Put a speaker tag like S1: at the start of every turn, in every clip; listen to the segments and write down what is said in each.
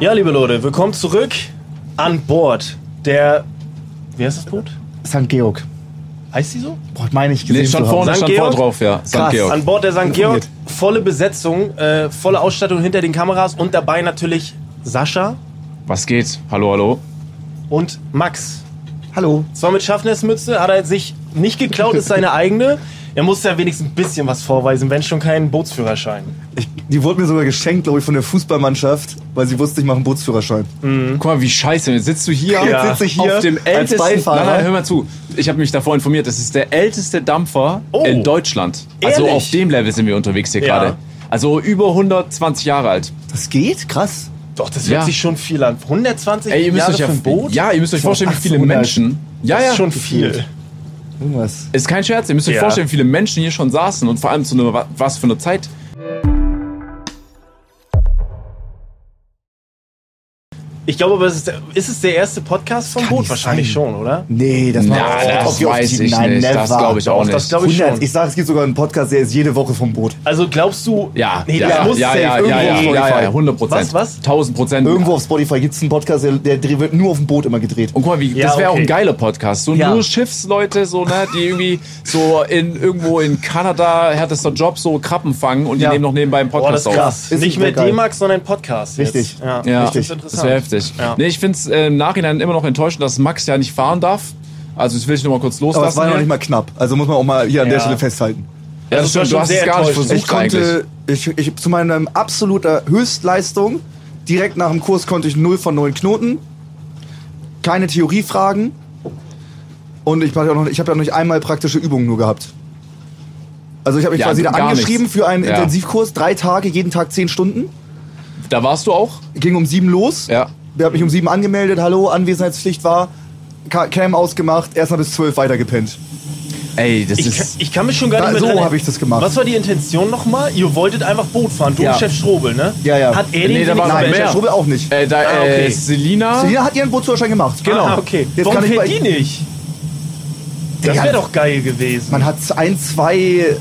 S1: Ja, liebe Leute, willkommen zurück an Bord der. Wie heißt das Boot?
S2: St. Georg.
S1: Heißt die so?
S2: Boah, meine ich
S3: Nee,
S2: gesehen.
S3: stand
S2: zu haben.
S3: vorne,
S1: St.
S3: stand
S1: Georg?
S3: vorne drauf, ja. St.
S2: Krass.
S3: Georg.
S1: An Bord der St. Georg,
S2: Informiert.
S1: volle Besetzung, äh, volle Ausstattung hinter den Kameras und dabei natürlich Sascha
S3: Was geht? Hallo, hallo.
S1: und Max.
S2: Hallo.
S1: Zwar mit Schaffnersmütze, hat er sich nicht geklaut, ist seine eigene. Er muss ja wenigstens ein bisschen was vorweisen, wenn schon keinen Bootsführerschein.
S2: Ich, die wurde mir sogar geschenkt, glaube ich, von der Fußballmannschaft, weil sie wusste, ich mache einen Bootsführerschein.
S1: Hm?
S3: Guck mal, wie scheiße. Jetzt sitzt du hier,
S1: Ja.
S2: Jetzt sitze ich hier
S3: auf dem
S2: als
S3: ältesten.
S2: Beifahrer.
S3: Nein, nein, hör mal zu. Ich habe mich davor informiert, das ist der älteste Dampfer
S1: Oh.
S3: in Deutschland. Also
S1: Ehrlich?
S3: auf dem Level sind wir unterwegs hier
S1: Ja.
S3: gerade. Also über 120 Jahre alt.
S2: Das geht? Krass.
S1: Doch, das hört
S3: Ja.
S1: sich schon viel an. 120
S3: Ey, ihr müsst
S1: Jahre
S3: euch ja,
S1: für ein Boot?
S3: ja, ihr müsst euch vorstellen, wie viele
S2: 800.
S3: Menschen. Ja,
S1: das
S3: ja.
S1: ist schon viel.
S2: Irgendwas.
S3: Ist kein Scherz. Ihr müsst euch
S1: Ja.
S3: vorstellen, wie viele Menschen hier schon saßen und vor allem zu einer, was für eine Zeit.
S1: Ich glaube, aber es ist, der, ist es der erste Podcast vom
S2: Kann
S1: Boot?
S2: nicht
S1: Wahrscheinlich
S2: sein.
S1: schon, oder?
S2: Nee, das
S3: Na,
S2: macht
S3: das
S2: ob die auf
S3: weiß
S2: die-
S3: ich nicht. Das glaube ich auch
S1: Doch, das
S3: nicht.
S1: glaub ich
S2: 100,
S1: schon.
S2: ich sage, es gibt sogar einen Podcast, der ist jede Woche vom Boot.
S1: Also glaubst du,
S3: Ja,
S1: nee, das
S3: ja,
S1: muss
S3: ja,
S1: safe
S3: ja,
S1: irgendwo
S3: ja, ja,
S1: Spotify.
S3: ja, ja, 100 Prozent.
S1: Was, was?
S3: 1000 Prozent.
S2: Irgendwo auf Spotify gibt es einen Podcast, der, der Dreh wird nur auf dem Boot immer gedreht.
S3: Und Oh, guck mal, wie,
S1: Ja,
S3: das wäre auch
S1: okay.
S3: ein geiler Podcast. So
S2: Ja.
S3: nur Schiffsleute, so, ne, die irgendwie so in irgendwo in Kanada härtester Job so Krabben fangen und die
S2: Ja.
S3: nehmen noch nebenbei einen
S1: Boah, Oh, das ist
S3: Podcast auf.
S1: krass.
S2: Ist
S1: Nicht
S2: ein
S1: mehr
S2: Blackout.
S1: D-Max, sondern Podcast.
S2: Richtig.
S1: Jetzt. Ja.
S3: Ja,
S1: Das ist
S2: Richtig.
S3: das wäre
S1: interessant.
S3: heftig.
S1: Ja.
S3: Nee, ich finde es äh, im Nachhinein immer noch enttäuschend, dass Max ja nicht fahren darf. Also das will ich nur mal kurz loslassen.
S2: Aber es war noch
S3: hier.
S2: nicht mal knapp. Also muss man auch mal hier an der
S1: Ja.
S2: Stelle festhalten.
S1: das
S3: ja, das
S1: ist schon
S3: stimmt, du hast
S1: sehr
S3: es gar nicht
S1: enttäuschend.
S3: versucht
S2: Ich
S3: eigentlich.
S2: konnte, ich, ich, zu meiner absoluter Höchstleistung, direkt nach dem Kurs konnte ich 0 von 9 Knoten, keine Theoriefragen und ich, hatte auch noch- ich habe ja noch nicht einmal praktische Übungen nur gehabt. Also ich habe mich
S3: Ja,
S2: quasi da
S3: gar
S2: angeschrieben
S3: nichts.
S2: für einen
S3: Ja.
S2: Intensivkurs, drei Tage, jeden Tag zehn Stunden,
S3: Da warst du auch?
S2: ging um sieben los,
S3: Ja.
S2: der hat mich um sieben angemeldet, hallo, Anwesenheitspflicht war, Ka- Cam ausgemacht, erstmal bis zwölf weitergepennt.
S3: Ey, das
S1: Ich, kann-
S3: ist.
S1: ich kann mich schon gar
S2: Da-
S1: nicht mehr
S2: so
S1: dran-
S2: habe ich das gemacht.
S1: Was war die Intention nochmal? Ihr wolltet einfach Boot fahren, du
S2: Ja.
S1: und Chef Strobel, ne?
S2: Ja, ja.
S1: Hat er den
S3: Nee, da war noch
S2: Nein,
S3: mehr.
S2: Herr Strobel auch nicht.
S3: Äh, da,
S1: Ah, okay.
S3: äh, Selina.
S2: Selina hat ihren Bootsführerschein gemacht.
S1: Genau. Ah, okay.
S2: Jetzt
S1: Warum
S2: kann ich
S1: fährt
S2: bei-
S1: die nicht? Das
S2: Digga.
S1: wäre doch geil gewesen.
S2: Man hat ein, zwei äh,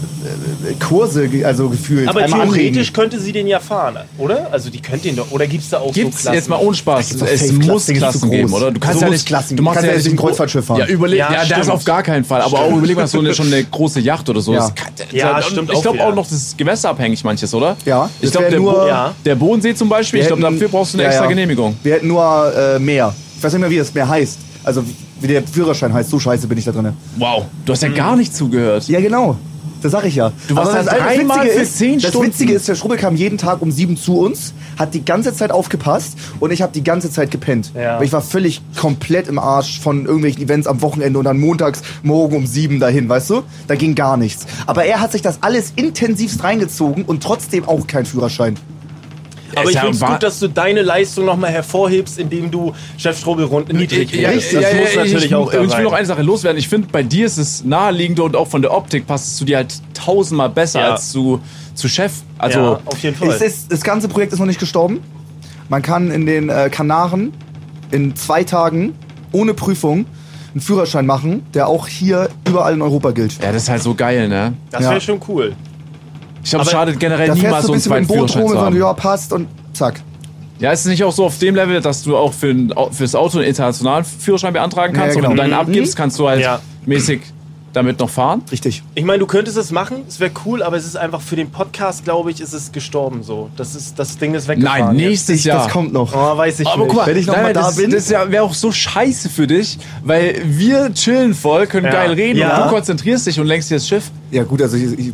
S2: Kurse ge- also gefühlt.
S1: Aber
S2: Einmal
S1: theoretisch
S2: anregen.
S1: könnte sie den ja fahren, oder? Also die könnte ihn doch. Oder gibt's da auch
S3: Gibt's
S1: so Klassen?
S3: jetzt mal ohne Spaß?
S2: doch
S3: Es
S2: safe
S3: muss
S2: Klassen, die sind
S3: Klassen
S2: zu
S3: geben,
S2: groß.
S3: oder? Du kannst
S2: So
S3: ja
S2: muss
S3: nicht,
S2: Klassen-
S3: du machst
S2: kannst
S3: ja
S2: ja
S3: nicht
S2: nicht ein Kreuzfahrtschiff fahren.
S3: Ja, überleg,
S1: Ja,
S3: ja, das
S1: stimmt.
S3: auf gar keinen Fall. Aber auch überleg mal so eine, schon eine große Yacht oder so.
S2: Ja.
S3: Das kann-
S1: Ja,
S3: und
S1: stimmt
S3: Ich
S1: auch
S3: glaube
S1: wieder.
S3: auch noch, das ist gewässerabhängig manches, oder?
S2: Ja,
S3: Ich
S2: das
S3: glaube,
S2: wär
S3: der,
S2: nur-
S3: Bo
S1: Ja.
S3: der Bodensee zum Beispiel, ich
S2: Wir
S3: glaube,
S2: hätten-
S3: dafür brauchst du eine
S2: ja,
S3: extra
S2: ja.
S3: Genehmigung.
S2: Wir hätten nur äh, mehr. Ich weiß nicht mehr, wie das mehr heißt. Also wie der Führerschein heißt. So scheiße bin ich da drin.
S3: Wow. Du hast ja gar nicht zugehört.
S2: Ja, genau. Das sag ich ja.
S3: Du warst
S2: das,
S3: da dreimal für zehn
S2: das
S3: Stunden.
S2: Witzige ist, der Schrubbel kam jeden Tag um sieben zu uns, hat die ganze Zeit aufgepasst und ich habe die ganze Zeit gepennt.
S1: Ja.
S2: Weil Ich war völlig komplett im Arsch von irgendwelchen Events am Wochenende und dann montags morgen um sieben dahin, weißt du? Da ging gar nichts. Aber er hat sich das alles intensivst reingezogen und trotzdem auch kein Führerschein.
S1: Aber
S3: Es
S1: ich
S3: ja
S1: finde es
S3: wa-
S1: gut, dass du deine Leistung nochmal hervorhebst, indem du Chef Strobel rund niedrig
S3: Ja,
S1: hältst.
S3: ja,
S1: Das
S3: ja,
S1: muss
S3: ja,
S1: natürlich
S3: ich,
S1: auch da
S3: Und ich will
S1: sein.
S3: noch eine Sache loswerden. Ich finde, bei dir ist es naheliegender und auch von der Optik passt es zu dir halt tausendmal besser
S1: Ja.
S3: als zu, zu Chef. Also,
S1: ja, auf jeden Fall.
S2: Es ist, das ganze Projekt ist noch nicht gestorben. Man kann in den äh, Kanaren in zwei Tagen ohne Prüfung einen Führerschein machen, der auch hier überall in Europa gilt.
S3: ja, das ist halt so geil, ne?
S1: das wäre
S2: ja.
S1: schon cool.
S3: Ich glaube,
S1: Aber
S3: es schadet generell
S2: Da
S3: niemals
S2: fährst du
S3: so
S2: ein
S3: einen
S2: bisschen mit dem
S3: zweiten
S2: Boot
S3: Führerschein
S2: rum
S3: zu
S2: und
S3: haben.
S2: wenn ja, passt und zack.
S3: Ja, ist es nicht auch so auf dem Level, dass du auch für ein, fürs Auto einen internationalen Führerschein beantragen
S2: Ja,
S3: kannst?
S2: genau.
S3: Und wenn du deinen abgibst, kannst du halt
S1: Ja.
S3: mäßig damit noch fahren?
S2: Richtig.
S1: Ich meine, du könntest es machen, es wäre cool, aber es ist einfach für den Podcast, glaube ich, ist es gestorben so. Das, ist, das Ding ist weggefahren.
S3: Nein,
S1: jetzt.
S3: nächstes Jahr.
S2: Das kommt noch.
S1: Oh, weiß ich
S3: aber
S1: nicht.
S3: guck mal,
S2: Wenn ich noch
S3: nein,
S2: mal
S3: nein,
S2: da
S3: das,
S2: bin-
S3: das wäre auch so scheiße für dich, weil wir chillen voll, können
S1: Ja.
S3: geil reden
S1: Ja.
S3: und du konzentrierst dich und lenkst dir das Schiff.
S2: Ja gut, also ich, ich,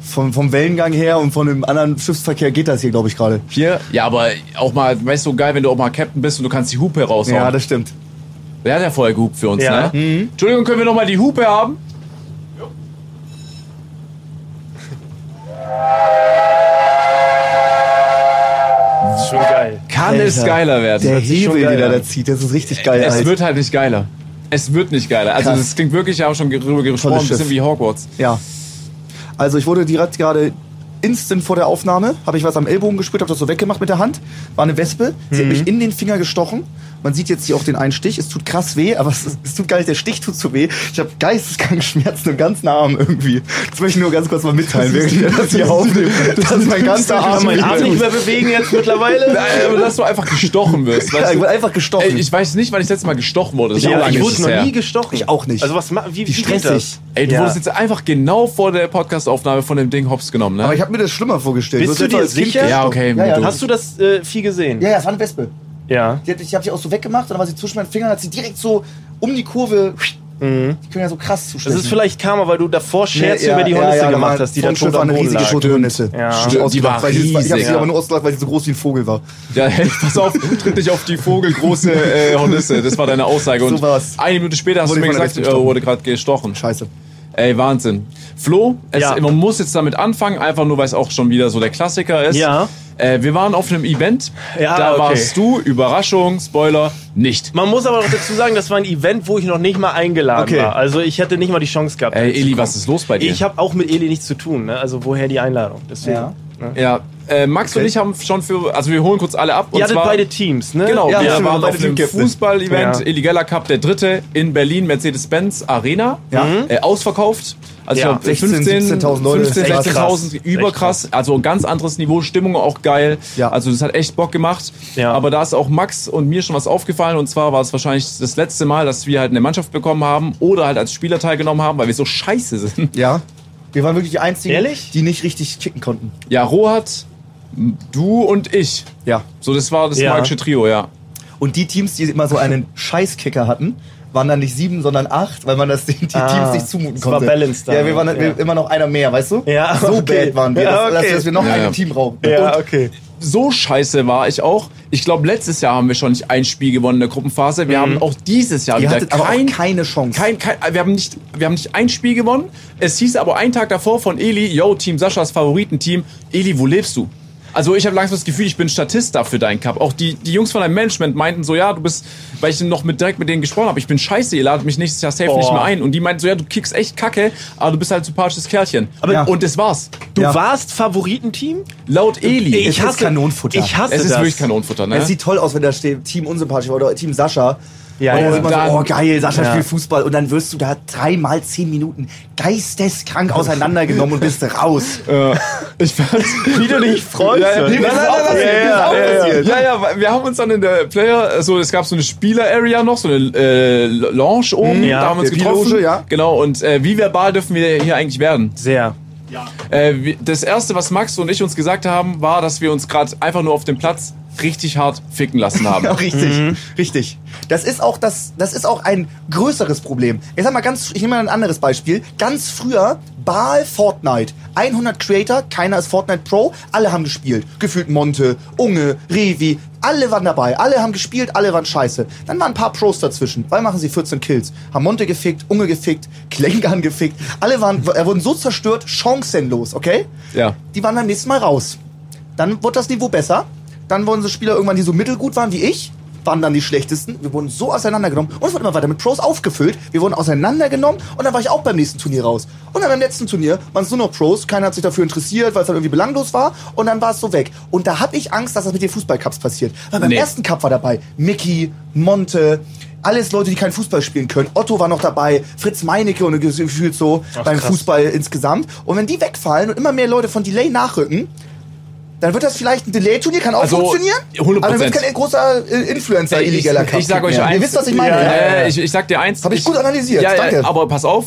S2: vom, vom Wellengang her und von dem anderen Schiffsverkehr geht das hier, glaube ich, gerade.
S3: Hier, ja, aber auch mal, weißt du, geil, wenn du auch mal Captain bist und du kannst die Hupe raushauen.
S2: Ja, das Mhm. stimmt.
S3: Der hat ja vorher gehupt für uns,
S1: Ja.
S3: ne? Entschuldigung, können wir noch mal die Hupe haben?
S1: das ist schon geil.
S3: Kann es
S2: Alter,
S3: geiler werden.
S2: Der
S1: sich schon
S2: Hebel,
S1: geil
S2: den er
S1: an.
S2: da zieht, das ist richtig geil.
S3: Es
S2: Alter.
S3: wird halt nicht geiler. Es wird nicht geiler. Also
S2: Krass.
S3: das klingt wirklich, ja, auch schon darüber gesprochen, ein
S2: Schiff.
S3: bisschen wie Hogwarts.
S2: Ja. Also ich wurde direkt gerade instant vor der Aufnahme, habe ich was am Ellbogen gespürt, habe das so weggemacht mit der Hand. War eine Wespe, sie hat mich in den Finger gestochen Man sieht jetzt hier auch den einen Stich. Es tut krass weh, aber es, es tut gar nicht, der Stich tut so weh. Ich habe Geisteskrankenschmerzen im ganzen Arm irgendwie. Das möchte ich nur ganz kurz mal mitteilen, während ihr das hier aufnehmt. Das ist mein ganzer
S1: Ich kann
S2: Arm.
S1: meinen Arm
S2: weh
S1: nicht
S2: tut.
S1: mehr bewegen jetzt mittlerweile.
S3: Nein, aber dass du einfach gestochen wirst.
S2: Ja,
S3: Weißt
S2: ich
S3: du?
S2: wurde einfach gestochen.
S3: Ey, ich weiß nicht, wann ich das letzte Mal gestochen wurde. So
S1: Ja,
S3: lange
S1: ich
S3: ist
S1: wurde
S3: es
S1: noch
S3: her.
S1: nie gestochen.
S2: Ich auch nicht.
S1: Also was ma- wie, wie,
S2: Wie
S1: geht
S2: stressig.
S1: das?
S3: Ey, du
S1: Ja.
S3: wurdest jetzt einfach genau vor der Podcastaufnahme von dem Ding hops genommen, ne?
S2: aber ich habe mir das schlimmer vorgestellt.
S1: Bist du
S2: hast
S1: dir
S2: einfach als Kind
S1: sicher?
S2: gestochen.
S3: Ja, okay,
S2: Ja, ja,
S3: du-
S2: das-
S1: Hast du das äh, viel gesehen?
S2: ja, ja, es war eine Wespe.
S1: Ja.
S2: Die hat, ich habe die auch so weggemacht und dann war sie zwischen meinen Fingern, hat sie direkt so um die Kurve. Die können ja so krass
S1: Mhm. Das
S2: zustechen.
S1: ist vielleicht Karma, weil du davor Scherze
S2: Ja,
S1: über die
S2: ja,
S1: Hornisse
S2: ja, genau. da
S1: gemacht
S2: war
S1: hast, die
S2: vom
S1: da
S2: Schiff
S1: tot am
S2: eine
S1: Boden
S2: riesige
S1: lag.
S2: tote Hornisse.
S1: Ja.
S2: Stimmt,
S3: Die war
S2: ausgelacht, weil sie- Ich habe
S3: riesig,
S2: sie
S1: ja.
S2: aber nur ausgelacht, weil sie so groß wie ein Vogel war.
S3: Ja, hey, pass auf, tritt nicht auf die vogelgroße äh, Hornisse. Das war deine Aussage. Und
S2: So war's.
S3: eine Minute später hast
S2: Wurde
S3: du mir
S2: von der
S3: gesagt,
S2: Wespe
S3: äh, wurde gerade gestochen.
S2: Scheiße.
S3: Ey, Wahnsinn. Flo, es,
S1: Ja.
S3: man muss jetzt damit anfangen, einfach nur, weil es auch schon wieder so der Klassiker ist.
S1: Ja.
S3: Äh, wir waren auf einem Event,
S1: Ja,
S3: da
S1: okay.
S3: warst du, Überraschung, Spoiler, nicht.
S1: Man muss aber auch dazu sagen, das war ein Event, wo ich noch nicht mal eingeladen
S2: Okay.
S1: war. Also ich hätte nicht mal die Chance gehabt.
S3: Ey,
S1: mitzukommen.
S3: Eli, was ist los bei dir?
S1: Ich habe auch mit Eli nichts zu tun, ne? Also woher die Einladung? Deswegen.
S2: Ja.
S1: Ne?
S3: ja, äh, Max und ich haben schon für, also wir holen kurz alle ab. Und
S1: Ihr hattet
S3: zwar,
S1: beide Teams, ne?
S3: Genau,
S2: Ja,
S3: wir
S2: stimmt,
S3: waren
S2: beide
S3: auf einem
S2: Teamcaptain.
S3: Fußball-Event,
S1: Ja.
S3: illegaler Cup, der dritte in Berlin, Mercedes-Benz Arena,
S2: Ja.
S3: äh, ausverkauft. Also
S1: Ja.
S3: ich glaube
S2: 16,
S3: 15,
S2: 17.000 Leute.
S3: 15,
S1: Echt krass.
S3: 16.000, überkrass. Also ein ganz anderes Niveau, Stimmung auch geil.
S2: Ja.
S3: Also das hat echt Bock gemacht.
S1: Ja.
S3: Aber da ist auch Max und mir schon was aufgefallen und zwar war es wahrscheinlich das letzte Mal, dass wir halt eine Mannschaft bekommen haben oder halt als Spieler teilgenommen haben, weil wir so scheiße sind.
S2: Ja. Wir waren wirklich die einzigen,
S1: Ehrlich?
S2: die nicht richtig kicken konnten.
S3: Ja, Rohat, du und ich.
S2: Ja.
S3: So, das war das
S1: Ja.
S3: magische Trio, ja.
S2: Und die Teams, die immer so einen Scheißkicker hatten, waren dann nicht sieben, sondern acht, weil man das den die
S1: Ah,
S2: Teams nicht zumuten
S1: es war
S2: konnte.
S1: balanced
S2: Ja, wir waren
S1: dann,
S2: wir,
S1: ja.
S2: immer noch einer mehr, weißt du?
S1: Ja,
S2: So
S1: okay.
S2: bad waren wir, dass,
S1: Ja, okay.
S2: dass, dass wir noch
S3: Ja,
S2: ein
S3: ja.
S2: Team brauchen.
S1: Ja,
S2: Und
S1: okay.
S3: so scheiße war ich auch. Ich glaube, letztes Jahr haben wir schon nicht ein Spiel gewonnen in der Gruppenphase. Wir haben auch dieses Jahr
S2: Mhm. ihr
S3: wieder
S2: hattet aber
S3: kein,
S2: auch keine Chance.
S3: kein, kein, wir haben nicht, wir haben nicht ein Spiel gewonnen. Es hieß aber einen Tag davor von Eli, yo, Team Saschas Favoritenteam. Eli, wo lebst du? Also ich habe langsam das Gefühl, ich bin Statist da für deinen Cup. Auch die, die Jungs von deinem Management meinten so, ja, du bist, weil ich noch mit direkt mit denen gesprochen habe, ich bin scheiße, ihr ladet mich nächstes Jahr safe
S1: Boah.
S3: nicht mehr ein. Und die meinten so, ja, du kickst echt Kacke, aber du bist halt sympathisches Kerlchen.
S1: Aber-
S2: Ja.
S3: Und das war's.
S1: Du
S2: Ja.
S1: warst Favoritenteam?
S3: Laut Eli.
S2: Es ist Kanonenfutter.
S1: Ich hasse
S3: es ist
S1: das.
S3: wirklich Kanonenfutter, ne?
S2: Es sieht toll aus, wenn da steht Team unsympathisch war oder Team Sascha.
S1: Ja,
S2: und dann
S1: ja.
S2: ist man
S3: Dann-
S2: so, oh geil, Sascha
S1: Ja.
S2: spielt Fußball und dann wirst du da dreimal zehn Minuten geisteskrank auseinandergenommen und bist raus.
S3: Ich fand,
S1: Wie du dich freust.
S3: Ja, ja,
S1: Nein,
S3: nee,
S1: nein,
S3: das ist
S1: nein,
S3: auch
S1: nein,
S3: passiert,
S1: ja,
S3: das ist auch
S1: ja, ja.
S3: passiert. ja, ja, weil wir haben uns dann in der Player, so es gab so eine Spieler-Area noch, so eine äh, Lounge
S2: Mhm.
S3: oben,
S1: Ja,
S3: da haben wir uns
S2: der
S3: getroffen.
S2: Piloge, ja.
S3: Genau, und äh, wie verbal dürfen wir hier eigentlich werden?
S1: Sehr.
S3: Äh, wir- das erste, was Max und ich uns gesagt haben, war, dass wir uns gerade einfach nur auf dem Platz richtig hart ficken lassen haben.
S2: Ja, Genau, richtig, richtig. Das ist auch das, das ist auch ein größeres Problem. Ich sag mal ganz, ich nehme mal ein anderes Beispiel. Ganz früher Baal Fortnite, 100 Creator, keiner ist Fortnite Pro, alle haben gespielt. Gefühlt Monte, Unge, Revi, alle waren dabei, alle haben gespielt, alle waren scheiße. Dann waren ein paar Pros dazwischen, weil machen sie 14 Kills, haben Monte gefickt, Unge gefickt, Klenkan gefickt, alle waren, äh, wurden so zerstört, chancenlos, okay?
S3: Ja.
S2: die waren beim nächsten Mal raus. Dann wurde das Niveau besser. Dann wurden so Spieler irgendwann, die so mittelgut waren wie ich, waren dann die schlechtesten. Wir wurden so auseinandergenommen und es wurde immer weiter mit Pros aufgefüllt. Wir wurden auseinandergenommen und dann war ich auch beim nächsten Turnier raus. Und dann beim letzten Turnier waren es nur noch Pros. Keiner hat sich dafür interessiert, weil es dann irgendwie belanglos war. Und dann war es so weg. Und da habe ich Angst, dass das mit den Fußballcups passiert. Weil beim
S3: Nee.
S2: ersten Cup war dabei Mickey, Monte, alles Leute, die keinen Fußball spielen können. Otto war noch dabei, Fritz Meinecke und gefühlt so beim
S1: krass.
S2: Fußball insgesamt. Und wenn die wegfallen und immer mehr Leute von Delay nachrücken, dann wird das vielleicht ein Delay-Turnier, kann auch
S3: Also,
S2: funktionieren.
S3: 100%.
S2: Aber dann wird kein großer äh, Influencer,
S3: Ich-
S2: illegaler
S3: ich-
S2: Cup
S3: ich sag euch
S2: mehr.
S3: eins.
S2: Ihr wisst, was ich meine.
S1: Ja, ja,
S3: Äh, ich, ich sag dir eins.
S2: Hab ich gut analysiert,
S3: Ja, ja,
S2: danke.
S3: aber pass auf,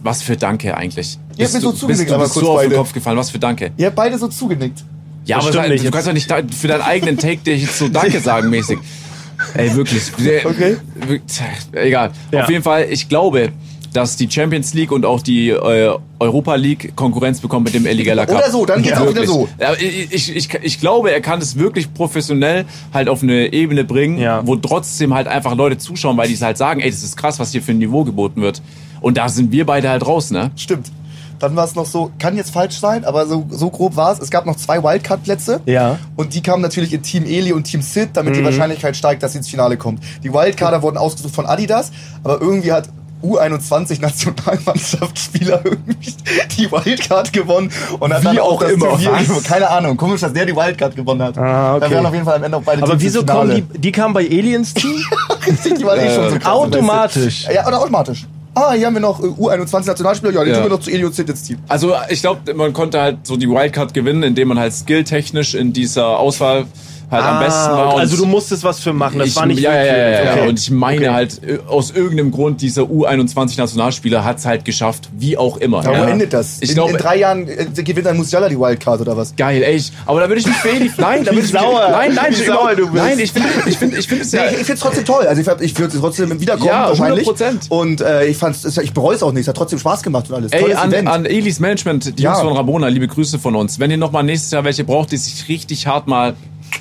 S3: was für Danke eigentlich.
S2: Ihr habt mir so
S3: du-
S2: zugenickt,
S3: bist, du
S2: aber
S3: bist
S2: kurz
S3: so auf den
S2: beide.
S3: Kopf gefallen, was für Danke.
S2: Ihr habt beide so zugenickt.
S3: Ja,
S1: Das
S3: aber
S1: stimmt
S3: sei-
S1: nicht.
S3: du kannst doch nicht da- für deinen eigenen Take dich so Danke sagen mäßig. Ey, wirklich. Sehr-
S2: Okay.
S3: wir- tja, Egal.
S1: Ja.
S3: Auf jeden Fall, ich glaube, dass die Champions League und auch die äh, Europa League Konkurrenz bekommt mit dem Illegaler Cup.
S2: Oder so, dann geht's auch wieder so.
S3: Ja, ich, ich, ich, ich glaube, er kann es wirklich professionell halt auf eine Ebene bringen,
S1: Ja.
S3: wo trotzdem halt einfach Leute zuschauen, weil die es halt sagen, ey, das ist krass, was hier für ein Niveau geboten wird. Und da sind wir beide halt raus, ne?
S2: Stimmt. Dann war es noch so, kann jetzt falsch sein, aber so, so grob war es. Es gab noch zwei Wildcard-Plätze.
S1: Ja. Mhm.
S2: Und die kamen natürlich in Team Eli und Team Sid, damit die Wahrscheinlichkeit steigt, dass sie ins Finale kommt. Die Wildcarder wurden ausgesucht von Adidas, aber irgendwie hat U21-Nationalmannschaftsspieler irgendwie die Wildcard gewonnen und hat
S3: Wie
S2: dann
S3: auch immer.
S2: Turnier
S3: Was?
S2: gewonnen. Keine Ahnung, komisch, dass der die Wildcard gewonnen hat.
S1: Ah, okay.
S2: Da wären auf jeden Fall am Ende auch beide
S1: Aber
S2: Teams im
S1: wieso
S2: Finale.
S1: kommen die, die kamen bei Aliens Team?
S2: Richtig, die waren eh schon so krass.
S1: Automatisch.
S2: Ja, oder automatisch. Ah, hier haben wir noch äh, U21-Nationalspieler. Ja, die
S3: Ja.
S2: tun wir noch zu Elio Zit ins Team.
S3: Also ich glaube, man konnte halt so die Wildcard gewinnen, indem man halt skilltechnisch in dieser Auswahl halt am besten war.
S1: Ah,
S3: und
S1: also du musstest was für machen. Das
S3: ich,
S1: war nicht
S3: ja, ja, ja, ja, ja.
S1: willkürlich. Okay.
S3: Und ich meine halt, äh, aus irgendeinem Grund, dieser U21-Nationalspieler hat es halt geschafft, wie auch immer.
S2: Aber
S3: ja.
S2: wo endet das?
S3: Ich
S2: in,
S3: glaube-
S2: in drei Jahren äh, gewinnt dann Musiala die Wildcard oder was?
S3: Geil, echt. Aber da würde ich mich fähig. Nein, da
S1: Wie
S3: würde ich mich,
S1: sauer.
S3: Nein, nein,
S1: Wie
S3: ich-
S1: sauer du bist.
S3: Nein, ich finde, ich finde, ich finde es ja.
S2: Nee, ich ich find's trotzdem toll. Also ich, hab- ich würde trotzdem wiederkommen
S3: Ja,
S2: wahrscheinlich.
S3: 100%.
S2: Und äh, ich fand's, es- ich bereue es auch nicht. Es hat trotzdem Spaß gemacht und alles.
S3: Ey,
S2: Tolles
S3: an,
S2: Event.
S3: an Elis Management, die
S2: Ja.
S3: Jungs von Rabona, liebe Grüße von uns. Wenn ihr nochmal nächstes Jahr welche braucht, die sich richtig hart mal,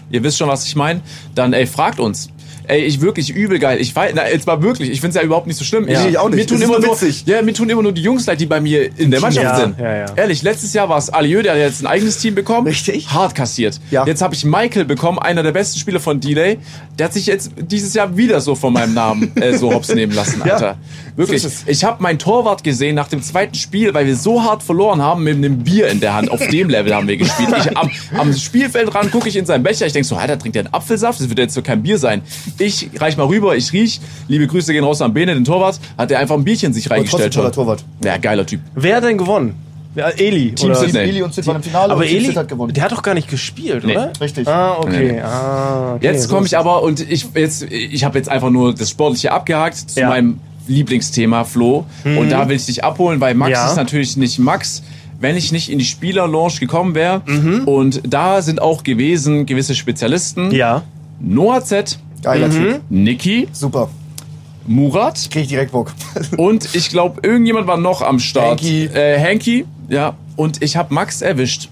S3: ihr wisst schon, was ich meine, dann ey, fragt uns. Ey, ich wirklich übel geil. Ich weiß, na, jetzt mal wirklich, ich find's ja überhaupt nicht so schlimm.
S2: Ich auch nicht.
S3: Mir tun,
S2: Ist
S3: immer
S2: nur
S3: nur,
S2: witzig.
S3: ja, mir tun immer nur die Jungs leid, die bei mir in der Mannschaft
S1: Ja,
S3: sind.
S1: ja, ja.
S3: Ehrlich, letztes Jahr war es Alieu, der hat jetzt ein eigenes Team bekommen.
S2: Richtig.
S3: Hart kassiert.
S2: Ja.
S3: Jetzt habe ich Michael bekommen, einer der besten Spieler von D-Day. Der hat sich jetzt dieses Jahr wieder so von meinem Namen äh, so hops nehmen lassen,
S2: Ja.
S3: Alter. Wirklich.
S2: So ist es.
S3: Ich habe meinen Torwart gesehen nach dem zweiten Spiel, weil wir so hart verloren haben mit einem Bier in der Hand. Auf dem Level haben wir gespielt. Ich, am, am Spielfeldrand gucke ich in seinen Becher. Ich denk so, Alter, trinkt der einen Apfelsaft? Das wird jetzt so kein Bier sein. Ich reich mal rüber, ich riech. Liebe Grüße gehen raus an Bene, den Torwart. Hat er einfach ein Bierchen sich reingestellt.
S2: trotzdem toller Torwart.
S3: schon. Ja, geiler Typ.
S1: Wer hat denn gewonnen? Ja, Eli.
S3: Team
S1: oder?
S3: Sydney. Nee.
S2: Eli und Zit waren im Finale
S1: Aber
S2: und Eli
S1: Eli,
S2: hat gewonnen.
S1: der hat doch gar nicht gespielt,
S3: Nee.
S1: oder?
S2: Richtig.
S1: Ah, okay.
S3: Nee.
S1: Ah, okay.
S3: Jetzt
S1: So
S3: komme
S1: ist
S3: ich aber und ich jetzt ich habe jetzt einfach nur das sportliche abgehakt zu
S1: Ja. Mhm.
S3: meinem Lieblingsthema Flo und da will ich dich abholen, weil Max
S1: Ja.
S3: ist natürlich nicht Max, wenn ich nicht in die Spielerlounge gekommen wäre und da sind auch gewesen gewisse Spezialisten.
S1: es. Mhm. Ja.
S3: Noah Z,
S2: Geiler
S3: Mhm.
S2: Typ.
S3: Niki,
S2: Super.
S3: Murat
S2: Krieg ich direkt Bock.
S3: und ich glaube irgendjemand war noch am Start.
S2: Hanky.
S3: Äh, Hanky, ja und ich habe Max erwischt.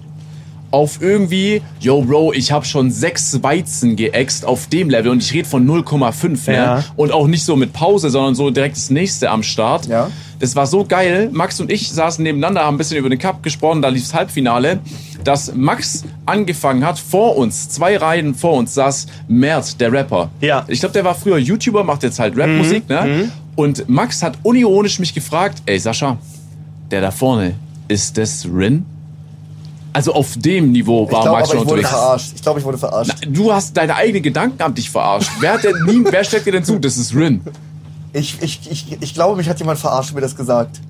S3: Auf irgendwie, yo Bro, ich habe schon sechs Weizen geäxt auf dem Level und ich rede von 0,5, ne?
S1: Ja.
S3: Und auch nicht so mit Pause, sondern so direkt das nächste am Start.
S2: Ja.
S3: Das war so geil. Max und ich saßen nebeneinander, haben ein bisschen über den Cup gesprochen, da lief das Halbfinale, dass Max angefangen hat, vor uns, zwei Reihen vor uns, saß Mert, der Rapper.
S1: Ja.
S3: Ich glaube, der war früher YouTuber, macht jetzt halt Rapmusik, ne? Und Max hat unironisch mich gefragt, ey Sascha, der da vorne, ist das Rin? Also auf dem Niveau
S2: Ich
S3: war
S2: glaube,
S3: Max
S2: aber ich
S3: schon
S2: wurde
S3: unterwegs.
S2: verarscht. Ich glaube, ich wurde verarscht.
S3: Du hast deine eigenen Gedanken an dich verarscht. Wer, hat denn nie, wer steckt dir denn zu? Das ist Rin.
S2: Ich, ich, ich, ich glaube, mich hat jemand verarscht und mir das gesagt.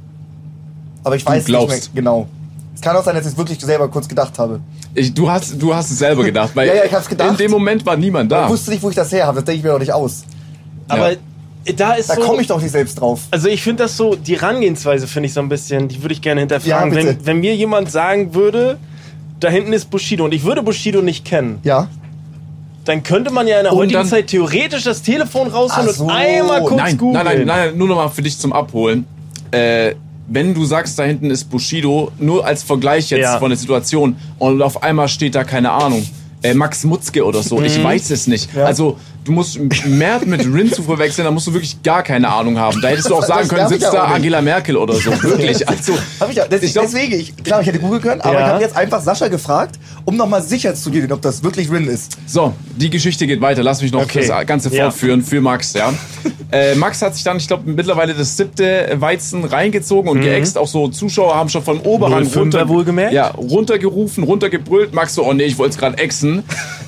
S2: Aber ich weiß nicht
S3: glaubst.
S2: mehr genau. Es kann auch sein, dass ich es wirklich selber kurz gedacht habe.
S3: Ich, du, hast, du hast es selber gedacht. Weil
S2: Ja, ja, ich hab's gedacht.
S3: In dem Moment war niemand da.
S2: Ich wusste nicht, wo ich das her habe. Das denke ich mir doch nicht aus.
S1: Aber
S3: Ja.
S1: da ist
S2: Da
S1: so.
S2: komme ich doch nicht selbst drauf.
S1: also ich finde das so, die Herangehensweise finde ich so ein bisschen, die würde ich gerne hinterfragen.
S2: Ja, bitte.
S1: wenn, wenn mir jemand sagen würde, da hinten ist Bushido und ich würde Bushido nicht kennen,
S2: Ja.
S1: dann könnte man ja in der
S3: Und
S1: heutigen
S3: dann-
S1: Zeit theoretisch das Telefon rausholen
S2: Ach so.
S1: und einmal kurz
S3: nein,
S1: googeln.
S3: nein, nein, nein, nur nochmal für dich zum Abholen. Äh, wenn du sagst, da hinten ist Bushido, nur als Vergleich jetzt
S1: Ja.
S3: von der Situation und auf einmal steht da, keine Ahnung, äh, Max Mutzke oder so,
S2: Mhm.
S3: ich weiß es nicht. Also, du musst Mert mit Rin zu verwechseln, da musst du wirklich gar keine Ahnung haben. Da hättest du auch
S2: Das-
S3: sagen
S2: das
S3: können,
S2: darf ich
S3: sitzt
S2: ja
S3: da
S2: auch nicht.
S3: Angela Merkel oder so. Wirklich, also,
S2: Hab ich ja. Des,
S3: Ich glaub-
S2: deswegen, ich, klar, ich hätte googeln können, aber
S1: Ja.
S2: ich habe jetzt einfach Sascha gefragt, um nochmal sicher zu gehen, ob das wirklich Rin ist.
S3: So, die Geschichte geht weiter. Lass mich noch
S1: Okay.
S3: das Ganze
S1: Ja.
S3: fortführen für Max, ja. äh, Max hat sich dann, ich glaube, mittlerweile das siebte Weizen reingezogen und
S2: Mhm.
S3: geäxt. Auch so Zuschauer haben schon vom Oberrand
S1: 05er wohlgemerkt.
S3: Ja, runtergerufen, runtergebrüllt. Max so, oh nee, ich wollte es gerade ächzen.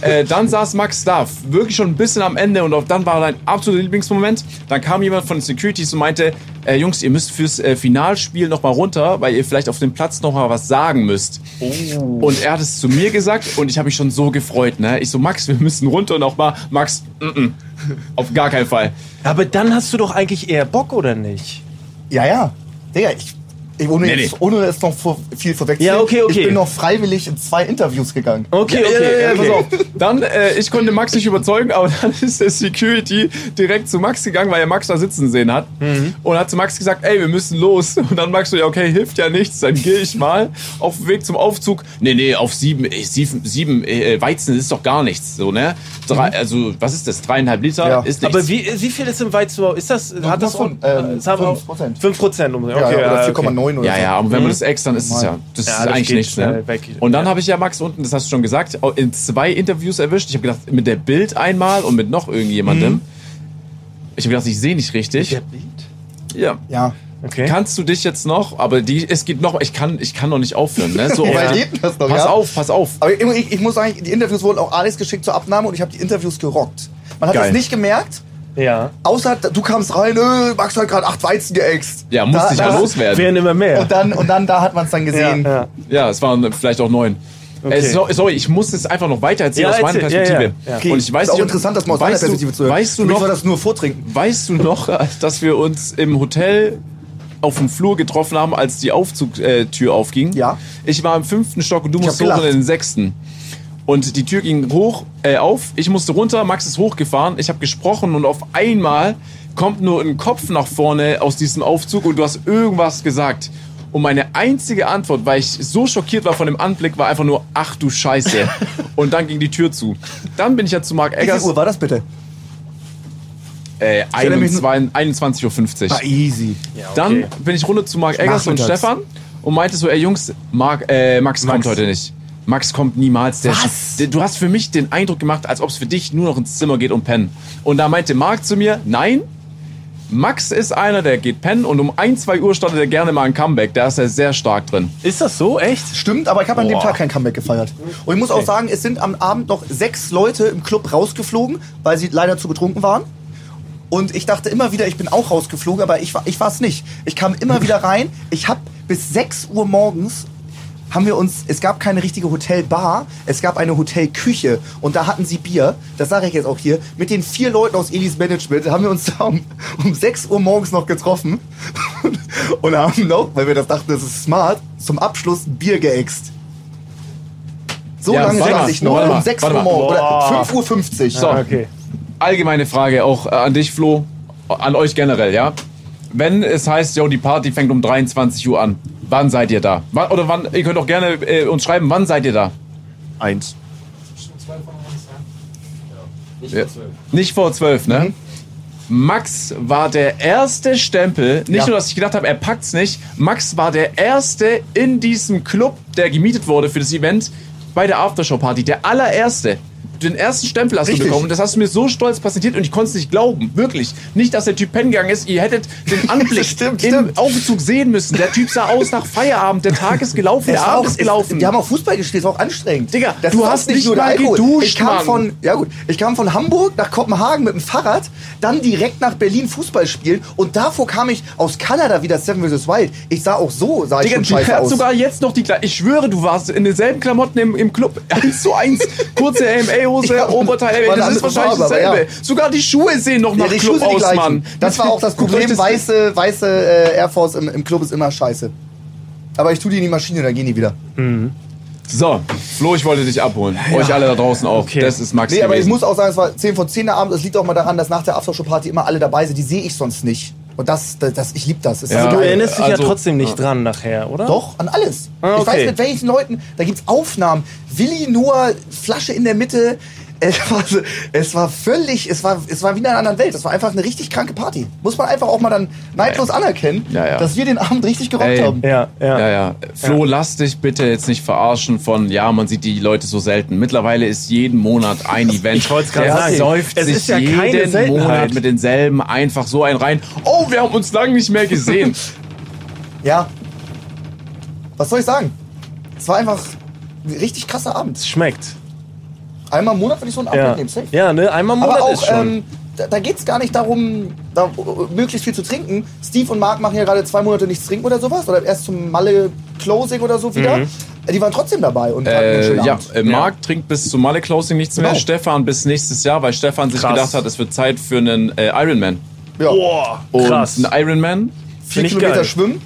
S3: äh, dann saß Max da, wirklich schon ein bisschen am Ende und auch dann war dein absoluter Lieblingsmoment. Dann kam jemand von den Securities und meinte, äh, Jungs, ihr müsst fürs äh, Finalspiel nochmal runter, weil ihr vielleicht auf dem Platz nochmal was sagen müsst. Und er hat es zu mir gesagt und ich habe mich schon so gefreut. Ne? Ich so, Max, wir müssen runter und auch mal, Max, mm -mm, auf gar keinen Fall.
S1: Aber dann hast du doch eigentlich eher Bock, oder nicht?
S2: Ja, ja. Digga, ich, ich ohne,
S3: Nee,
S2: jetzt,
S3: nee.
S2: ohne es noch vor, viel vorwegzunehmen.
S1: Ja, okay, okay.
S2: Ich bin noch freiwillig in zwei Interviews gegangen.
S1: Okay, okay,
S3: Ja, ja, ja,
S1: okay.
S3: Pass auf. Dann, äh, ich konnte Max nicht überzeugen, aber dann ist der Security direkt zu Max gegangen, weil er Max da sitzen sehen hat.
S1: Mhm.
S3: Und hat zu Max gesagt, ey, wir müssen los. Und dann Max so, ja, okay, hilft ja nichts, dann gehe ich mal. Auf dem Weg zum Aufzug, nee, nee, auf sieben, ey, sieben, sieben äh, Weizen ist doch gar nichts. So, ne? Drei, Also, was ist das? Dreieinhalb Liter
S2: Ja.
S3: ist nichts.
S1: Mhm. Aber wie, wie viel ist im Weizenbau? Ist das, hat das
S2: fünf, ähm,
S1: es haben-
S2: fünf Prozent.
S1: fünf Prozent um, okay,
S2: Ja, ja, oder
S1: ja,
S2: 4,9
S1: okay.
S2: oder
S3: Ja,
S2: so.
S3: ja, aber wenn man das ex, dann ist es ja. Das
S1: Ja,
S3: ist
S1: das
S3: eigentlich
S1: geht
S3: nichts, ne?
S1: schnell weg.
S3: Und dann habe ich ja Max unten, das hast du schon gesagt, auch in zwei Interviews erwischt. Ich habe gedacht, mit der Bild einmal und mit noch irgendjemandem. Ich habe gedacht, ich sehe nicht richtig.
S1: Beat?
S3: Ja.
S2: Ja.
S1: Okay.
S3: Kannst du dich jetzt noch, aber die, es gibt noch, ich kann, ich kann noch nicht aufhören, ne? So,
S2: Weil
S3: auf-
S2: lebt das noch,
S3: pass
S2: ja?
S3: auf, pass auf.
S2: Aber ich, ich muss sagen, die Interviews wurden auch alles geschickt zur Abnahme und ich habe die Interviews gerockt. Man hat
S3: Geil.
S2: es nicht gemerkt,
S1: ja.
S2: außer du kamst rein, äh, Max hat gerade acht Weizen geäxt.
S3: Ja, musste ich ja
S2: da-
S3: loswerden.
S1: Werden immer mehr.
S2: Und dann, und dann da hat man es dann gesehen.
S1: ja, ja.
S3: Ja, es waren vielleicht auch neun.
S1: Okay.
S3: Äh, so, sorry, ich muss es einfach noch weiter erzählen
S1: Ja,
S3: aus meiner
S1: erzähl, ja,
S3: Perspektive.
S1: ja, ja.
S3: Und ich weiß
S4: ist auch
S3: nicht, ob-
S4: interessant, das mal aus deiner
S3: weißt du-
S4: Perspektive zu hören.
S3: Weißt du
S4: Für mich
S3: noch,
S4: war das nur Vortrinken.
S3: Weißt du noch, dass wir uns im Hotel auf dem Flur getroffen haben, als die Aufzugtür äh, Tür aufging?
S2: Ja.
S3: Ich war im fünften Stock und du musst
S2: hab
S3: hoch in
S2: gelacht.
S3: den sechsten. Und die Tür ging hoch, äh, auf. Ich musste runter, Max ist hochgefahren. Ich habe gesprochen und auf einmal kommt nur ein Kopf nach vorne aus diesem Aufzug und du hast irgendwas gesagt. Und meine einzige Antwort, weil ich so schockiert war von dem Anblick, war einfach nur, ach du Scheiße. und dann ging die Tür zu. Dann bin ich ja zu Marc
S2: Wie viel
S3: Eggers.
S2: Uhr war das bitte?
S3: Äh,
S4: erinnere mich nur-
S3: 21 21.50 Uhr.
S4: easy.
S3: Dann bin ich runter zu Marc Eggers und
S4: Nachmittags.
S3: Stefan und meinte so, ey Jungs, Marc, äh, Max, kommt heute nicht. Max kommt niemals. Der
S2: Was?
S3: Der, du hast für mich den Eindruck gemacht, als ob es für dich nur noch ins Zimmer geht und pennen. Und da meinte Marc zu mir, nein, Max ist einer, der geht pennen und um 1, 2 Uhr startet er gerne mal ein Comeback. Da ist er sehr stark drin.
S1: Ist das so? Echt?
S2: Stimmt, aber ich habe an dem
S3: Boah.
S2: Tag kein Comeback gefeiert. Und ich muss auch sagen, es sind am Abend noch sechs Leute im Club rausgeflogen, weil sie leider zu betrunken waren. Und ich dachte immer wieder, ich bin auch rausgeflogen, aber ich, war- ich war es nicht. Ich kam immer wieder rein. Ich habe bis 6 Uhr morgens haben wir uns, es gab keine richtige Hotelbar, es gab eine Hotelküche und da hatten sie Bier, das sage ich jetzt auch hier, mit den vier Leuten aus Elis Management haben wir uns da um, um 6 Uhr morgens noch getroffen und haben noch, weil wir das dachten, das ist smart, zum Abschluss ein Bier geäxt. So
S3: Ja,
S2: lange
S3: warte
S2: saß
S3: mal,
S2: ich nur
S3: warte
S2: um
S3: mal,
S2: 6
S3: warte
S2: Uhr
S3: mal.
S2: morgens oder
S1: Boah.
S2: 5.50 Uhr. 50.
S3: So.
S1: Ah, okay.
S3: Allgemeine Frage auch äh, an dich, Flo, an euch generell, ja? Wenn es heißt, yo, die Party fängt um 23 Uhr an, wann seid ihr da? Wann, oder wann, ihr könnt auch gerne äh, uns schreiben, wann seid ihr da?
S4: Eins.
S3: Ja. Nicht vor zwölf, ne? Max war der erste Stempel. Nicht
S2: Ja.
S3: nur, dass ich gedacht habe, er packt's nicht. Max war der erste in diesem Club, der gemietet wurde für das Event bei der Aftershow-Party. Der allererste. Den ersten Stempel hast du
S2: Richtig.
S3: bekommen. Und das hast du mir so stolz präsentiert und ich konnte es nicht glauben. Wirklich. Nicht, dass der Typ pennen gegangen ist. Ihr hättet den Anblick
S2: Stimmt,
S3: im
S2: stimmt.
S3: Aufzug sehen müssen. Der Typ sah aus nach Feierabend. Der Tag ist gelaufen.
S2: Es
S3: Der
S2: war
S3: Abend
S2: auch-
S3: ist gelaufen.
S2: Es, die haben auch Fußball gespielt, es war auch anstrengend.
S3: Digga,
S2: das
S3: du
S2: ist auch
S3: hast nicht
S2: der
S3: mal
S2: Alkohol.
S3: geduscht,
S2: Ich kam
S3: Mann.
S2: von, ja gut, ich kam von Hamburg nach Kopenhagen mit dem Fahrrad, dann direkt nach Berlin Fußball spielen und davor kam ich aus Kanada wieder Seven vs. Wild. Ich sah auch so, sah ich
S3: Digga,
S2: schon
S3: du
S2: scheiße
S3: fährst
S2: aus.
S3: sogar jetzt noch die Klamotten. Ich schwöre, du warst in denselben Klamotten im, im Club. Eins zu eins. Kurze AMA-Hose,
S2: Ja,
S3: Oberteil.
S2: war
S3: Ey,
S2: eine
S3: das ist
S2: andere
S3: wahrscheinlich
S2: Farbe, aber
S3: dasselbe. Sogar die Schuhe sehen noch
S2: Nee,
S3: nach
S2: die Schuhe
S3: Club
S2: sind die
S3: aus,
S2: gleichen.
S3: Mann.
S2: Das war auch das
S3: Du
S2: Problem.
S3: möchtest-
S2: Weiße, weiße äh, Air Force im, im Club ist immer scheiße. Aber ich tu die in die Maschine, dann gehen die wieder.
S3: So, Flo, ich wollte dich abholen. Euch alle da draußen auch.
S1: Okay.
S3: Das ist Max
S2: Nee, aber ich
S3: gewesen.
S2: muss auch sagen, es war 10 von 10 der Abend. Es liegt auch mal daran, dass nach der Aftershow-Party immer alle dabei sind. Die sehe ich sonst nicht. Und das, das, das ich liebe das. Es ist
S3: Ja.
S2: so
S1: Du
S2: geil.
S1: erinnerst dich
S3: Also-
S1: ja trotzdem nicht dran nachher, oder?
S2: Doch, an alles.
S1: Ah,
S2: Ich weiß
S1: okay.
S2: mit welchen Leuten, da gibt's Aufnahmen. Willi nur, Flasche in der Mitte. Es war, so- es war völlig, es war, es war wie in einer anderen Welt. Es war einfach eine richtig kranke Party. Muss man einfach auch mal dann neidlos anerkennen,
S3: Ja, ja.
S2: dass wir den Abend richtig gerockt
S3: Ey.
S2: haben.
S1: Ja, ja.
S3: Ja, ja. Flo, lass dich bitte jetzt nicht verarschen von, ja, man sieht die Leute so selten. Mittlerweile ist jeden Monat ein Event. Ich
S1: wollte's grad
S3: Der
S1: sagen.
S3: säuft
S1: Es
S3: sich
S1: ist ja keine
S3: jeden
S1: Seltenheit.
S3: Monat mit denselben einfach so ein rein. Oh, wir haben uns lange nicht mehr gesehen.
S2: Ja. Was soll ich sagen? Es war einfach ein richtig krasser Abend.
S1: Es schmeckt.
S2: Einmal im Monat würde ich so einen Abend
S1: Ja.
S2: mitnehmen, safe.
S1: ja, ne? Einmal im Monat
S2: Aber auch,
S1: ist schon.
S2: ähm, da, da geht's gar nicht darum, da, uh, möglichst viel zu trinken. Steve und Mark machen ja gerade zwei Monate nichts trinken oder sowas. Oder erst zum Malle-Closing oder so wieder.
S1: Mhm.
S2: Äh, Die waren trotzdem dabei und hatten einen
S3: Äh,
S2: schönen
S3: ja,
S2: Abend.
S3: äh, Marc trinkt bis zum Malle Closing nichts mehr.
S2: Genau.
S3: Stefan bis nächstes Jahr, weil Stefan sich
S1: Krass.
S3: gedacht hat, es wird Zeit für einen äh, Ironman.
S2: Ja.
S1: Boah,
S3: Und
S1: krass.
S3: ein Ironman.
S2: Vier
S1: find ich
S2: Kilometer
S1: geil.
S2: schwimmen,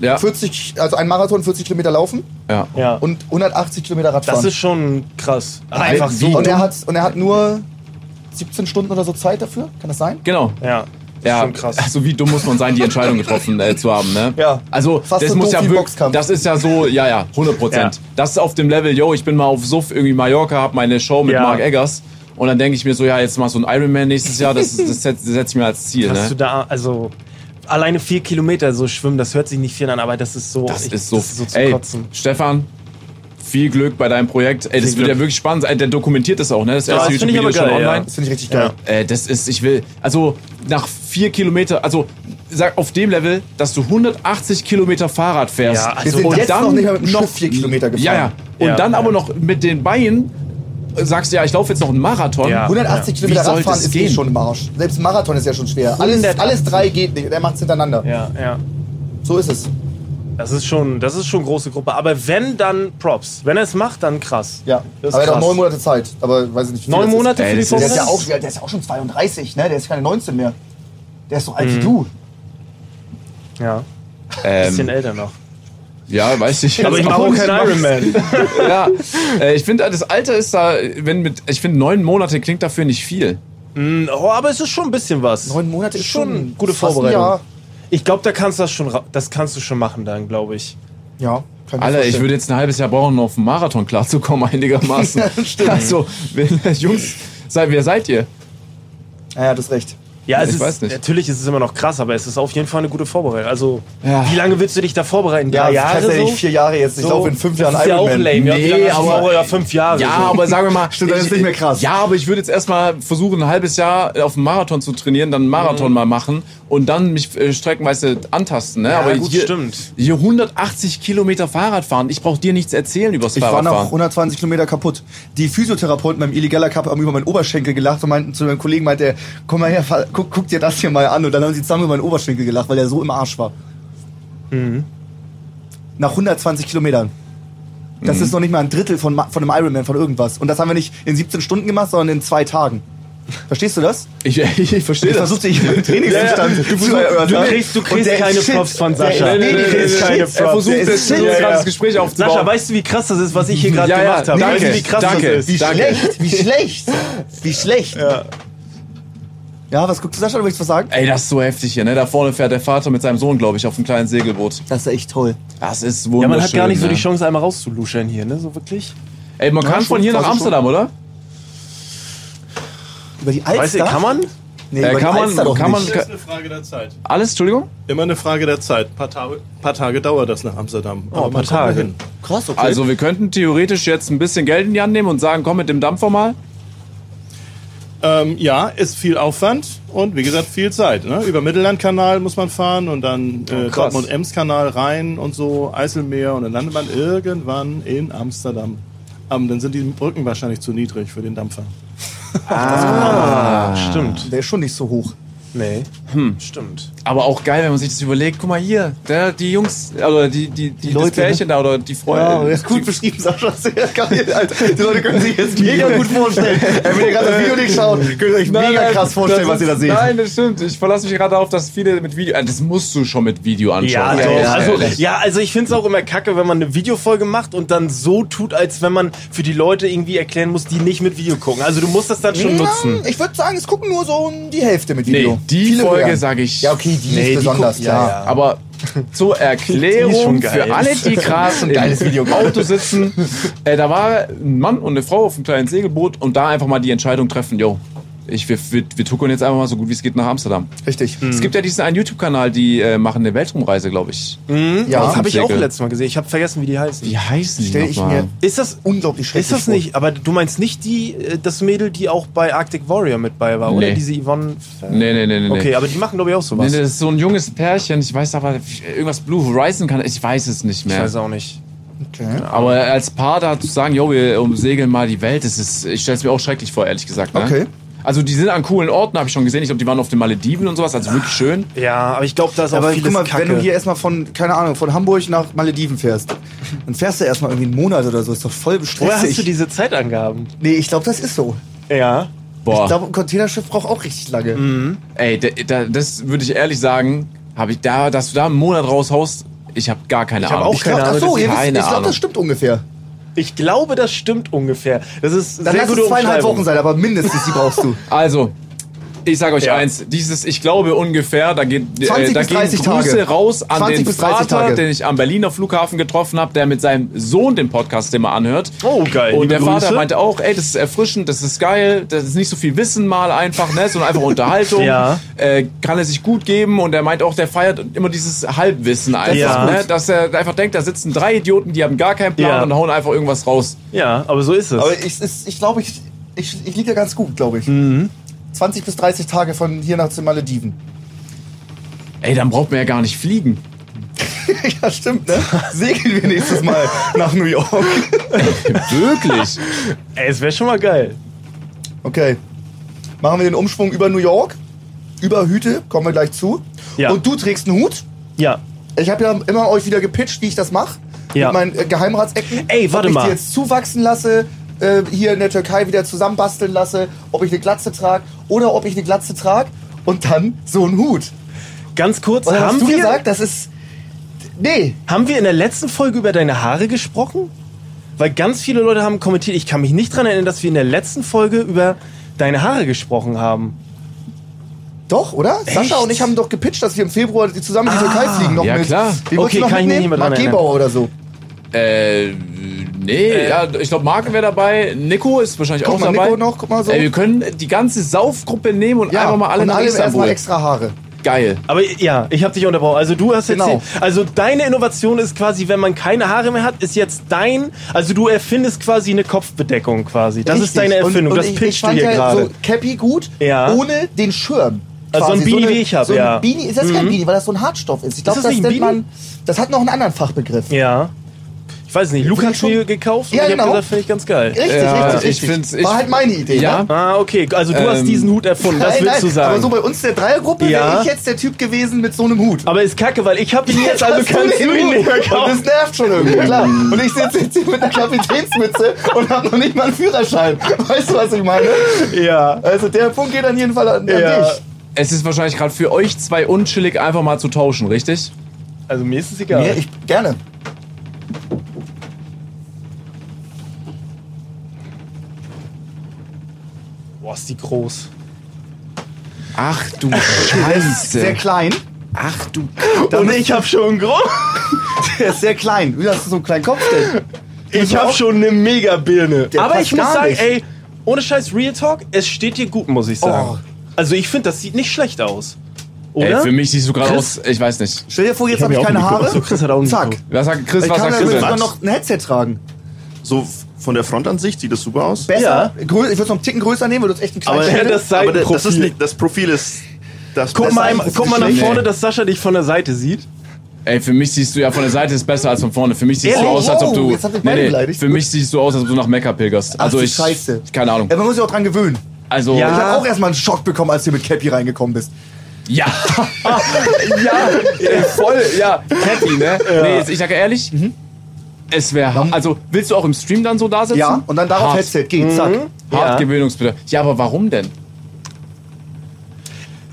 S3: Ja.
S2: 40, also ein Marathon, 40 Kilometer laufen
S3: ja.
S1: ja.
S2: und 180 Kilometer Radfahren.
S1: das ist schon krass.
S3: Einfach so.
S2: Und er, hat, und er hat nur 17 Stunden oder so Zeit dafür. Kann das sein?
S3: Genau.
S1: Ja, das
S3: Ja,
S1: ist schon krass.
S3: also wie dumm muss man sein, die Entscheidung getroffen äh, zu haben, ne?
S2: Ja.
S3: Also
S2: Fast
S3: das
S2: so
S3: muss
S2: doof
S3: ja
S2: wie
S3: wirklich,
S2: Boxkampf.
S3: das ist ja so, ja ja, 100 Prozent.
S1: Ja.
S3: Das ist auf dem Level, yo, ich bin mal auf Suff irgendwie Mallorca, hab meine Show mit
S1: Ja.
S3: Mark Eggers und dann denke ich mir so, ja jetzt mal so ein Ironman nächstes Jahr, das, das setze setz ich mir als Ziel,
S1: Hast du
S3: ne?
S1: da, also alleine vier Kilometer so schwimmen, das hört sich nicht viel an, aber das ist so,
S3: Das
S1: ich-
S3: ist so,
S1: das ist so zu
S3: ey,
S1: kotzen.
S3: Stefan. Viel Glück bei deinem Projekt. Ey, das
S1: Viel
S3: wird ja
S1: Glück.
S3: wirklich spannend. sein. Der dokumentiert das auch, ne? Das erste
S1: das find ich
S3: YouTube-Video
S1: aber
S3: ist schon
S1: geil, ja.
S3: online.
S2: Das finde ich richtig geil.
S3: Äh, das ist, ich will, also nach vier Kilometer, also sag auf dem Level, dass du 180 Kilometer Fahrrad fährst.
S1: Ja, also-
S2: Wir sind
S1: Und
S2: jetzt
S3: dann
S2: noch nicht mal mit dem Schiff vier Kilometer gefahren.
S3: Ja, ja. Und
S1: Ja,
S3: dann
S1: ja.
S3: aber noch mit den Beinen äh, sagst du, ja, ich laufe jetzt noch einen Marathon.
S1: Ja.
S2: 180
S3: Wie
S2: Kilometer
S3: sollte
S2: Radfahren
S3: es
S2: ist eh
S3: gehen?
S2: schon ein Marsch. Selbst ein Marathon ist ja schon schwer. Alles,
S1: 180.
S2: alles drei geht nicht. Der macht's hintereinander.
S1: Ja, ja.
S2: So ist es.
S1: Das ist schon, das ist schon große Gruppe. Aber wenn, dann Props. Wenn er es macht, dann krass.
S2: Ja.
S1: Das ist
S2: Aber er hat auch
S1: krass.
S2: neun Monate Zeit. Aber weiß ich nicht. wie viel
S1: Neun
S2: das ist.
S1: Monate
S3: Ey,
S1: für die
S3: das ist-
S2: Der
S1: Konkurrenz?
S2: ist, ja auch, der ist ja auch schon 32, ne? Der ist keine 19 mehr. Der ist so
S1: Mhm.
S2: alt wie du.
S1: Ja, bisschen
S3: ähm,
S1: älter noch.
S3: ja weiß ich.
S1: Aber ich
S3: jetzt
S1: mache
S3: auch
S1: auch
S3: nicht.
S1: keinen Ironman.
S3: Ja, äh, ich finde, das Alter ist da, wenn mit, ich finde, neun Monate klingt dafür nicht viel.
S1: Oh, aber es ist schon ein bisschen was.
S2: Neun Monate ist
S1: schon,
S2: schon
S1: gute
S2: fast ein
S1: Vorbereitung.
S2: Jahr.
S1: Ich glaube, da kannst du das schon, ra- das kannst du schon machen dann, glaube ich.
S2: Ja. kann mir
S3: Alter, ich
S2: vorstellen.
S3: würde jetzt ein halbes Jahr brauchen, um auf den Marathon klarzukommen, einigermaßen.
S2: Stimmt.
S3: Also, wenn- Jungs, seid, wer seid ihr?
S2: Ja, ja, das recht.
S1: Ja, es
S3: Ich
S1: ist,
S3: weiß nicht.
S1: natürlich ist es immer noch krass, aber es ist auf jeden Fall eine gute Vorbereitung. Also,
S3: Ja.
S1: wie lange willst du dich da vorbereiten? Drei
S2: das
S1: Jahre
S2: kannst du ja
S1: so?
S2: nicht vier Jahre jetzt. Ich
S1: So,
S2: glaube, in fünf Jahren
S1: Das ist ja auch lame. ja, wie
S3: Nee,
S1: lange hast du
S3: aber-
S1: vor? ja, fünf Jahre.
S3: Ja,
S1: so.
S3: aber sagen wir mal.
S4: Stimmt, das
S3: ich-
S4: ist nicht mehr krass.
S3: Ja, aber ich würde jetzt erstmal versuchen, ein halbes Jahr äh, auf dem Marathon zu trainieren, dann einen Marathon mal machen und dann mich äh, streckenweise antasten. Ne?
S1: Ja,
S3: aber
S1: gut,
S3: hier,
S1: stimmt.
S3: hier 180 Kilometer Fahrrad fahren. Ich brauche dir nichts erzählen übers
S4: Ich
S3: Fahrradfahren.
S4: war nach 120 Kilometer kaputt. Die Physiotherapeuten beim Illegaler Cup haben über meinen Oberschenkel gelacht und meinten zu meinem Kollegen, meinte er, komm mal her, fa- guck, guck dir das hier mal an. Und dann haben sie zusammen über meinen Oberschenkel gelacht, weil er so im Arsch war.
S1: Mhm.
S4: Nach 120 Kilometern. Das
S1: Mhm.
S4: ist noch nicht mal ein Drittel von, Ma- von einem Ironman, von irgendwas. Und das haben wir nicht in 17 Stunden gemacht, sondern in zwei Tagen. Verstehst du das?
S3: ich, ich, verstehe
S4: Ich
S3: das.
S4: versuche dich im Trainingszustand zu erörtern.
S1: du kriegst- du
S4: Und
S1: kriegst
S4: der ist
S1: keine
S4: shit.
S1: Props von
S4: Der ist-
S1: Sascha.
S4: Nee, nee,
S1: Du
S4: nee,
S1: kriegst
S4: nee,
S1: keine
S4: nee.
S1: Props.
S3: Er versucht
S4: Der ist
S3: jetzt
S4: shit.
S3: ein
S4: Ja, ja.
S3: krasses Gespräch aufzubauen.
S1: Sascha, weißt du, wie krass das ist, was ich hier gerade
S3: Ja, ja,
S1: gemacht habe?
S3: danke,
S1: Weißt du, wie krass
S3: danke.
S1: das
S2: Wie
S1: ist?
S3: Danke.
S2: schlecht, wie schlecht. Wie schlecht.
S4: Ja, was guckst du, Sascha? Du willst was sagen?
S3: Ey, das ist so heftig hier, ne? Da vorne fährt der Vater mit seinem Sohn, glaube ich, auf einem kleinen Segelboot.
S2: Das ist echt toll.
S3: Das ist wunderschön.
S1: Ja, man hat gar nicht so die
S3: ne?
S1: Chance, einmal rauszuluschern hier, ne? So wirklich.
S3: Ey, man kann
S4: schon,
S3: von hier nach
S4: quasi schon.
S3: Amsterdam, oder?
S2: Über die Alster?
S1: Weißt du, kann man?
S2: Nee,
S3: Äh,
S2: über
S3: kann
S2: die
S3: man-
S2: Alster doch
S3: kann man-
S2: nicht.
S5: Das ist eine Frage der Zeit.
S3: Alles, Entschuldigung?
S5: Immer eine Frage der Zeit. Ein paar, Tage- paar Tage dauert das nach Amsterdam. Aber
S6: Oh,
S1: paar
S5: man kommt mal
S1: Tage.
S5: hin.
S2: Krass, okay.
S3: Also wir könnten theoretisch jetzt ein bisschen Geld in die Hand nehmen und sagen, komm mit dem Dampfer mal.
S5: Ähm, ja, ist viel Aufwand und wie gesagt viel Zeit. Ne? Über Mittellandkanal muss man fahren und
S6: Oh,
S5: dann äh,
S3: krass.
S5: Dortmund-Ems-Kanal rein und so, Eiselmeer und dann landet man irgendwann in Amsterdam. Aber dann sind die Brücken wahrscheinlich zu niedrig für den Dampfer.
S1: Stimmt.
S4: Der ist schon nicht so hoch.
S1: Ah. Nee. Stimmt.
S3: Aber auch geil, wenn man sich das überlegt. Guck mal hier, der, die Jungs, oder die, die, die, das
S4: Leute,
S3: Pärchen da oder die
S4: Ja,
S2: Genau,
S3: Freunde.
S4: das ist gut beschrieben, Sascha. Sehr geil, Alter. Die Leute können sich jetzt mega gut vorstellen. Äh, Wenn ihr gerade das Video nicht schaut, könnt ihr euch mega krass vorstellen, was ihr da seht.
S3: Nein, das stimmt. Ich verlasse mich gerade darauf, dass viele mit Video. äh, Das musst du schon mit Video anschauen.
S1: Ja,
S3: Ganz
S1: doch.
S3: ehrlich.
S1: also, ja, also ich finde es auch immer kacke, wenn man eine Videofolge macht und dann so tut, als wenn man für die Leute irgendwie erklären muss, die nicht mit Video gucken. Also du musst das dann schon
S2: Ja,
S1: nutzen.
S2: Ich würde sagen, es gucken nur so um die Hälfte mit
S3: Nee,
S2: Video.
S3: die Folge
S2: hören.
S3: sag ich-
S2: Ja, okay, die
S1: Nee, die
S2: ist besonders,
S1: gucken-
S2: klar.
S1: ja, ja.
S3: Aber zur Erklärung
S1: schon geil.
S3: für alle, die gerade
S2: geiles Video
S3: im Auto sitzen, äh, da war ein Mann und eine Frau auf einem kleinen Segelboot und da einfach mal die Entscheidung treffen, yo, ich, wir, wir, wir tuckern jetzt einfach mal so gut wie es geht nach Amsterdam.
S2: Richtig.
S1: Mhm.
S3: Es gibt ja diesen einen YouTube-Kanal, die äh, machen eine Weltumreise, glaube ich.
S1: Das
S2: Ja,
S1: habe ich auch
S3: Segel.
S1: letztes Mal gesehen. Ich habe vergessen, wie die heißen.
S3: Wie heißen die
S2: stelle ich
S3: nochmal?
S2: mir
S1: Ist das
S2: unglaublich schrecklich
S1: ist das
S2: vor.
S1: nicht? Aber du meinst nicht die äh, das Mädel, die auch bei Arctic Warrior mit bei war, oder
S3: Nee.
S1: diese Yvonne?
S3: Nee, nee, nee, nee.
S1: Okay,
S3: nee.
S1: aber die machen glaube ich auch
S3: Nee,
S1: sowas.
S3: nee, das ist so ein junges Pärchen, ich weiß aber, irgendwas Blue Horizon kann, ich weiß es nicht
S1: Ich
S3: mehr.
S1: weiß auch nicht.
S4: Genau.
S2: Okay.
S3: Aber als Paar da zu sagen, jo, wir umsegeln mal die Welt, das ist, ich stelle es mir auch schrecklich vor, ehrlich gesagt. Ne?
S4: Okay.
S3: Also die sind an coolen Orten, habe ich schon gesehen. Ich glaube, die waren auf den Malediven und sowas, also wirklich schön.
S1: Ja, aber ich glaube, da ist auch
S4: Aber
S1: vieles
S4: guck mal,
S1: Kacke.
S4: wenn du hier erstmal von, keine Ahnung, von Hamburg nach Malediven fährst, dann fährst du erstmal irgendwie einen Monat oder so. Ist doch voll
S1: Woher hast du
S4: bestressig.
S1: diese Zeitangaben?
S4: Nee, ich glaube, das ist so.
S1: Ja.
S3: Boah,
S4: Ich glaube, ein Containerschiff braucht auch richtig lange.
S1: Hm,
S3: ey, da, da, das würde ich ehrlich sagen, habe ich da, dass du da einen Monat raushaust, ich habe gar keine
S1: hab
S3: Ahnung.
S1: auch keine Ahnung,
S4: ach so, ihr
S1: das-
S4: wisst, ich
S3: keine
S4: glaube,
S3: Ahnung.
S4: das stimmt ungefähr.
S1: Ich glaube, das stimmt ungefähr. Das ist
S4: Dann
S1: sehr
S4: lass
S1: gute
S4: es zweieinhalb
S1: Umschreibung.
S4: Wochen sein, aber mindestens die brauchst du.
S3: Also, ich sage euch
S1: Ja.
S3: eins, dieses, ich glaube ungefähr, da geht äh,
S4: 20
S3: da
S4: bis
S3: gehen
S4: 30
S3: Grüße
S4: Tage.
S3: raus an
S4: 20
S3: den
S4: bis 30
S3: Vater,
S4: Tage.
S3: den ich am Berliner Flughafen getroffen habe, der mit seinem Sohn den Podcast immer anhört.
S1: Oh, geil.
S3: Und
S1: Liebe
S3: der Vater
S1: Grüße.
S3: meinte auch, ey, das ist erfrischend, das ist geil, das ist nicht so viel Wissen mal einfach, ne, sondern einfach Unterhaltung.
S1: Ja.
S3: Äh, kann er sich gut geben und er meint auch, der feiert immer dieses Halbwissen einfach,
S1: Ja.
S3: ne, dass er einfach denkt, da sitzen drei Idioten, die haben gar keinen Plan
S1: Ja.
S3: und hauen einfach irgendwas raus.
S1: Ja, aber so ist es.
S2: Aber ich, es- ich glaube, ich, ich, ich liege ja ganz gut, glaube ich.
S1: mhm.
S2: 20 bis 30 Tage von hier nach den Malediven.
S3: Ey, dann braucht man ja gar nicht fliegen.
S2: Ja, stimmt, ne? Segeln wir nächstes Mal nach New York.
S3: Wirklich?
S1: Ey, es wäre schon mal geil.
S2: Okay. Machen wir den Umschwung über New York, über Hüte, kommen wir gleich zu.
S1: Ja.
S2: Und du trägst einen Hut.
S1: Ja.
S2: Ich habe ja immer euch wieder gepitcht, wie ich das mache.
S1: Ja.
S2: Mit meinen äh, Geheimratsecken.
S1: Ey, warte
S2: ob ich
S1: mal.
S2: die jetzt zuwachsen lasse, äh, hier in der Türkei wieder zusammenbasteln lasse, ob ich eine Glatze trage oder ob ich eine Glatze trage und dann so einen Hut.
S1: Ganz kurz,
S2: Und dann
S1: haben
S2: hast du
S1: wir,
S2: gesagt, das ist. Nee,
S1: haben wir in der letzten Folge über deine Haare gesprochen? Weil ganz viele Leute haben kommentiert, ich kann mich nicht dran erinnern, dass wir in der letzten Folge über deine Haare gesprochen haben.
S2: Doch, oder? Sascha und ich haben doch gepitcht, dass wir im Februar zusammen in die Türkei fliegen. Noch
S3: ja,
S2: mit.
S3: klar.
S2: Wie
S1: Ah. Okay,
S2: noch
S1: kann ich mich
S2: mitnehmen?
S1: nicht mehr dran
S2: Mark
S1: erinnern.
S2: Gebauer oder so.
S3: Äh, nee, ja, ich glaube, Marc wäre dabei. Nico ist wahrscheinlich
S2: Äh. Guck
S3: auch
S2: mal,
S3: dabei.
S2: Nico noch, guck mal so.
S3: Ey, wir können die ganze Saufgruppe nehmen und einfach mal alle
S2: und
S3: nach
S2: alle erstmal
S3: Istanbul.
S2: extra Haare.
S3: Geil.
S1: Aber ja, ich habe dich unterbrochen. Also du hast jetzt,
S2: Genau.
S1: den- also deine Innovation ist quasi, wenn man keine Haare mehr hat, ist jetzt dein, also du erfindest quasi eine Kopfbedeckung quasi. Das ist
S2: Richtig.
S1: deine Erfindung.
S2: Und, und
S1: das
S2: ich, ich
S1: pitchst du
S2: fand
S1: hier
S2: ja
S1: gerade.
S2: so Cappy gut,
S1: Ja.
S2: ohne den Schirm.
S1: Also so ein
S2: Quasi.
S1: Beanie,
S2: eine-
S1: wie ich hab,
S2: so ein
S1: ja. Mhm.
S2: Beanie, ist das kein Beanie, weil das so ein Hartstoff ist. Ich glaube,
S1: das
S2: das,
S1: nicht ein
S2: nennt
S1: Beanie?
S2: man, das hat noch einen anderen Fachbegriff.
S1: ja. Ich weiß nicht. Luke
S2: Find
S1: hat
S2: ich
S1: mir
S2: schon-
S1: gekauft
S2: Ja,
S1: und ich
S2: genau.
S1: habe gesagt, finde ich ganz geil.
S2: Richtig,
S3: Ja,
S2: richtig,
S3: ich
S2: richtig.
S3: find's- ich-
S2: War halt meine Idee.
S3: Ja.
S2: Ne?
S1: Ah, okay. Also du hast
S3: Ähm,
S1: diesen Hut erfunden, das
S2: nein,
S1: willst
S2: nein,
S1: du sagen.
S2: aber so bei uns der Dreiergruppe
S1: Ja.
S2: wäre ich jetzt der Typ gewesen mit so einem Hut.
S1: Aber ist kacke, weil ich hab ihn jetzt, also
S2: hast du
S1: kannst du
S2: den
S1: ihn
S2: Hut.
S1: nicht mehr
S2: Und das
S1: kaufen.
S2: nervt schon irgendwie, klar. Und ich sitze jetzt hier mit einer Kapitänsmütze und habe noch nicht mal einen Führerschein. Weißt du, was ich meine?
S1: Ja.
S2: Also der Punkt geht an jeden Fall an, an
S1: Ja.
S2: dich.
S3: Es ist wahrscheinlich gerade für euch zwei unchillig, einfach mal zu tauschen, richtig?
S1: Also mir ist es egal.
S2: Mir, ich, gerne.
S1: Boah, ist die groß.
S3: Ach du
S2: Der ist sehr
S3: Scheiße.
S2: klein.
S3: Ach du.
S1: Und ich hab schon einen Grund.
S2: Der ist sehr klein. Wie hast du so einen kleinen Kopf denn?
S1: Ich hab
S2: auch-
S1: schon eine Megabirne.
S2: Der
S1: Aber
S2: passt
S1: ich muss
S2: gar
S1: sagen,
S2: nicht.
S1: ey, ohne Scheiß Real Talk, es steht dir gut, muss ich sagen.
S2: Oh.
S1: Also ich finde, das sieht nicht schlecht aus.
S3: Ey,
S1: Oder?
S3: für mich siehst du gerade
S1: Chris?
S3: aus. Ich weiß nicht.
S2: Stell dir vor, jetzt
S1: Ich hab
S2: habe
S1: ja
S2: ich
S1: auch
S2: keine
S1: ein Mikro.
S2: Haare.
S1: Achso, Chris hat auch ein
S2: Zack.
S1: Mikro.
S3: Was sagt Chris?
S2: Ich
S3: Was
S2: kann
S3: sagt
S2: dann
S3: Chris?
S2: sogar noch ein Headset tragen.
S6: So f- von der Frontansicht sieht das super aus.
S2: Besser. Grö- Ich würde es noch einen Ticken größer nehmen, weil du hast echt einen kleinen
S6: Aber,
S1: Ja, das
S6: aber der- das
S1: Seitenprofil.
S6: ist nicht, das Profil ist das
S1: Guck
S6: das
S1: mal,
S6: Seitenprofil
S1: guck mal nach
S6: schlecht.
S1: vorne,
S3: Nee.
S1: dass Sascha dich von der Seite sieht.
S3: Ey, für mich siehst du ja von der Seite ist besser als von vorne. Für mich siehst du
S1: Ehrlich?
S3: aus, als ob
S2: Oh,
S3: du.
S2: jetzt hab ich beide beleidigt.
S3: für mich siehst du aus, als ob du nach Mekka pilgerst.
S2: Ach
S3: Also
S2: du
S3: ich.
S2: Scheiße. Äh,
S3: Keine Ahnung.
S2: Ja, man muss sich auch dran gewöhnen.
S3: Also
S1: Ja.
S2: Ich
S3: ja.
S2: habe auch erstmal einen Schock bekommen, als du mit Cappy reingekommen bist.
S3: Ja, ey, voll, ja, happy, ne? Nee, jetzt, ich sage ehrlich, es wäre. Also, willst du auch im Stream dann so da sitzen?
S2: Ja, und dann darauf
S3: Hart.
S2: Headset. Geht, zack.
S3: Hart
S1: Ja.
S3: Gewöhnungsbedürf- Ja, aber warum denn?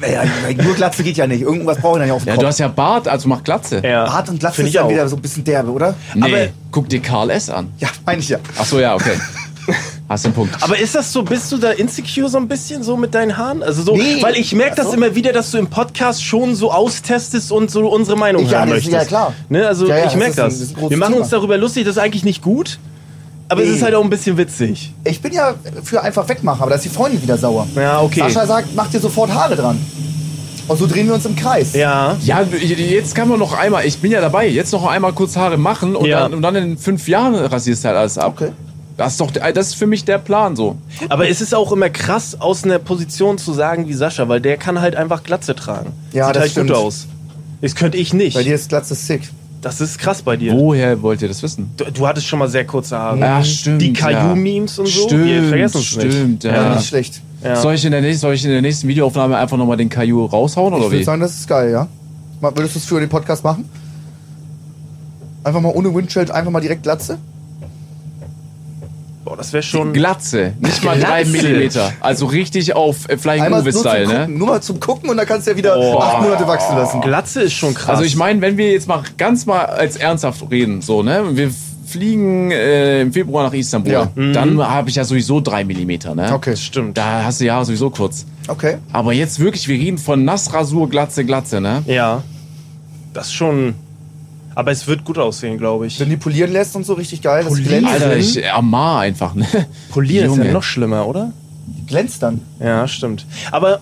S2: Naja, nur Glatze geht ja nicht. Irgendwas brauche ich dann ja auf dem
S3: Ja,
S2: Kopf.
S3: du hast ja Bart, also mach Glatze.
S1: Ja.
S2: Bart und Glatze
S1: Find
S2: ist
S1: ich
S2: dann
S1: auch.
S2: wieder so ein bisschen derbe, oder?
S3: Nee, guck dir Karl S. an.
S2: Ja, meine ich ja.
S3: Ach so, ja, okay. Hast den Punkt.
S1: Aber ist das so, bist du da insecure so ein bisschen so mit deinen Haaren? Also so,
S2: Nee. Also?
S1: weil ich merke
S2: Ach so.
S1: das immer wieder, dass du im Podcast schon so austestest und so unsere Meinung
S2: Ja,
S1: hören
S2: das-
S1: möchtest.
S2: ja, klar.
S1: Ne? Also
S2: Ja, ja,
S1: ich
S2: das
S1: merke
S2: ist ein-
S1: das.
S2: das ist ein
S1: Wir
S2: großes
S1: machen
S2: Thema.
S1: uns darüber lustig, das ist eigentlich nicht gut, aber es
S2: Nee.
S1: ist halt auch ein bisschen witzig.
S2: Ich bin ja für einfach wegmachen, aber da ist die Freundin wieder sauer.
S1: Ja, okay.
S2: Sascha sagt, mach dir sofort Haare dran. Und so drehen wir uns im Kreis.
S1: Ja.
S3: Ja, jetzt kann man noch einmal, ich bin ja dabei, jetzt noch einmal kurz Haare machen und,
S1: Ja.
S3: dann, und dann in fünf Jahren rasierst du halt alles ab.
S2: Okay.
S3: Das ist doch, das ist für mich der Plan so.
S1: Aber es ist auch immer krass, aus einer Position zu sagen wie Sascha, weil der kann halt einfach Glatze tragen.
S2: Ja,
S1: Sieht
S2: das
S1: halt
S2: stimmt.
S1: gut aus. Das könnte ich nicht.
S2: Bei dir ist Glatze sick.
S1: Das ist krass bei dir.
S3: Woher wollt ihr das wissen?
S1: Du, du hattest schon mal sehr kurze Haare.
S3: Ah, stimmt,
S1: Die
S3: ja.
S1: Caillou-Memes und so.
S3: Stimmt,
S1: wir vergessen es nicht.
S3: stimmt, ja.
S2: Nicht schlecht.
S1: Ja.
S3: Soll, ich in der nächsten, soll ich in der nächsten Videoaufnahme einfach nochmal den Caillou raushauen
S2: Ich
S3: oder
S2: würde
S3: wie?
S2: sagen, das ist geil, ja? Mal- Würdest du es für den Podcast machen? Einfach mal ohne Windschild, einfach mal direkt Glatze?
S1: Boah, das wäre schon.
S3: Glatze, nicht mal drei
S1: Glatze.
S3: Millimeter. Also richtig auf äh, Flying
S2: Einmal nur zum,
S3: Uwe-Style,
S2: gucken,
S3: ne?
S2: nur mal zum Gucken und dann kannst du ja wieder
S3: Boah.
S2: acht Monate wachsen lassen.
S1: Glatze ist schon krass.
S3: Also ich meine, wenn wir jetzt mal ganz mal als ernsthaft reden, so, ne? Wir fliegen äh, im Februar nach Istanbul. Mhm.
S2: Ja.
S1: Mhm.
S3: Dann habe ich ja sowieso drei Millimeter, ne?
S2: Okay.
S1: Stimmt.
S3: Da hast du ja sowieso kurz.
S2: Okay.
S3: Aber jetzt wirklich, wir reden von Nassrasur, Glatze, Glatze, ne?
S1: Ja. Das ist schon. Aber es wird gut aussehen, glaube ich.
S2: Wenn die polieren lässt und so richtig geil, das
S1: Polieren?
S2: glänzt,
S3: Alter, ich äh, Amar einfach, ne?
S1: Polieren ist ja
S3: Junge.
S1: noch schlimmer, oder?
S2: glänzt dann.
S1: Ja, stimmt. Aber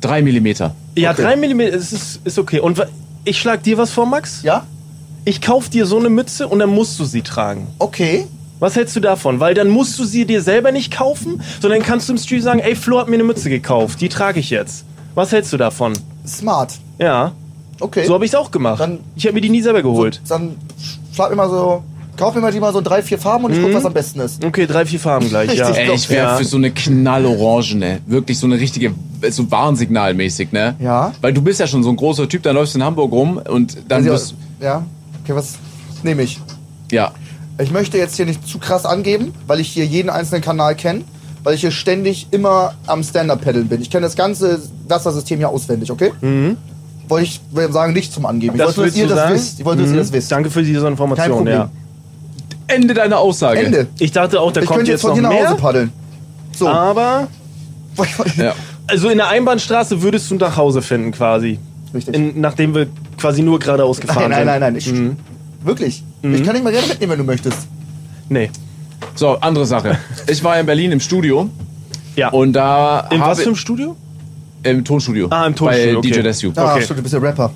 S3: Drei Millimeter.
S1: ja,
S2: Okay.
S1: drei Millimeter ist, ist, ist okay. Und wa- ich schlag dir was vor, Max.
S2: Ja?
S1: Ich kauf dir so eine Mütze und dann musst du sie tragen.
S2: Okay.
S1: Was hältst du davon? Weil dann musst du sie dir selber nicht kaufen, sondern kannst du im Stream sagen, ey, Flo hat mir eine Mütze gekauft, die trage ich jetzt. Was hältst du davon?
S2: Smart.
S1: Ja.
S2: Okay.
S1: So habe ich es auch gemacht.
S2: Dann-
S1: ich habe mir die nie selber geholt.
S2: Dann schlag mir mal so, kauf mir mal die mal so drei, vier Farben und ich
S1: Mhm.
S2: guck, was am besten ist.
S1: Okay, drei, vier Farben gleich, ja.
S2: Richtig,
S3: Ey, ich wäre
S1: Ja.
S3: für so eine knallorangene. Wirklich so eine richtige, so Warnsignalmäßig, ne?
S2: Ja.
S3: Weil du bist ja schon so ein großer Typ, dann läufst du in Hamburg rum und dann
S2: Also,
S3: bist.
S2: ja. Okay, was nehme ich?
S3: Ja.
S2: Ich möchte jetzt hier nicht zu krass angeben, weil ich hier jeden einzelnen Kanal kenne, weil ich hier ständig immer am Stand-Up-Paddeln bin. Ich kenne das ganze Wassersystem ja auswendig, okay? Mhm. Wollte ich will sagen, nicht zum Angeben. Ich
S1: Das
S2: wollte, nur, dass
S1: willst
S2: ihr
S1: du
S2: das
S1: sagen? Mhm.
S2: wisst. Ich wollte, nur, dass ihr das wisst.
S1: Danke für diese
S2: Kein
S1: Information,
S2: Problem.
S1: ja.
S3: Ende deiner Aussage.
S2: Ende.
S1: Ich dachte auch, da
S2: Ich
S1: kommt
S2: könnte
S1: jetzt
S2: jetzt von
S1: noch
S2: hier nach Hause
S1: mehr.
S2: paddeln. So.
S1: Aber,
S3: Ja.
S1: also in der Einbahnstraße würdest du nach Hause finden, quasi.
S2: Richtig.
S1: In, nachdem wir quasi nur geradeaus
S2: nein,
S1: gefahren
S2: nein, nein,
S1: sind.
S2: nein. Ich, Wirklich.
S1: Mhm.
S2: Ich kann dich mal gerne mitnehmen, wenn du möchtest.
S1: Nee.
S3: So, andere Sache. Ich war ja in Berlin im Studio
S1: Ja.
S3: und da.
S1: in was
S3: habe-
S1: für einem Studio?
S3: Im Tonstudio.
S1: Ah, im Tonstudio,
S3: Bei
S1: okay.
S3: DJ Desu.
S2: Ah,
S1: Okay.
S2: stimmt, du bist ja Rapper.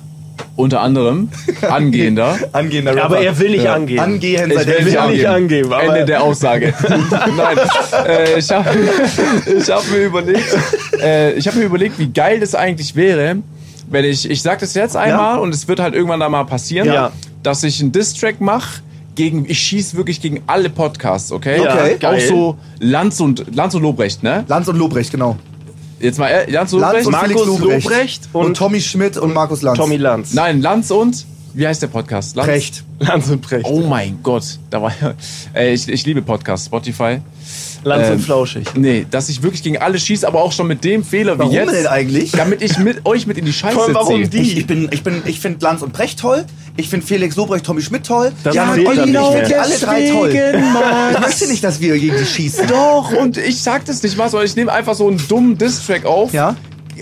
S3: Unter anderem angehender.
S2: Angehender
S1: Ja, aber er will nicht angehen.
S2: Angehen,
S3: Ich
S2: seit
S3: will
S2: elf
S3: nicht
S2: Jahren.
S1: nicht
S3: angeben.
S1: angeben, aber-
S3: Ende der Aussage. Nein, äh, ich habe ich hab mir überlegt, äh, ich habe mir überlegt, wie geil das eigentlich wäre, wenn ich, ich sag das jetzt einmal und es wird halt irgendwann da mal passieren,
S1: Ja.
S3: dass ich einen Distrack mache gegen, ich schieß wirklich gegen alle Podcasts, okay?
S1: Ja,
S2: Okay.
S3: Auch
S1: geil.
S3: so Lanz und Lanz und Lobrecht, ne?
S2: Lanz und Lobrecht, genau.
S3: Jetzt mal äh, Lanz und
S2: Lanz
S3: Lobrecht.
S2: und
S1: Markus
S2: Felix Lobrecht.
S1: Lobrecht
S2: und,
S1: und-
S2: Tommy Schmidt und Markus Lanz.
S1: Tommy Lanz.
S3: Nein, Lanz und wie heißt der Podcast? Lanz.
S2: Recht.
S1: Lanz und Precht.
S3: Oh mein Gott, da war äh, ich, ich liebe Podcasts, Spotify.
S1: Lanz
S3: ähm,
S1: und Flauschig.
S3: Nee, dass ich wirklich gegen alle schieße, aber auch schon mit dem Fehler
S2: Warum
S3: wie jetzt.
S2: denn eigentlich?
S3: Damit ich mit euch mit in die Scheiße
S1: Vor allem, warum
S3: ziehe.
S1: die?
S2: Ich, ich bin, ich bin, ich finde Lanz und Brecht toll. Ich finde Felix Lobrecht, Tommy Schmidt toll.
S1: Das
S2: Jan und
S1: zählt dann
S2: Olli,
S1: nicht
S2: ich finde die
S1: mehr.
S2: alle drei toll. Ich
S3: Max.
S2: möchte nicht, dass wir gegen die schießen.
S3: Doch, und ich sag das nicht mal, sondern ich nehme einfach so einen dummen Diss-Track auf.
S2: Ja?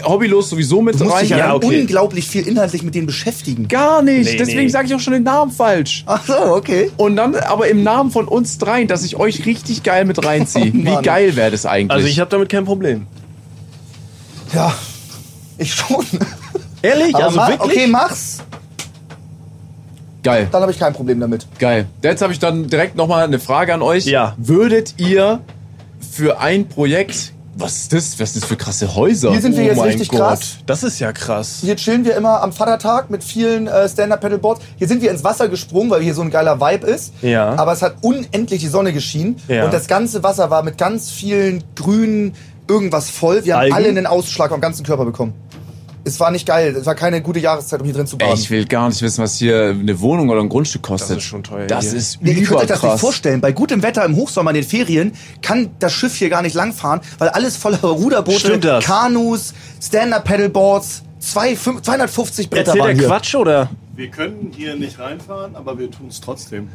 S3: Hobbylos sowieso mit
S2: Du musst
S3: rein.
S2: dich ja,
S1: Ja,
S2: dann
S1: okay.
S2: unglaublich viel inhaltlich mit denen beschäftigen.
S3: Gar nicht.
S1: Nee,
S3: Deswegen
S1: nee.
S3: sage ich auch schon den Namen falsch.
S2: Ach so, okay.
S3: Und dann aber im Namen von uns dreien, dass ich euch richtig geil mit reinziehe. Wie
S2: Mann.
S3: geil wäre das eigentlich?
S1: Also ich habe damit kein Problem.
S2: Ja, ich schon.
S1: Ehrlich?
S2: Aber
S1: also
S2: ma-
S1: wirklich?
S2: Okay, mach's.
S3: geil.
S2: Dann habe ich kein Problem damit.
S3: Geil. Jetzt habe ich dann direkt nochmal eine Frage an euch.
S1: Ja.
S3: Würdet ihr für ein Projekt, was ist das? Was ist das für krasse Häuser?
S2: Hier sind wir
S3: Oh
S2: jetzt
S3: mein
S2: richtig
S3: Gott.
S2: krass.
S1: Das ist ja krass.
S2: Hier chillen wir immer am Vatertag mit vielen äh, Stand-Up-Paddleboards. Hier sind wir ins Wasser gesprungen, weil hier so ein geiler Vibe ist.
S1: Ja.
S2: Aber es hat unendlich die Sonne geschienen.
S1: Ja.
S2: Und das ganze Wasser war mit ganz vielen grünen irgendwas voll. Wir haben
S1: Algen?
S2: alle einen Ausschlag am ganzen Körper bekommen. Es war nicht geil. Es war keine gute Jahreszeit, um hier drin zu
S3: Ey,
S2: baden.
S3: ich will gar nicht wissen, was hier eine Wohnung oder ein Grundstück kostet.
S1: Das ist schon teuer
S3: Das
S1: hier.
S3: ist
S2: Ja, ihr könnt euch das nicht
S3: überkrass.
S2: vorstellen. Bei gutem Wetter im Hochsommer in den Ferien kann das Schiff hier gar nicht langfahren, weil alles voller Ruderboote,
S1: Stimmt das?
S2: Kanus, Stand-Up-Paddleboards, zwei, fünf- 250 Bretter
S1: Erzählt
S2: waren
S1: er
S2: hier.
S1: Quatsch oder?
S5: Wir können hier nicht reinfahren, aber wir tun es trotzdem.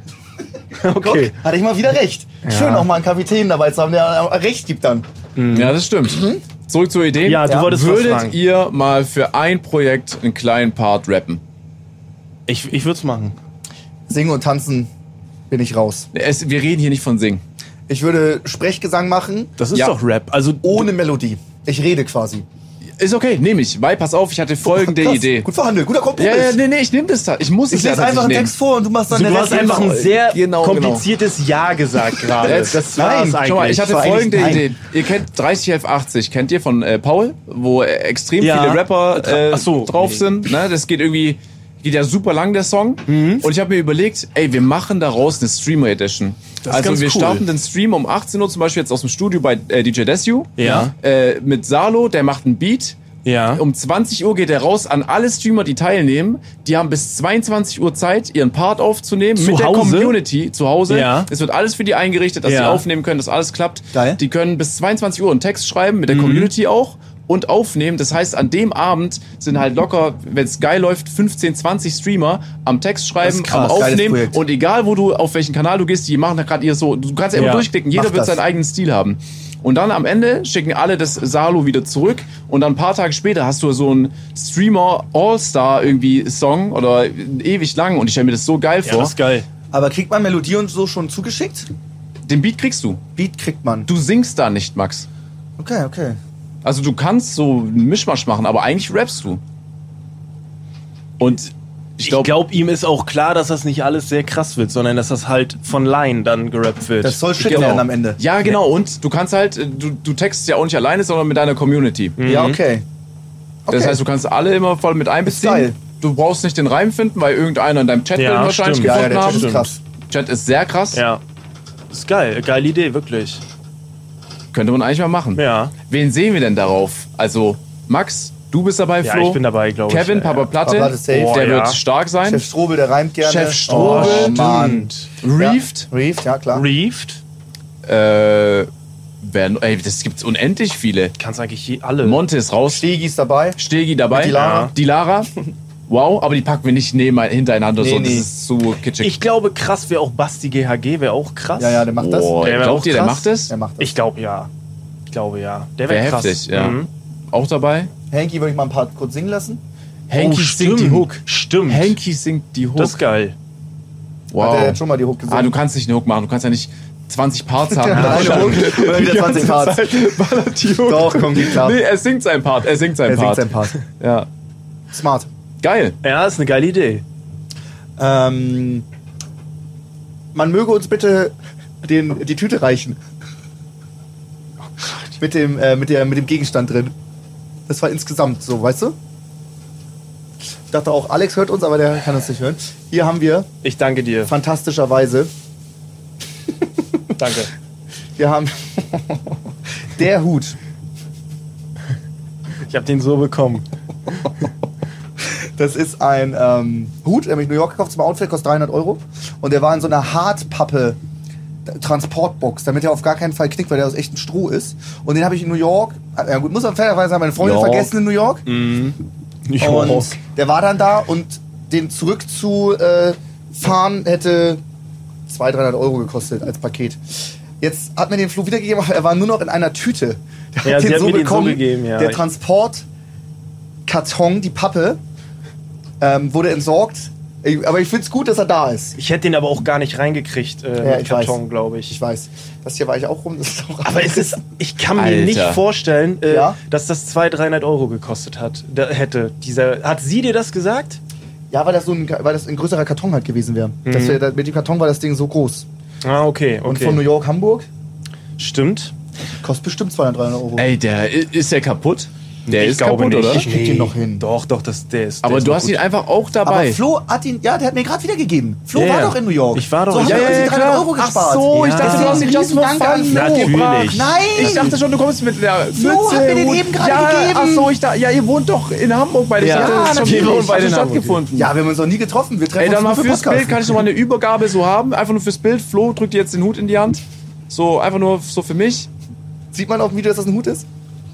S1: Okay.
S2: Hatte ich mal wieder recht. Schön auch mal einen Kapitän dabei zu haben, der recht gibt dann.
S3: Ja, das stimmt. Zurück zur Idee.
S1: Ja, du
S2: Mhm. Ja.
S1: wolltest was
S3: Würdet
S1: fragen.
S3: ihr mal für ein Projekt einen kleinen Part rappen?
S1: Ich, ich würde es machen.
S2: Singen und tanzen bin ich raus.
S3: Es, wir reden hier nicht von Singen.
S2: Ich würde Sprechgesang machen
S1: Das ist
S3: Ja.
S1: doch Rap. Also
S2: ohne Melodie. Ich rede quasi.
S3: Ist okay, nehme ich. Weil, pass auf, ich hatte folgende
S2: Krass.
S3: Idee.
S2: Gut verhandelt, guter Kompromiss.
S3: Ja, ja, nee, nee, ich nehme das da. Ich Also muss
S2: Ich
S3: es ja
S2: lese einfach einen
S3: tatsächlich nehmen.
S2: Text vor und du machst dann
S1: du
S2: den
S1: hast
S2: Rest
S1: einfach ein
S2: selber.
S1: sehr
S3: Genau, genau.
S1: kompliziertes Ja gesagt gerade.
S3: Jetzt-
S1: Das war es
S2: Nein,
S1: eigentlich.
S3: Äh, Schau mal, ich hatte
S2: war eigentlich-
S3: folgende
S2: nein.
S3: Idee. Ihr kennt 30F80, kennt ihr von äh, Paul, wo äh, extrem
S1: Ja.
S3: viele Rapper äh,
S1: Ach so.
S3: drauf sind. Ne? Das geht irgendwie, geht ja super lang, der Song.
S1: Mhm.
S3: Und ich habe mir überlegt, ey, wir machen daraus eine Streamer Edition. also
S1: ganz
S3: wir
S1: cool.
S3: starten den Stream um 18 Uhr zum Beispiel jetzt aus dem Studio bei äh, DJ Desu.
S1: Ja.
S3: Äh, mit Salo, der macht einen Beat.
S1: Ja.
S3: Um 20 Uhr geht er raus an alle Streamer, die teilnehmen. Die haben bis 22 Uhr Zeit, ihren Part aufzunehmen
S1: Zu
S3: mit der
S1: Hause?
S3: Community zu Hause.
S1: Ja.
S3: Es wird alles für die eingerichtet, dass sie
S1: Ja.
S3: aufnehmen aufnehmen können, dass alles klappt.
S2: Geil. Mhm.
S3: Die können bis 22 Uhr einen Text schreiben, mit der Community auch und aufnehmen. Das heißt, an dem Abend sind halt locker, wenn es geil läuft, 15, 20 Streamer am Text schschreiben, am
S2: Geiles
S3: Aufnehmen.
S2: Projekt.
S3: Und egal, wo du, auf welchen Kanal du gehst, die machen da gerade ihr so, du kannst ja immer
S1: Ja,
S3: durchklicken, jeder
S2: mach
S3: wird
S2: das.
S3: seinen eigenen Stil haben. Und dann am Ende schicken alle das Salo wieder zurück und dann ein paar Tage später hast du so einen Streamer All-Star irgendwie Song oder ewig lang und ich stelle mir das so geil
S1: ja,
S3: vor.
S1: das ist geil.
S2: Aber kriegt man Melodie und so schon zugeschickt?
S3: Den Beat kriegst du.
S2: Beat kriegt man.
S3: Du singst da nicht, Max.
S2: Okay, okay.
S3: Also du kannst so einen Mischmasch machen, aber eigentlich rappst du. Und ich
S1: Ich
S3: glaube,
S1: glaube, glaub, ihm ist auch klar, dass das nicht alles sehr krass wird, sondern dass das halt von Laien dann gerappt wird.
S2: Das soll shit werden am Ende.
S3: Ja, genau. Und du kannst halt, äh, du, du textest ja auch nicht alleine, sondern mit deiner Community.
S2: Ja, okay.
S3: Das
S2: Okay.
S3: heißt, du kannst alle immer voll mit einbeziehen.
S2: Geil.
S3: Du brauchst nicht den Reim finden, weil irgendeiner in deinem Chat
S1: Ja,
S3: den wahrscheinlich
S1: stimmt.
S2: Ja, ja,
S3: gefunden
S2: der Chat
S3: haben.
S2: ist krass.
S3: Chat ist sehr krass.
S1: Ja. Ist geil, geile Idee, wirklich.
S3: Könnte man eigentlich mal machen.
S1: Ja.
S3: Wen sehen wir denn darauf? Also, Max, du bist dabei,
S1: Ja,
S3: Flo.
S1: ich bin dabei, glaube ich.
S3: Kevin,
S1: Ja,
S3: Papa
S1: ja.
S3: Platte,
S2: Papa Platte safe.
S3: der
S1: Boah,
S3: wird
S1: ja.
S3: stark sein.
S2: Chef Strobel, der reimt gerne.
S3: Chef Strobel.
S2: Oh, Mann.
S3: Reefed.
S2: Ja. Reefed, ja klar.
S1: Reefed.
S3: Äh, wer, ey, das gibt's unendlich viele.
S1: Kannst eigentlich je alle.
S3: Monte ist raus.
S2: Stegi ist dabei.
S3: Stegi dabei.
S2: Die Lara.
S3: Ja. Die Lara. Wow, aber die packen wir nicht neben, hintereinander. so,
S2: Nee,
S3: das
S2: nee.
S3: ist zu kitschig.
S1: ich glaube, krass wäre auch Basti GHG, wäre auch krass.
S2: Ja, ja, der macht das.
S3: Boah,
S1: Der wär
S3: glaubt
S1: auch
S3: ihr, der
S1: krass.
S3: macht das?
S2: Der macht das.
S1: Ich glaube ja. Ich glaube ja. Der
S3: Wäre
S1: wäre krass.
S3: heftig, ja.
S1: Mhm.
S3: Auch dabei?
S2: Hanky würde ich mal ein paar kurz singen lassen.
S1: oh,
S3: Henki singt
S1: stimmt.
S3: die Hook.
S1: Stimmt.
S3: Henki singt die Hook.
S1: Das ist geil.
S3: wow.
S2: Hat er jetzt schon mal die Hook gesungen?
S3: ah, du Ah, kannst nicht eine Hook machen. Du kannst ja nicht 20 Parts haben.
S2: Eine Hook oder wieder 20 Parts. Doch, komm, geht klar.
S3: nee, er singt sein Part. Er singt sein
S2: Er singt
S3: Part.
S2: sein Part.
S3: Ja.
S2: Smart.
S3: Geil.
S1: Ja, ist eine geile Idee.
S2: Ähm, man möge uns bitte den, die Tüte reichen. Mit dem, äh, mit, der, mit dem Gegenstand drin. Das war insgesamt so, weißt du? Ich dachte auch, Alex hört uns, aber der kann uns nicht hören. Hier haben wir
S1: Ich danke dir.
S2: fantastischerweise,
S1: Danke.
S2: wir haben der Hut.
S1: Ich habe den so bekommen.
S2: Das ist ein ähm, Hut, der mich in New York gekauft zum Outfit, kostet 300 Euro. Und der war in so einer Hartpappe. Transportbox, damit er auf gar keinen Fall knickt, weil der aus echtem Stroh ist. Und den habe ich in New York, äh, ja gut, muss man fairerweise sagen, meine Freundin
S3: York.
S2: vergessen in New York.
S1: Mhm. York.
S2: Und der war dann da und den zurückzufahren äh, fahren hätte 200, 300 Euro gekostet als Paket. Jetzt hat mir den Flo wiedergegeben, aber er war nur noch in einer Tüte. Der
S1: Ja, sie hat mir den so gegeben, ja.
S2: Der Transportkarton, die Pappe, ähm, wurde entsorgt. Ich- Aber ich finde es gut, dass er da ist.
S1: Ich hätte den aber auch gar nicht reingekriegt äh,
S2: Ja,
S1: mit
S2: ich weiß.
S1: Karton, glaube
S2: Ich
S1: ich.
S2: weiß. Das hier war ich auch rum. Das ist auch
S1: Aber es ist, ich kann mir
S3: Alter.
S1: nicht vorstellen, äh,
S2: Ja?
S1: dass das 200, 300 Euro gekostet hat. Da hätte dieser, hat sie dir das gesagt?
S2: Ja, weil das, so ein, weil das ein größerer Karton halt gewesen wäre. Das wär- da- mit dem Karton war das Ding so groß.
S1: Ah, okay,
S2: Und
S1: okay.
S2: von New York, Hamburg
S1: Stimmt.
S2: kostet bestimmt 200, 300 Euro.
S3: Ey, der i- ist der kaputt? Der
S1: Ich
S3: ist
S1: glaube
S3: kaputt,
S1: nicht.
S3: oder?
S1: Ich krieg
S2: den noch hin.
S1: Doch, doch, das, der ist. der
S3: aber
S1: ist
S3: du
S1: noch
S3: hast
S1: gut.
S3: ihn einfach auch
S2: Aber
S3: dabei.
S2: Flo hat ihn, ja, der hat mir gerade wiedergegeben. Flo
S1: Ja,
S2: war
S1: ja.
S2: doch in New York.
S1: Ich war doch-
S2: so
S1: Ja,
S2: haben
S1: ja,
S2: wir uns
S1: ja,
S2: die 300 Euro
S3: Ach
S2: gespart.
S3: so, ich
S1: Ja.
S3: dachte, du hast ihn just for
S2: Dank an
S3: fun
S2: Flo.
S1: Natürlich.
S2: Nein!
S3: Ich dachte schon, du kommst mit der
S2: Flo hat mir den eben gerade
S3: ja,
S2: gegeben.
S3: Ach so, ich dachte, ja, ihr wohnt doch in Hamburg bei der
S1: Ja,
S3: Stadt.
S1: natürlich.
S3: Wir wohnen bei
S1: Hat
S3: der
S1: in
S3: Stadt
S1: Hamburg.
S3: gefunden.
S2: ja, wir haben uns noch nie getroffen. Wir treffen
S3: Ey, dann mal
S2: uns nur für
S3: fürs
S2: Podcast.
S3: Bild. Kann ich noch mal eine Übergabe so haben? Einfach nur fürs Bild. Flo drückt dir jetzt den Hut in die Hand. So, einfach nur so für mich.
S2: Sieht man auf dem Video, dass das ein Hut ist?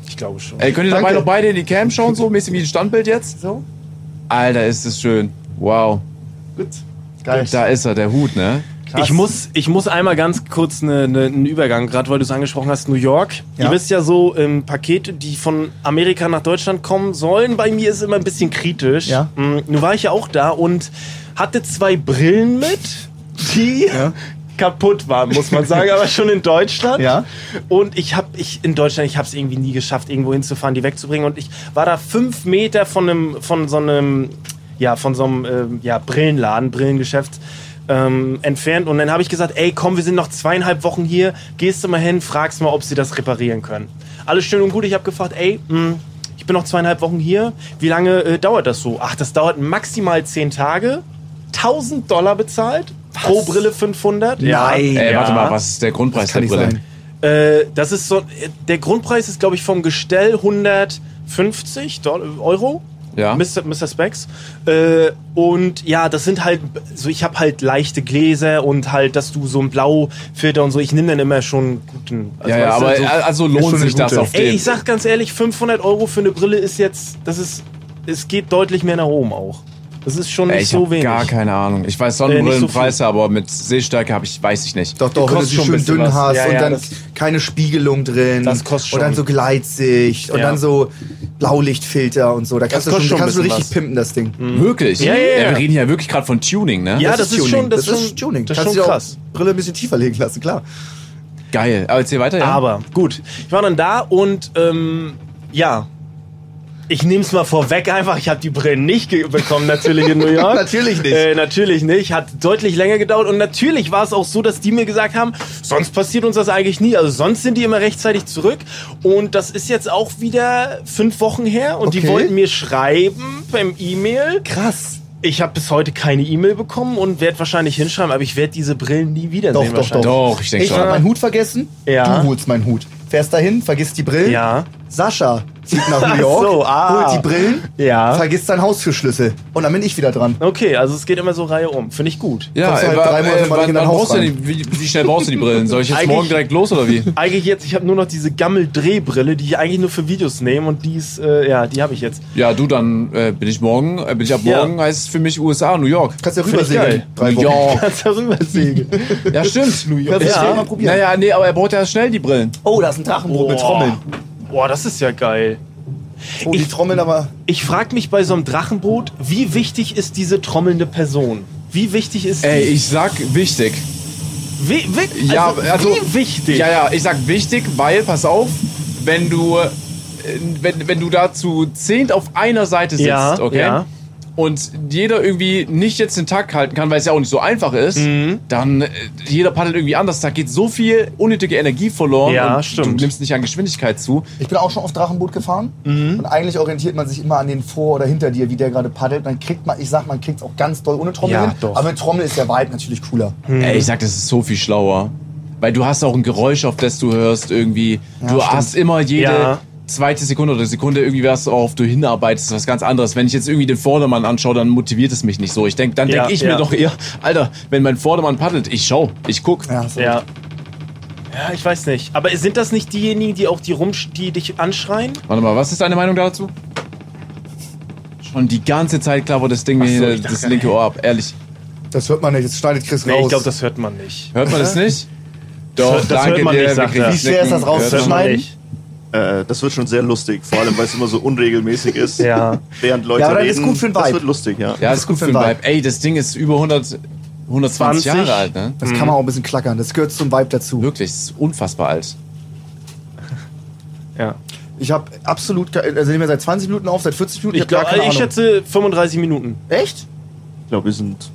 S1: Ich glaube schon.
S3: Ey, könnt ihr dabei
S2: Danke.
S3: noch beide in die Cam schauen, so mäßig wie ein Standbild jetzt?
S2: So?
S3: Alter, ist das schön. Wow.
S2: Gut. Geil.
S3: Da ist er, der Hut, ne?
S1: Ich muss, ich muss einmal ganz kurz ne- ne- einen Übergang, gerade weil du es angesprochen hast, New York.
S2: Ja.
S1: Ihr wisst ja so, ähm, Pakete, die von Amerika nach Deutschland kommen sollen, bei mir ist immer ein bisschen kritisch.
S2: Ja.
S1: Mm, Nun war ich ja auch da und hatte zwei Brillen mit, die kaputt waren, muss man sagen, aber schon in Deutschland.
S2: Ja.
S1: Und ich habe ich in Deutschland, ich habe es irgendwie nie geschafft, irgendwo hinzufahren, die wegzubringen. Und ich war da fünf Meter von einem, von so einem, ja, von so einem ähm, ja, Brillenladen, Brillengeschäft ähm, entfernt. Und dann habe ich gesagt, ey, komm, wir sind noch zweieinhalb Wochen hier. Gehst du mal hin, fragst mal, ob sie das reparieren können. Alles schön und gut. Ich habe gefragt, ey, mh, ich bin noch zweieinhalb Wochen hier. Wie lange äh, dauert das so? Ach, das dauert maximal zehn Tage. 1000 Dollar bezahlt. Pro Brille 500.
S2: Nein.
S3: Ey,
S1: Ja.
S3: warte mal, was ist der Grundpreis
S2: Kann
S3: der
S2: nicht
S3: Brille?
S2: sein.
S1: Äh, das ist so. Der Grundpreis ist, glaube ich, vom Gestell 150 Doll- Euro.
S3: Ja.
S1: Mr. Mr. Specs. Äh, und ja, das sind halt, so ich habe halt leichte Gläser und halt, dass du so ein Blaufilter und so, ich nehme dann immer schon einen guten. also
S3: ja, ja,
S1: weißt du,
S3: aber
S1: so-
S3: also
S2: schon
S3: lohnt
S2: eine
S3: sich das
S2: gute.
S3: auf
S1: ey,
S3: den.
S1: ich sag ganz ehrlich, 500 Euro für eine Brille ist jetzt, das ist, es geht deutlich mehr nach oben auch. Das ist schon
S3: Ey,
S1: nicht
S3: Äh, ich
S1: so
S3: hab
S1: wenig.
S3: gar keine Ahnung. Ich weiß
S1: Äh, nicht so
S3: Sonnenbrillenpreise, aber mit Sehstärke habe ich, weiß ich nicht.
S2: Doch, doch, wenn du
S1: kostet
S2: sie
S1: schon ein
S2: schön
S1: bisschen
S2: dünn
S1: was.
S2: hast
S1: Ja,
S2: und
S1: ja,
S2: dann
S1: das-
S2: keine Spiegelung drin.
S1: Das kostet
S2: Und dann
S1: schon.
S2: so Gleitsicht und
S1: Ja.
S2: dann so Blaulichtfilter und so. Da kannst du
S1: kostet
S2: schon,
S1: schon ein
S2: kannst du
S1: bisschen
S2: richtig
S1: was.
S2: pimpen, das Ding.
S3: Wirklich?
S1: Ja, ja, ja.
S3: Wir reden ja wirklich gerade von Tuning, ne?
S1: Ja, das, ist schon, das, ist schon,
S2: Tuning.
S1: Das ist
S2: kannst
S1: schon
S2: du dir
S1: krass.
S2: auch Brille ein bisschen tiefer legen lassen, klar.
S3: Geil. Aber erzähl weiter, ja?
S1: Aber gut, ich war dann da und ähm, ja, ich nehme es mal vorweg einfach, ich habe die Brillen nicht ge- bekommen, natürlich in New York.
S2: Natürlich nicht.
S1: Äh, natürlich nicht. Hat deutlich länger gedauert und natürlich war es auch so, dass die mir gesagt haben, sonst passiert uns das eigentlich nie. Also sonst sind die immer rechtzeitig zurück und das ist jetzt auch wieder fünf Wochen her und die
S2: Okay.
S1: wollten mir schreiben beim E-Mail. Krass. Ich habe bis heute keine E-Mail bekommen und werde wahrscheinlich hinschreiben, aber ich werde diese Brillen nie wiedersehen.
S2: Doch, doch,
S1: wahrscheinlich.
S3: Doch, ich denke
S2: Ich
S3: schon.
S2: habe meinen Hut vergessen.
S1: Ja.
S2: Du holst meinen Hut. Fährst dahin, vergisst die Brillen.
S1: Ja.
S2: Sascha zieht nach
S1: Ach
S2: New York,
S1: so, ah.
S2: holt die Brillen,
S1: Ja.
S2: vergisst seinen Haustürschlüssel. Und dann bin ich wieder dran.
S1: Okay, also es geht immer so Reihe um. Finde ich gut.
S3: Ja, äh,
S2: kommst du halt
S3: wa-
S2: drei Monate mal
S3: wann,
S2: in dein
S3: wann
S2: Haus
S3: brauchst du
S2: rein.
S3: denn die, wie, wie schnell brauchst du die Brillen? Soll ich jetzt
S1: Eigentlich-
S3: morgen direkt los oder wie?
S1: Eigentlich jetzt, ich habe nur noch diese Gammel-Drehbrille, die ich eigentlich nur für Videos nehme und die ist, äh, ja, die habe ich jetzt.
S3: Ja, du, dann äh, bin ich morgen, äh, bin ich ab
S1: Ja.
S3: morgen, heißt es für mich USA, New York.
S2: Kannst ja
S1: Find ich
S2: rübersegeln.
S1: geil.
S2: Drei
S3: New
S2: Wochen.
S3: York.
S1: Kannst darüber segeln.
S3: Ja, stimmt. New York.
S2: Kannst du
S1: Ja.
S2: das mal probieren.
S3: Naja, nee, aber er braucht ja schnell die Brillen.
S2: Oh, da ist ein Drachenboot mit Trommeln.
S1: Boah, das ist ja geil.
S2: Oh, die
S1: Ich-
S2: Trommeln aber.
S1: Ich frage mich bei so einem Drachenboot, wie wichtig ist diese trommelnde Person? Wie wichtig ist
S3: Ey,
S1: die?
S3: ich sag wichtig.
S1: Wie, wie,
S3: Ja,
S1: also,
S3: also-
S1: wie wichtig?
S3: Ja, ja, ich sag wichtig, weil, pass auf, wenn du, äh, wenn, wenn du da zu zehnt auf einer Seite sitzt,
S1: Ja,
S3: okay?
S1: ja.
S3: Und jeder irgendwie nicht jetzt den Takt halten kann, weil es ja auch nicht so einfach ist,
S1: Mhm.
S3: dann äh, jeder paddelt irgendwie anders. Da geht so viel unnötige Energie verloren.
S1: Ja,
S3: und
S1: stimmt.
S3: Du nimmst nicht an Geschwindigkeit zu.
S2: Ich bin auch schon auf Drachenboot gefahren.
S1: Mhm.
S2: Und eigentlich orientiert man sich immer an den vor oder hinter dir, wie der gerade paddelt. Dann kriegt man, ich sag, man kriegt auch ganz doll ohne Trommel.
S1: Ja,
S2: hin.
S1: doch.
S2: Aber mit Trommel ist der Vibe natürlich cooler.
S1: Hm.
S3: Ey, ich sag, das ist so viel schlauer. Weil du hast auch ein Geräusch, auf das du hörst irgendwie. du hast immer jede
S1: Ja.
S3: zweite Sekunde oder Sekunde irgendwie was, worauf du hinarbeitest, was ganz anderes. Wenn ich jetzt irgendwie den Vordermann anschaue, dann motiviert es mich nicht so. Ich denk, dann
S1: Ja,
S3: denk ich
S1: ja.
S3: mir doch eher, Alter, wenn mein Vordermann paddelt, ich schau, ich guck.
S2: Ja, so.
S1: ja. Ja, ich weiß nicht. Aber sind das nicht diejenigen, die auch die rumsch, die dich anschreien?
S3: Warte mal, was ist deine Meinung dazu? Schon die ganze Zeit klappert das Ding mir
S1: so,
S3: hier
S1: ich dachte-
S3: das linke Ohr ab, ehrlich.
S4: Das hört man nicht, jetzt schneidet Chris
S1: Nee,
S4: raus.
S1: ich glaube, das hört man nicht.
S3: Hört man das nicht? Doch,
S1: hört- das
S3: danke
S1: hört man
S3: dir.
S1: nicht,
S3: wir
S1: sagt er.
S3: kriegen
S1: Wie
S2: schwer ist das
S3: Nicken. Hört
S1: hört
S3: man-
S1: man
S2: rauszuschneiden?
S1: nicht.
S6: Äh, das wird schon sehr lustig, vor allem weil es immer so unregelmäßig ist.
S1: Ja.
S6: Während Leute
S2: Ja, aber das
S6: reden.
S2: ist gut für den
S6: Das
S2: Vibe.
S6: wird lustig, ja.
S3: Ja, ist gut für den Vibe. Ey, das Ding ist über 100, 120
S1: 20.
S3: Jahre alt, ne?
S2: Das
S1: Mhm.
S2: kann man auch ein bisschen klackern. Das gehört zum Vibe dazu.
S3: Wirklich, das ist unfassbar alt.
S1: Ja.
S2: Ich habe absolut, ke- also nehmen wir seit 20 Minuten auf, seit 40 Minuten.
S1: Ich,
S2: hab
S1: glaub,
S2: gar keine
S1: ich
S2: Ahnung.
S1: schätze 35 Minuten.
S2: Echt?
S6: Ich glaube, wir sind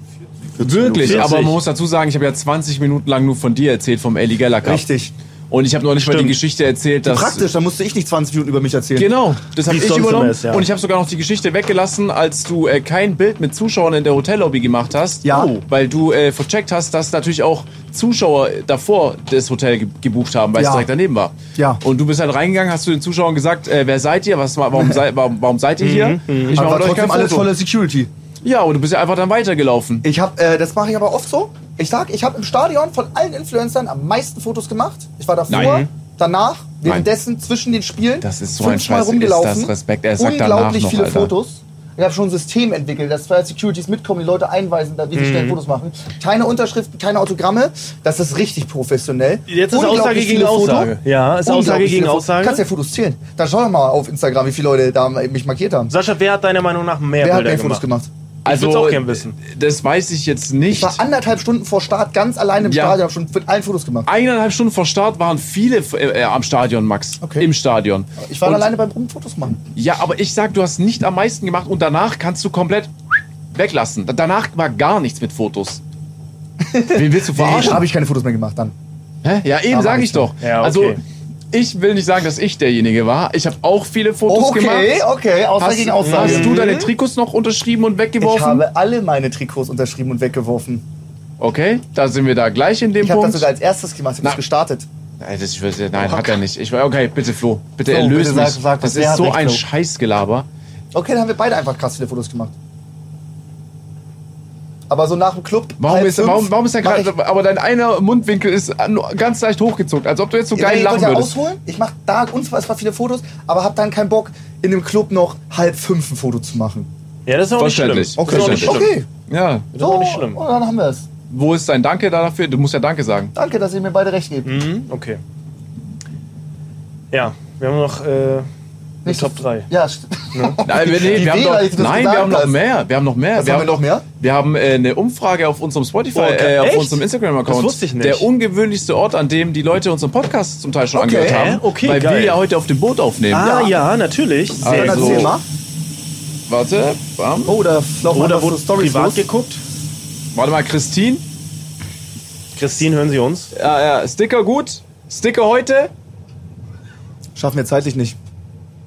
S6: 40
S3: Wirklich,
S6: Minuten.
S3: aber man muss dazu sagen, ich habe ja 20 Minuten lang nur von dir erzählt, vom Ellie Geller Cup.
S2: Richtig.
S3: Und ich habe noch nicht mal die
S1: Stimmt.
S3: Geschichte erzählt, dass...
S2: Praktisch, da musste ich nicht 20 Minuten über mich erzählen.
S3: Genau, das habe
S1: Wie es
S3: ich
S1: sonst
S3: übernommen.
S1: immer ist, ja.
S3: Und ich habe sogar noch die Geschichte weggelassen, als du äh, kein Bild mit Zuschauern in der Hotellobby gemacht hast.
S2: Ja.
S3: Weil du äh, vercheckt hast, dass natürlich auch Zuschauer davor das Hotel ge gebucht haben, weil es
S2: Ja.
S3: direkt daneben war.
S2: Ja.
S3: Und du bist halt reingegangen, hast du den Zuschauern gesagt, äh, wer seid ihr, was, warum, sei, warum, warum seid ihr hier? Ich
S2: Mhm, Aber war
S3: mache mit euch kein
S2: trotzdem alles
S3: Foto.
S2: voller Security.
S3: Ja, und du bist ja einfach dann weitergelaufen.
S2: Ich habe, äh, das mache ich aber oft so. Ich sag, ich habe im Stadion von allen Influencern am meisten Fotos gemacht. Ich war davor,
S3: Nein.
S2: danach, währenddessen zwischen den Spielen.
S3: Das ist so ein
S2: fünfmal
S3: Scheiß, ist
S2: rumgelaufen.
S3: das Respekt. Er sagt danach
S2: Unglaublich
S3: noch,
S2: viele
S3: Alter.
S2: Fotos. Ich habe schon ein System entwickelt, dass zwei Securities mitkommen, die Leute einweisen, wie
S3: Mhm.
S2: sie schnell Fotos machen. Keine Unterschriften, keine Autogramme. Das ist richtig professionell.
S1: Jetzt ist
S2: Unglaublich
S1: Aussage gegen
S2: viele Foto.
S1: Aussage. Ja, ist
S2: Unglaublich
S1: Aussage
S2: viele
S1: gegen
S2: Fotos.
S1: Aussage.
S2: Du kannst ja Fotos zählen. Dann schau doch mal auf Instagram, wie viele Leute da mich markiert haben.
S1: Sascha, wer hat deiner Meinung nach mehr
S2: Wer hat
S1: Bilder
S2: mehr
S1: gemacht?
S2: Fotos gemacht?
S1: würd's auch gern wissen.
S3: Also, Das weiß ich jetzt nicht.
S2: Ich war anderthalb Stunden vor Start ganz alleine im
S3: Ja.
S2: Stadion, habe schon mit allen Fotos gemacht.
S3: Eineinhalb Stunden vor Start waren viele äh, äh, am Stadion, Max.
S2: Okay.
S3: Im Stadion.
S2: Ich war
S3: Und-
S2: alleine beim Rumfotos machen.
S3: Ja, aber ich sag, du hast nicht am meisten gemacht und danach kannst du komplett weglassen. Da- Danach war gar nichts mit Fotos. Wen willst du verarschen?
S2: habe ich keine Fotos mehr gemacht dann.
S3: Hä? Ja, eben
S2: Da war
S3: sag
S2: ich
S3: ich doch.
S1: Ja, okay.
S3: Also, ich will nicht sagen, dass ich derjenige war. Ich habe auch viele Fotos
S2: Okay,
S3: gemacht.
S2: okay, Aussage
S3: Hast,
S2: gegen Aussage.
S3: hast du deine Trikots noch unterschrieben und weggeworfen?
S2: ich habe alle meine Trikots unterschrieben und weggeworfen.
S3: okay, da sind wir da gleich in dem
S2: Ich habe das
S3: Punkt.
S2: sogar als erstes gemacht, ich
S3: Na.
S2: habe gestartet.
S3: Nein, das, ich weiß- nein hat er nicht. Ich, war- okay, bitte Flo, bitte
S2: Flo,
S3: erlöse
S2: bitte
S3: mich.
S2: sag- sag,
S3: das
S2: wer
S3: ist
S2: hat
S3: so
S2: recht,
S3: ein
S2: Flo?
S3: Scheißgelaber.
S2: Okay, dann haben wir beide einfach krass viele Fotos gemacht. Aber so nach dem Club.
S3: Warum
S2: halb
S3: ist,
S2: fünf,
S3: warum, warum ist er
S2: mach ich-
S3: gerade. Aber dein einer Mundwinkel ist nur ganz leicht hochgezogen, als ob du jetzt so
S2: Ja,
S3: geil
S2: ich
S3: lachen
S2: wollte ja
S3: würdest.
S2: ausholen. Ich mache da unfassbar viele Fotos, aber habe dann keinen Bock, in dem Club noch halb fünf ein Foto zu machen.
S1: Ja, das ist auch nicht schlimm. Das
S3: Verständlich.
S1: ist auch nicht schlimm.
S3: Verständlich.
S2: Okay,
S3: Ja.
S1: Das ist
S2: so,
S1: auch nicht schlimm.
S2: und dann haben wir es.
S3: Wo ist dein Danke da dafür? Du musst ja Danke sagen.
S2: Danke, dass ihr mir beide recht gebt.
S1: Mhm, okay. Ja, wir haben noch äh, Die Top 3.
S2: Ja, stimmt.
S3: Nein, wir, nee,
S2: Oh, Die
S3: wir haben
S2: Wähler,
S3: doch,
S2: die das
S3: nein, wir
S2: gesagt
S3: haben noch
S2: hast.
S3: mehr. Wir haben noch mehr.
S2: Was haben wir noch mehr?
S3: Wir haben äh, eine Umfrage auf unserem Spotify,
S1: Oh, okay.
S3: äh, auf
S1: Echt?
S3: unserem Instagram-Account.
S1: Das wusste ich nicht.
S3: Der ungewöhnlichste Ort, an dem die Leute unseren Podcast zum Teil schon
S2: Okay.
S3: angehört haben.
S1: Äh, okay,
S3: weil wir
S1: geil.
S3: ja heute auf dem Boot aufnehmen.
S1: Ah, ja, natürlich.
S3: Also-
S1: gut.
S2: Dann erzähl mal.
S3: Warte, bam.
S2: Oh, da laufen
S1: Oder
S2: einfach
S1: wurde
S2: Storys
S1: privat
S2: los.
S1: geguckt?
S3: warte mal, Christine.
S1: Christine, hören Sie uns?
S3: Ja, ja, Sticker gut. Sticker heute.
S2: Schaffen wir zeitlich nicht.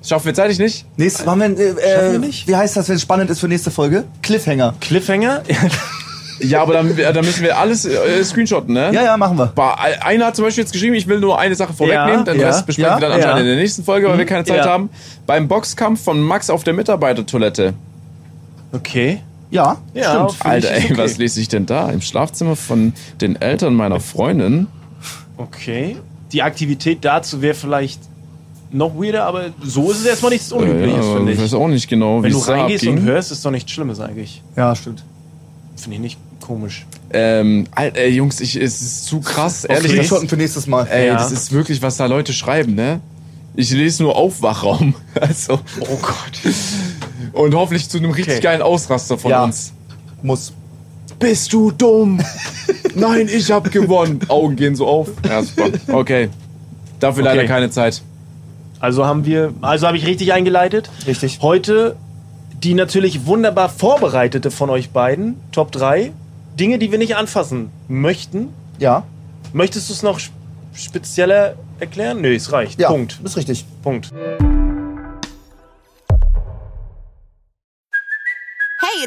S3: Schaffen wir zeitlich nicht.
S2: Nächstes Mal, wenn, äh, äh,
S1: wir nicht?
S2: wie heißt das, wenn es spannend ist für nächste Folge? Cliffhanger.
S1: Cliffhanger?
S3: Ja, aber dann, äh, dann müssen wir alles äh, screenshotten, ne?
S2: Ja, ja, machen wir.
S3: Bah, Einer hat zum Beispiel jetzt geschrieben, ich will nur eine Sache vorwegnehmen,
S1: Ja,
S3: den
S2: ja,
S3: Rest besprechen
S2: ja,
S3: wir dann anscheinend
S1: ja. Mhm,
S3: in der nächsten Folge, weil wir keine Zeit
S1: ja.
S3: haben. Beim Boxkampf von Max auf der Mitarbeitertoilette.
S1: Okay.
S2: Ja.
S1: Ja, Stimmt.
S3: Alter, ey, was lese ich denn da? Im Schlafzimmer von den Eltern meiner Freundin.
S1: Okay. Die Aktivität dazu wäre vielleicht noch weirder, aber so ist es erstmal nichts
S3: Äh,
S1: Unübliches,
S3: ja,
S1: finde
S3: ich weiß
S1: Oh, ich.
S3: auch nicht genau, wie
S1: Wenn du
S3: es da
S1: reingehst
S3: abging.
S1: und hörst, ist doch nichts Schlimmes eigentlich.
S2: Ja, stimmt.
S1: Finde ich nicht komisch.
S3: Ähm, Alter, ey, Jungs, ich, es ist zu krass, ehrlich.
S1: Okay.
S4: Schotten für nächstes Mal.
S3: Ey,
S1: Ja.
S3: das ist wirklich, was da Leute schreiben, ne? Ich lese nur Aufwachraum. Also,
S1: Oh Gott.
S3: und hoffentlich zu einem richtig
S1: Okay.
S3: geilen Ausraster von
S2: Ja.
S3: uns.
S2: Muss.
S3: Bist du dumm? Nein, ich hab gewonnen. Augen gehen so auf. Ja, super. Okay. Dafür leider
S1: Okay.
S3: keine Zeit.
S1: Also haben wir, also habe ich richtig eingeleitet.
S2: Richtig.
S1: Heute die natürlich wunderbar vorbereitete von euch beiden, Top 3, Dinge, die wir nicht anfassen möchten.
S2: Ja.
S1: Möchtest du es noch sp- spezieller erklären? Nee, es reicht.
S2: ja.
S1: Punkt.
S2: Ist richtig.
S1: Punkt.
S7: Hey,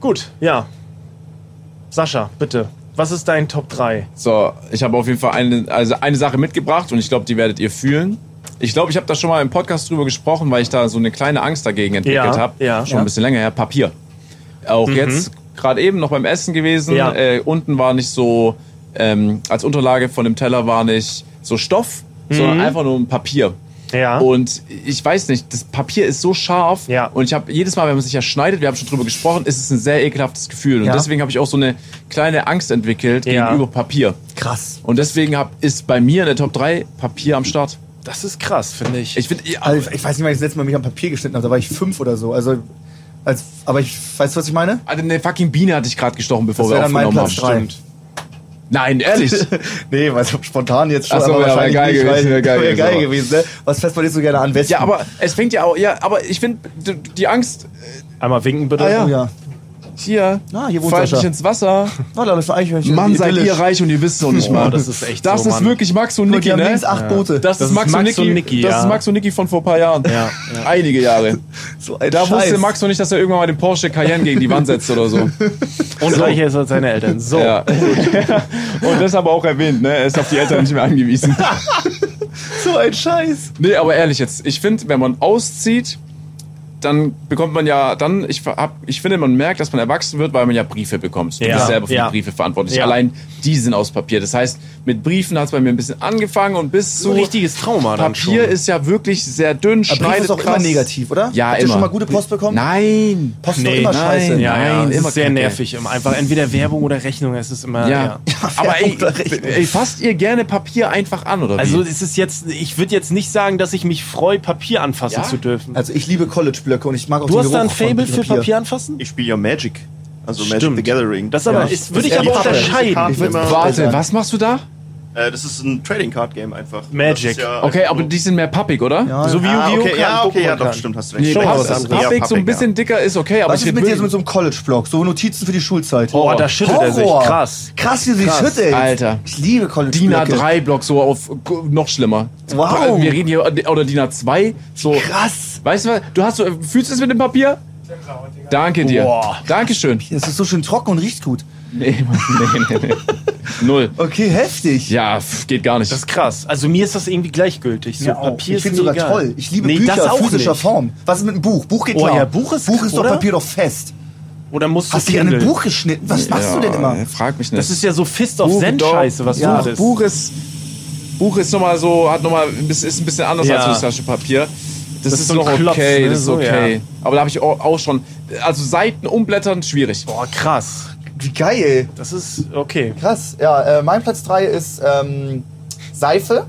S1: Gut, ja. Sascha, bitte. Was ist dein Top 3?
S3: So, ich habe auf jeden Fall eine, also eine Sache mitgebracht und ich glaube, die werdet ihr fühlen. Ich glaube, ich habe da schon mal im Podcast drüber gesprochen, weil ich da so eine kleine Angst dagegen entwickelt
S1: Ja,
S3: habe.
S1: ja.
S3: Schon
S1: Ja.
S3: ein bisschen länger her. Papier. Auch jetzt gerade eben noch beim Essen gewesen.
S1: Ja.
S3: Äh, unten war nicht so, ähm, als Unterlage von dem Teller war nicht so Stoff,
S1: Mhm.
S3: sondern einfach nur ein Papier.
S1: Ja.
S3: Und ich weiß nicht, das Papier ist so scharf.
S1: Ja.
S3: Und ich habe jedes Mal, wenn man sich ja schneidet, wir haben schon drüber gesprochen, ist es ein sehr ekelhaftes Gefühl. Und
S2: Ja.
S3: deswegen habe ich auch so eine kleine Angst entwickelt
S1: Ja.
S3: gegenüber Papier.
S2: Krass.
S3: Und deswegen hab, ist bei mir in der Top 3 Papier am Start.
S1: Das ist krass, finde ich.
S3: Ich finde,
S2: Also, ich weiß nicht, wann ich das letzte Mal mich am Papier geschnitten habe. Da war ich fünf oder so. Also, als, aber ich, weißt du, was ich meine?
S3: Alter, also eine fucking Biene hatte ich gerade gestochen, bevor
S2: Das
S3: wir
S2: wäre dann mein
S3: aufgenommen haben.
S2: Platz drei.
S3: Stimmt. Nein, ehrlich.
S2: Nee, weil so spontan jetzt schon,
S3: Ach so, ja, wär geil gewesen,
S2: weil-
S3: wär geil
S2: wär
S3: gewesen, aber-
S2: gewesen, ne? Was fässt man jetzt so gerne an? Westen?
S3: ja, aber es fängt ja auch, ja, aber ich finde, die, die Angst
S1: Einmal winken bitte.
S2: Ah, ja. Oh, ja.
S3: hier,
S2: Ah, hier wohnt
S3: fall
S2: Sascha.
S3: nicht ins Wasser.
S2: Na, damit war ich eigentlich
S3: Mann, seid
S2: idyllisch.
S3: ihr reich und ihr wisst es auch nicht
S1: Oh,
S3: mal.
S1: das ist echt
S3: Das
S1: so,
S3: ist
S1: Mann.
S3: wirklich Max und
S2: Und die
S3: Niki,
S2: haben
S3: ne?
S2: links acht Boote.
S3: Das, ist Max und Niki. das
S1: ja.
S3: ist Max und Niki von vor ein paar Jahren.
S1: Ja, ja.
S3: Einige Jahre.
S2: so ein
S3: Da
S2: Scheiß.
S3: wusste Max noch nicht, dass er irgendwann mal den Porsche Cayenne gegen die Wand setzt oder so.
S1: Und gleicher ist als seine Eltern. So.
S3: Ja. Und das aber auch erwähnt, ne? Er ist auf die Eltern nicht mehr angewiesen.
S2: So ein Scheiß.
S3: Nee, aber ehrlich jetzt, ich finde, wenn man auszieht, dann bekommt man ja dann, ich, hab, ich finde, man merkt, dass man erwachsen wird, weil man ja Briefe bekommt. Du
S1: Ja.
S3: bist selber für
S1: Ja.
S3: die Briefe verantwortlich.
S1: Ja.
S3: Allein die sind aus Papier. Das heißt, mit Briefen hat es bei mir ein bisschen angefangen und bis
S1: So
S3: zu.
S1: ein richtiges Trauma dann
S3: Papier
S1: schon.
S3: ist ja wirklich sehr
S2: Aber
S3: dünn,
S2: Brief
S3: schneidet
S2: ist auch
S3: krass.
S2: immer negativ, oder?
S3: Ja,
S2: Habt ihr
S3: immer.
S2: schon mal gute Post bekommen?
S3: Nein.
S2: Post ist doch
S1: Nee,
S2: immer scheiße.
S3: nein,
S1: ja, ja,
S3: Nein,
S1: es
S3: immer
S1: ist sehr
S3: Kacke.
S1: nervig. Immer. Einfach entweder Werbung oder Rechnung. Es ist immer.
S3: Ja. Aber ey, ey, fasst ihr gerne Papier einfach an, oder wie?
S1: Also es ist jetzt, ich würde jetzt nicht sagen, dass ich mich freue, Papier anfassen
S3: Ja?
S1: zu dürfen.
S2: Also ich liebe College-Blöcke und ich mag auch
S1: Du
S2: den
S1: hast da ein
S2: Geruch von
S1: Fable für Papier anfassen?
S6: Ich spiele ja Magic. Also Magic the Gathering.
S1: Das aber
S2: Ja.
S1: ist, würde ich
S2: Ja,
S1: aber
S2: Pappe.
S1: unterscheiden.
S6: Ich würd's
S2: immer-
S6: Wa-
S3: Warte, was machst du da?
S6: äh, das ist ein Trading Card Game einfach.
S1: Magic.
S6: Das ist ja
S3: Okay,
S6: einfach
S3: aber
S6: nur-
S3: die sind mehr pappig, oder?
S2: Ja,
S1: So wie
S6: Ah,
S1: Yu-Gi-Oh!
S6: okay, ja,
S1: kann,
S6: okay, ja,
S1: Pokémon
S6: doch,
S1: kann.
S6: stimmt, hast recht.
S3: Nee,
S6: Stimmt,
S3: papp-
S6: das ist
S3: pappig, so ein
S6: ja.
S3: bisschen dicker ist okay, aber
S2: Was
S3: ich
S2: ist
S3: rede
S2: mit dir so
S3: wirklich-
S2: mit so einem College-Block? So Notizen für die Schulzeit.
S1: Oh, da schüttelt er sich.
S2: Horror.
S1: Krass.
S2: Krass, wie du dich schüttelst.
S3: Alter.
S2: Ich liebe
S3: DIN
S2: College-Blöcke.
S3: A3-Block so auf noch schlimmer.
S2: Wow.
S3: Wir reden hier oder DIN A2 so.
S2: Krass.
S3: Weißt du, was? du hast so fühlst du es mit dem Papier? Danke dir.
S1: Boah.
S3: Dankeschön.
S2: Das ist so schön trocken und riecht gut.
S3: Nee, Mann, nee, nee, nee. Null.
S2: Okay, heftig.
S3: Ja, pff, geht gar nicht.
S1: Das ist krass. Also mir ist das irgendwie gleichgültig. So
S2: Mir auch.
S1: Papier
S2: ich
S1: ist
S2: finde
S1: mir
S2: sogar
S1: egal.
S2: toll. Ich liebe
S1: Nee, das
S2: Bücher
S1: auch
S2: physischer
S1: nicht.
S2: Form. Was ist mit einem Buch? Buch geht
S1: Oh
S2: klar.
S1: ja, Buch ist-
S2: Buch ist
S1: oder?
S2: doch Papier doch fest.
S1: Oder musst du
S2: Hast du dir an einem
S1: Kindle?
S2: Buch geschnitten? Was machst du denn immer?
S3: Frag mich nicht.
S1: Das ist ja so Fist of
S3: Buch, doch.
S1: Zen-Scheiße, was
S2: Ja,
S1: du hattest.
S3: Buch ist Buch ist nochmal so, hat nochmal ist ist ein bisschen anders
S1: Ja.
S3: als das Taschenpapier.
S1: Das
S3: Das, ist
S1: ist so ein
S3: noch okay,
S1: Klotz, ne?
S3: das ist
S1: So,
S3: okay.
S1: ja.
S3: Aber da habe ich auch, auch schon, also Seiten umblättern schwierig.
S1: Boah, krass.
S2: Wie geil.
S1: Das ist okay.
S2: Krass. Ja, äh, mein Platz 3 ist ähm, Seife.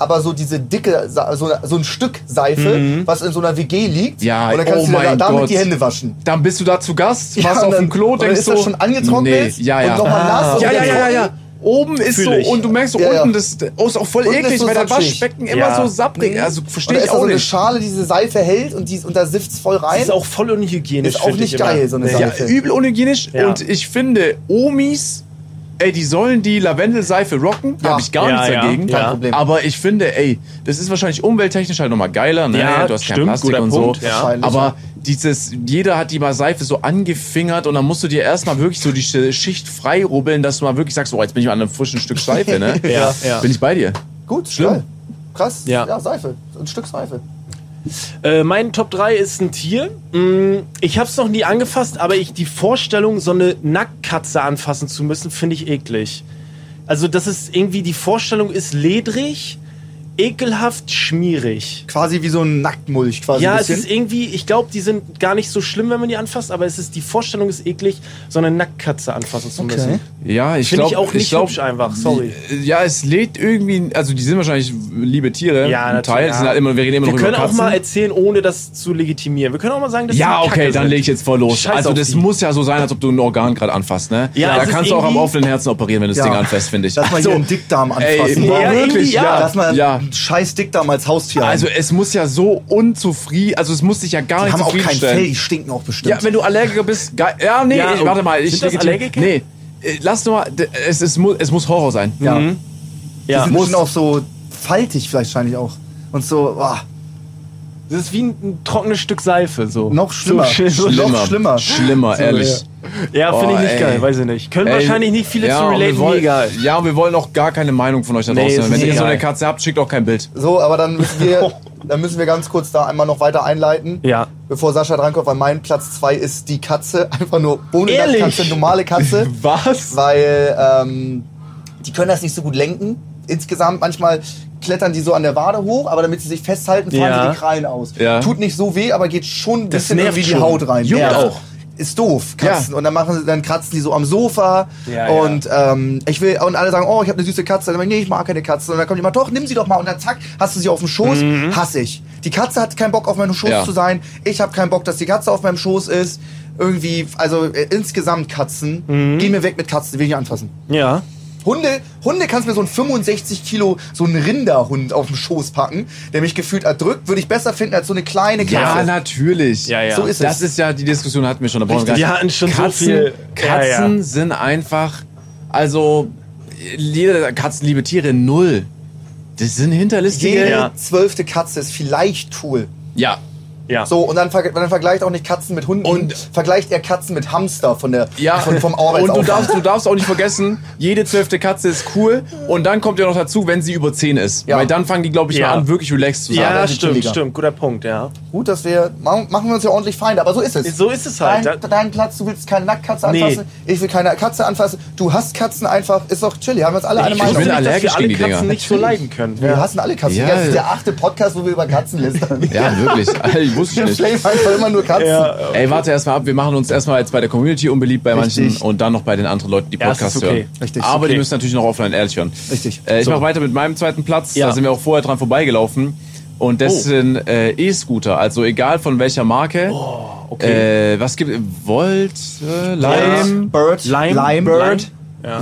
S2: Aber so diese dicke, Sa- so, so ein Stück Seife, was in so einer WG liegt.
S3: Mhm. Ja,
S2: und dann kannst du dir
S3: oh
S2: da,
S3: mein
S2: damit
S3: Gott.
S2: die Hände waschen.
S3: Dann bist du da zu Gast, warst
S2: Ja, und
S3: auf
S2: dann-
S3: dem Klo,
S2: und dann
S3: denkst
S2: ist das
S3: so,
S2: schon angetrocknet
S3: Nee, ja, ja.
S2: und nochmal nass und
S3: ja, ja,
S2: dann
S3: ja, ja, ja. Oben ist
S1: Fühl
S3: so,
S1: ich.
S3: und du merkst so
S2: Ja, ja.
S3: unten, das oh, ist auch voll
S2: Unten ist
S3: eklig,
S2: so
S3: weil das
S2: sapschig.
S3: Waschbecken immer
S1: Ja.
S3: so sapprig, also
S2: Und da
S3: verstehe
S2: ist
S3: ich
S2: da so
S3: auch
S2: eine
S3: nicht.
S2: Schale, die diese Seife hält und, die, und da sifft's voll rein.
S1: Das ist auch voll unhygienisch.
S2: Ist auch
S1: find
S2: nicht
S1: ich immer.
S2: geil, so eine Sache.
S3: Ja, übel unhygienisch
S1: Ja.
S3: und ich finde Omis, ey, die sollen die Lavendelseife rocken, da
S2: Ja.
S3: habe ich gar
S1: Ja,
S3: nichts
S1: ja.
S3: dagegen.
S1: Kein
S2: Problem.
S3: Aber ich finde, ey, das ist wahrscheinlich umwelttechnisch halt nochmal geiler, ne?
S1: Ja,
S3: du hast kein
S1: stimmt,
S3: Plastik
S1: guter
S3: und
S1: Punkt,
S3: so.
S1: ja.
S2: Wahrscheinlich,
S3: Aber dieses, jeder hat die mal Seife so angefingert und dann musst du dir erstmal wirklich so die Sch- Schicht freirubbeln, dass du mal wirklich sagst, oh, jetzt bin ich mal an einem frischen Stück Seife, ne?
S1: Ja, ja.
S3: Bin ich bei dir.
S2: Gut,
S3: Schlimm.
S2: geil. Krass.
S1: Ja.
S2: Seife. Ein Stück Seife.
S1: Äh, mein Top 3 ist ein Tier. Mm, Ich habe es noch nie angefasst, aber ich die Vorstellung, so eine Nacktkatze anfassen zu müssen, finde ich eklig. Also das ist irgendwie, die Vorstellung ist ledrig, ekelhaft, schmierig.
S4: Quasi wie so ein Nacktmulch
S3: Also
S4: quasi.
S1: ja,
S4: ein
S1: es
S4: bisschen.
S1: ist irgendwie, ich glaube, die sind gar nicht so schlimm, wenn man die anfasst, aber es ist, die Vorstellung ist eklig, so eine Nacktkatze anfassen zu müssen.
S3: Ja, ich
S1: Finde
S3: glaube
S1: ich auch nicht hübsch einfach, sorry.
S3: Ja, es lädt irgendwie, also die sind wahrscheinlich liebe Tiere.
S1: Ja,
S3: im
S1: natürlich,
S3: Teil. Es Sind
S1: ja.
S3: halt immer, wir reden immer
S1: Wir
S3: noch über
S1: können auch
S3: Katzen.
S1: mal erzählen, ohne das zu legitimieren. Wir können auch mal sagen, dass
S3: Ja,
S1: die Kacke
S3: okay, dann
S1: sind.
S3: leg ich jetzt voll los.
S1: Scheiß
S3: also
S1: auf
S3: das
S1: die.
S3: muss ja so sein, als ob du ein Organ gerade anfasst, ne?
S1: Ja,
S3: da
S1: es ist
S3: kannst du auch am
S1: irgendwie-
S3: offenen Herzen operieren, wenn du das Ding anfasst, finde ich.
S2: Lass mal
S3: so.
S2: hier einen Dickdarm
S3: Ey,
S2: anfassen.
S3: boah,
S1: Also, Ja,
S3: wirklich,
S1: irgendwie, ja.
S3: ja.
S2: Lass mal
S3: ja.
S2: einen scheiß Dickdarm als Haustier.
S3: Also
S2: haben.
S3: es muss ja so unzufrieden, also es muss dich ja gar
S2: die
S3: nicht
S2: haben auch kein Fell,
S3: zufriedenstellen.
S2: die stinken auch bestimmt.
S3: Ja, wenn du Allergiker bist, geil. Ja, nee,
S1: Ja,
S3: ich, warte mal, ich
S1: sind das
S3: legitimiere-
S1: Allergiker?
S3: Nee, äh, lass doch mal, d- es, es, muss, es muss Horror sein.
S2: ja.
S1: Mhm. Ja.
S2: Die sind auch so faltig vielleicht wahrscheinlich auch. Und so, ah,
S1: Das ist wie ein, ein trockenes Stück Seife. So.
S2: noch schlimmer.
S1: schön-
S2: Noch schlimmer.
S3: Schlimmer, ehrlich.
S1: Ja, finde ich
S3: Oh,
S1: nicht
S3: ey.
S1: geil, weiß ich nicht. Können
S3: Ey,
S1: wahrscheinlich nicht viele
S3: ja,
S1: zu
S3: und wir
S1: relaten, mir
S3: wollen-
S1: egal.
S3: Ja, und wir wollen auch gar keine Meinung von euch da
S1: Nee,
S3: draußen.
S1: ist
S3: Wenn
S1: mir
S3: ihr so
S1: egal.
S3: eine Katze habt, schickt auch kein Bild.
S2: So, aber dann müssen wir, dann müssen wir ganz kurz da einmal noch weiter einleiten.
S1: Ja.
S2: Bevor Sascha drankommt, weil mein Platz 2 ist die Katze. Einfach nur ohne
S1: Ehrlich?
S2: Katze, normale Katze.
S3: Was?
S2: weil ähm, die können das nicht so gut lenken. Insgesamt manchmal klettern die so an der Wade hoch, aber damit sie sich festhalten, fahren
S1: Ja.
S2: sie die Krallen aus.
S3: Ja.
S2: Tut nicht so weh, aber geht schon ein
S1: Das
S2: bisschen
S1: nervt
S2: irgendwie die
S1: schon.
S2: Haut rein.
S1: Juckt
S2: Nervt.
S1: auch.
S2: Ist doof, Katzen.
S3: Ja.
S2: Und dann machen sie, dann kratzen die so am Sofa.
S1: Ja, ja.
S2: und ähm, ich will, und alle sagen, oh, ich habe eine süße Katze. Und dann, nee, ich mag keine Katze. Und dann kommt jemand, doch, nimm sie doch mal. Und dann zack, hast du sie auf dem Schoß, hass ich. Die Katze hat keinen Bock, auf meinem Schoß
S3: Mhm. Ja.
S2: zu sein. Ich habe keinen Bock, dass die Katze auf meinem Schoß ist. Irgendwie, also äh, insgesamt Katzen.
S3: Mhm.
S2: Geh mir weg mit Katzen, die will ich nicht anfassen.
S1: Ja.
S2: Hunde, Hunde kannst mir so einen 65 Kilo, so einen Rinderhund auf den Schoß packen, der mich gefühlt erdrückt, würde ich besser finden als so eine kleine
S3: Ja,
S2: Katze.
S3: natürlich.
S1: Ja, ja.
S2: So ist es.
S3: das ist ja, die Diskussion hatten wir schon. Da brauchen
S1: Richtig.
S3: gar
S1: Wir hatten schon so
S3: Katzen,
S1: viel-
S3: Katzen
S1: Ja, ja.
S3: sind einfach, also, jeder der Katzen liebe Tiere, null. Das sind hinterlistige.
S2: Jede
S1: Ja.
S2: zwölfte Katze ist vielleicht Tool.
S3: ja.
S1: Ja.
S2: So, und dann, ver dann vergleicht auch nicht Katzen mit Hunden,
S3: Und-
S2: vergleicht er Katzen mit Hamster von der,
S3: Ja,
S2: von, vom
S3: und du
S2: Arbeitsaufwand.
S3: darfst, du darfst auch nicht vergessen, jede zwölfte Katze ist cool. Und dann kommt ja noch dazu, wenn sie über zehn ist.
S2: Ja.
S3: Weil dann fangen die, glaube ich,
S1: Ja.
S3: mal an, wirklich relaxed zu sein.
S1: ja,
S2: dann sind die
S1: stimmt,
S2: Liga.
S1: stimmt. Guter Punkt, ja.
S2: Gut, dass wir, ma- machen wir uns ja ordentlich Feinde, aber so ist es.
S1: So ist es halt.
S2: Dein,
S1: Da-
S2: dein Platz, du willst keine Nacktkatze
S1: Nee.
S2: anfassen, ich will keine Katze anfassen, du hast Katzen einfach, ist doch chillig, haben wir uns alle eine
S1: ich
S2: Meinung.
S1: finde,
S3: bin
S1: dass
S3: allergisch
S1: wir alle
S3: gegen die
S1: Katzen
S3: Dinger.
S1: nicht so leiden können.
S2: Wir hassen alle Katzen.
S3: Ja.
S2: Das ist der achte Podcast, wo wir über Katzen lästern.
S3: Ja, wirklich. Ich wusste
S2: Wir
S3: ich nicht.
S2: flamen einfach immer nur Katzen.
S3: Ey, warte erstmal ab. Wir machen uns erstmal jetzt bei der Community unbeliebt bei manchen und dann noch bei den anderen Leuten, die
S1: Ja, das ist
S3: Podcasts
S1: okay.
S3: hören.
S2: Richtig,
S3: Aber
S1: okay.
S3: die müssen natürlich noch offline ehrlich hören.
S2: Richtig.
S3: Äh, ich mache weiter mit meinem zweiten Platz.
S1: Ja. Oh.
S3: Da sind wir auch vorher dran vorbeigelaufen. Und das sind äh, E-Scooter. Also egal von welcher Marke.
S1: Oh,
S3: okay. Äh, was gibt Volt, äh, Lime,
S2: Bird,
S1: Lime,
S2: Lime, Bird,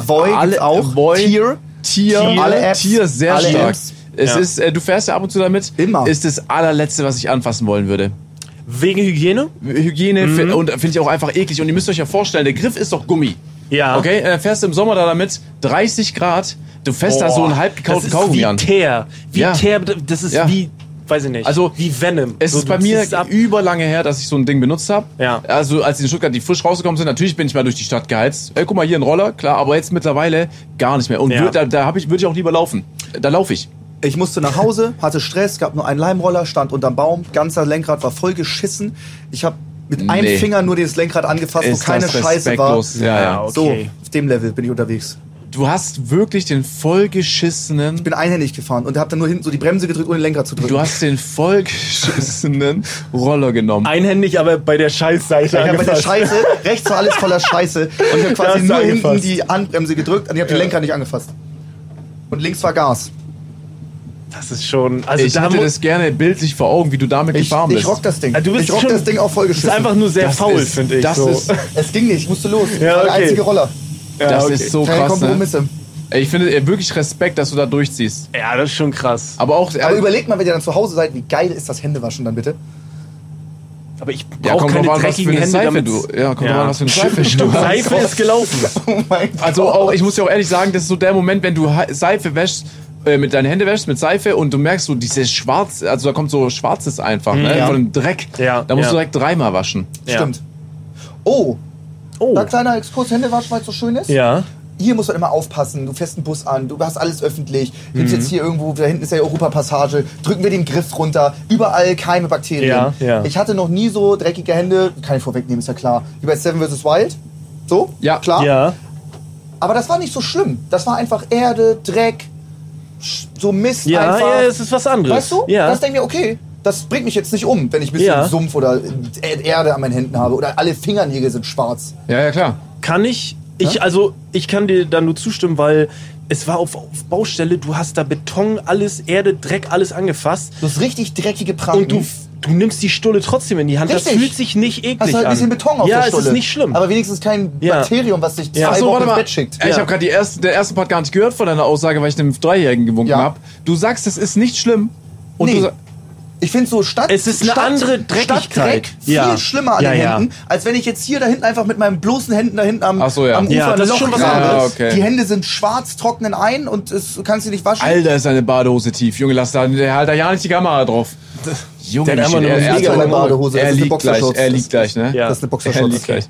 S2: Voi gibt's auch,
S3: Boy,
S2: Tier.
S3: Tier,
S2: Tier, alle Apps,
S3: Tier ist sehr
S2: alle
S3: stark.
S2: Apps.
S3: Es
S1: Ja.
S3: ist, äh, du fährst ja ab und zu damit.
S2: Immer.
S3: Ist das allerletzte, was ich anfassen wollen würde.
S1: Wegen Hygiene? Mhm.
S3: Hygiene fi- und finde ich auch einfach eklig. Und ihr müsst euch ja vorstellen, der Griff ist doch Gummi.
S1: Ja.
S3: Okay, dann fährst du im Sommer da damit, 30 Grad, du fährst da so einen halb gekauten
S1: Das
S3: Kaugummi
S1: ist
S3: an.
S1: wie Teer. Wie
S3: Ja.
S1: Teer, das ist
S3: Ja.
S1: wie weiß ich nicht.
S3: Also,
S1: wie Venom.
S3: Es
S1: So,
S3: ist
S1: du
S3: bei mir
S1: ziehst ab.
S3: überlange her, dass ich so ein Ding benutzt habe.
S1: Ja.
S3: Also als die in Stuttgart die frisch rausgekommen sind, natürlich bin ich mal durch die Stadt geheizt. Ey, guck mal, hier ein Roller, klar, aber jetzt mittlerweile gar nicht mehr. Und
S1: Ja.
S3: würd, da, da hab ich, würde ich auch lieber laufen. Da laufe ich.
S2: Ich musste nach Hause, hatte Stress, gab nur einen Leimroller, stand unterm Baum, ganzer Lenkrad war voll geschissen. Ich habe mit einem
S3: Nee.
S2: Finger nur das Lenkrad angefasst, wo
S3: Ist
S2: keine
S3: das
S2: Scheiße war.
S3: respektlos. Ja, ja.
S1: okay.
S2: So, auf dem Level bin ich unterwegs.
S3: Du hast wirklich den vollgeschissenen.
S2: Bin einhändig gefahren und habe dann nur hinten so die Bremse gedrückt, ohne Lenkrad zu drücken.
S3: Du hast den vollgeschissenen Roller genommen.
S1: Einhändig, aber bei der Scheißseite
S2: ich habe bei der
S1: angefasst.
S2: Scheiße, rechts war alles voller Scheiße und ich habe
S1: Da hast du
S2: quasi nur hinten
S1: angefasst.
S2: die Handbremse gedrückt und ich habe den Lenkrad nicht angefasst. Und links war Gas.
S1: Das ist schon. Also
S3: Ich
S1: da
S3: hätte
S1: mu-
S3: das gerne bildlich vor Augen, wie du damit
S2: Ich,
S3: gefahren bist.
S2: ich rock das Ding.
S1: Also du bist
S2: ich rock
S1: schon-
S2: das Ding auch voll
S1: das ist
S2: geschissen.
S1: einfach nur sehr
S3: Das
S1: faul,
S3: ist-
S1: finde ich.
S3: das
S1: so.
S3: ist-
S2: es ging nicht, ich musste los. Ich
S1: Ja,
S2: war der
S1: okay.
S2: einzige Roller.
S3: das
S1: okay.
S3: ist so
S2: Keine
S3: krass. Ne?
S2: Kompromisse.
S3: Ey, Ich finde ey, wirklich Respekt, dass du da durchziehst.
S1: ja, das ist schon krass.
S3: Aber auch. also,
S2: Aber überlegt mal, wenn ihr dann zu Hause seid, wie geil ist das Händewaschen dann bitte?
S1: Aber ich brauche
S3: ja, kommt
S1: keine
S3: drauf an, was für
S1: dreckigen
S3: eine
S1: Hände
S3: Seife
S1: damit.
S3: du. Ja, kommt drauf an, was für eine Seife
S1: Stimmt,
S3: du.
S1: Seife ist gelaufen.
S2: Oh mein Gott.
S3: Also auch, ich muss ja auch ehrlich sagen, das ist so der Moment, wenn du Ha- Seife wäschst, äh, mit deinen Händen wäschst mit Seife und du merkst so dieses Schwarz, also da kommt so Schwarzes einfach, ne?
S2: ja.
S3: Von dem Dreck.
S1: Mhm, Ja,
S3: Da musst
S1: ja.
S3: du direkt dreimal waschen.
S2: Stimmt. Oh,
S1: Oh.
S2: da kleiner Exkurs, Händewaschen, weil es so schön ist.
S1: Ja.
S2: Hier muss man immer aufpassen, du fährst einen Bus an, du hast alles öffentlich, gibt's
S1: Mhm.
S2: jetzt hier irgendwo, da hinten ist ja die Europapassage, drücken wir den Griff runter, überall Keime, Bakterien.
S1: Ja, ja.
S2: Ich hatte noch nie so dreckige Hände, kann ich vorwegnehmen, ist ja klar, wie bei Seven vs. Wild, so,
S3: Ja.
S2: klar.
S1: Ja.
S2: Aber das war nicht so schlimm, das war einfach Erde, Dreck, sch- so Mist
S1: Ja,
S2: einfach.
S1: ja, es ist was anderes.
S2: Weißt du?
S1: Ja.
S2: Das denke ich mir, okay, das bringt mich jetzt nicht um, wenn ich ein bisschen
S1: Ja.
S2: Sumpf oder äh, Erde an meinen Händen habe oder alle Fingernägel sind schwarz.
S3: Ja, ja, klar.
S1: kann ich, ich also ich kann dir da nur zustimmen, weil es war auf, auf Baustelle, du hast da Beton, alles, Erde, Dreck, alles angefasst
S2: Du hast richtig dreckige Pranken.
S1: und du, du nimmst die Stulle trotzdem in die Hand. Das
S2: Richtig.
S1: fühlt sich nicht eklig
S2: hast halt ein
S1: an.
S2: bisschen Beton auf
S1: ja,
S2: der Stulle.
S1: es ist nicht schlimm.
S2: Aber wenigstens kein
S1: Ja.
S2: Bakterium, was dich zwei
S1: Ja. Ach
S3: Achso,
S2: Wochen
S3: warte
S2: ins
S3: mal.
S2: Bett schickt.
S3: Ey, Ich
S1: Ja.
S3: habe gerade die erste, den ersten Part gar nicht gehört von deiner Aussage, weil ich dem Dreijährigen gewunken
S2: Ja.
S3: hab. Du sagst, es ist nicht schlimm. Und
S2: Nee.
S3: du sa-
S2: Ich finde so Stadt,
S1: Es ist eine
S2: Stadt,
S1: andere Dreckigkeit.
S2: Stadtdreck viel
S1: Ja.
S2: schlimmer an
S1: Ja,
S2: den
S1: ja.
S2: Händen, als wenn ich jetzt hier da hinten einfach mit meinen bloßen Händen da hinten am,
S3: Ach so, ja.
S2: am Ufer
S1: Ja,
S2: ein
S1: das ist
S2: Loch
S1: schon was
S2: grabe.
S3: anderes. Ja, okay.
S2: Die Hände sind schwarz, trocknen ein und es, du kannst sie nicht waschen.
S3: Alter, ist deine Badehose tief. Junge, lass da, der halt da ja nicht die Kamera drauf. Junge,
S1: Der hat einfach
S3: Michel,
S1: nur eine
S3: er- er-
S2: mega
S3: er-
S2: lange Badehose. Das
S3: Er
S2: ist eine
S3: liegt gleich,
S2: Boxershorts.
S3: er
S2: Das-
S3: liegt gleich, ne?
S1: Ja.
S2: Das ist eine
S3: Er
S2: Boxershorts.
S3: liegt gleich.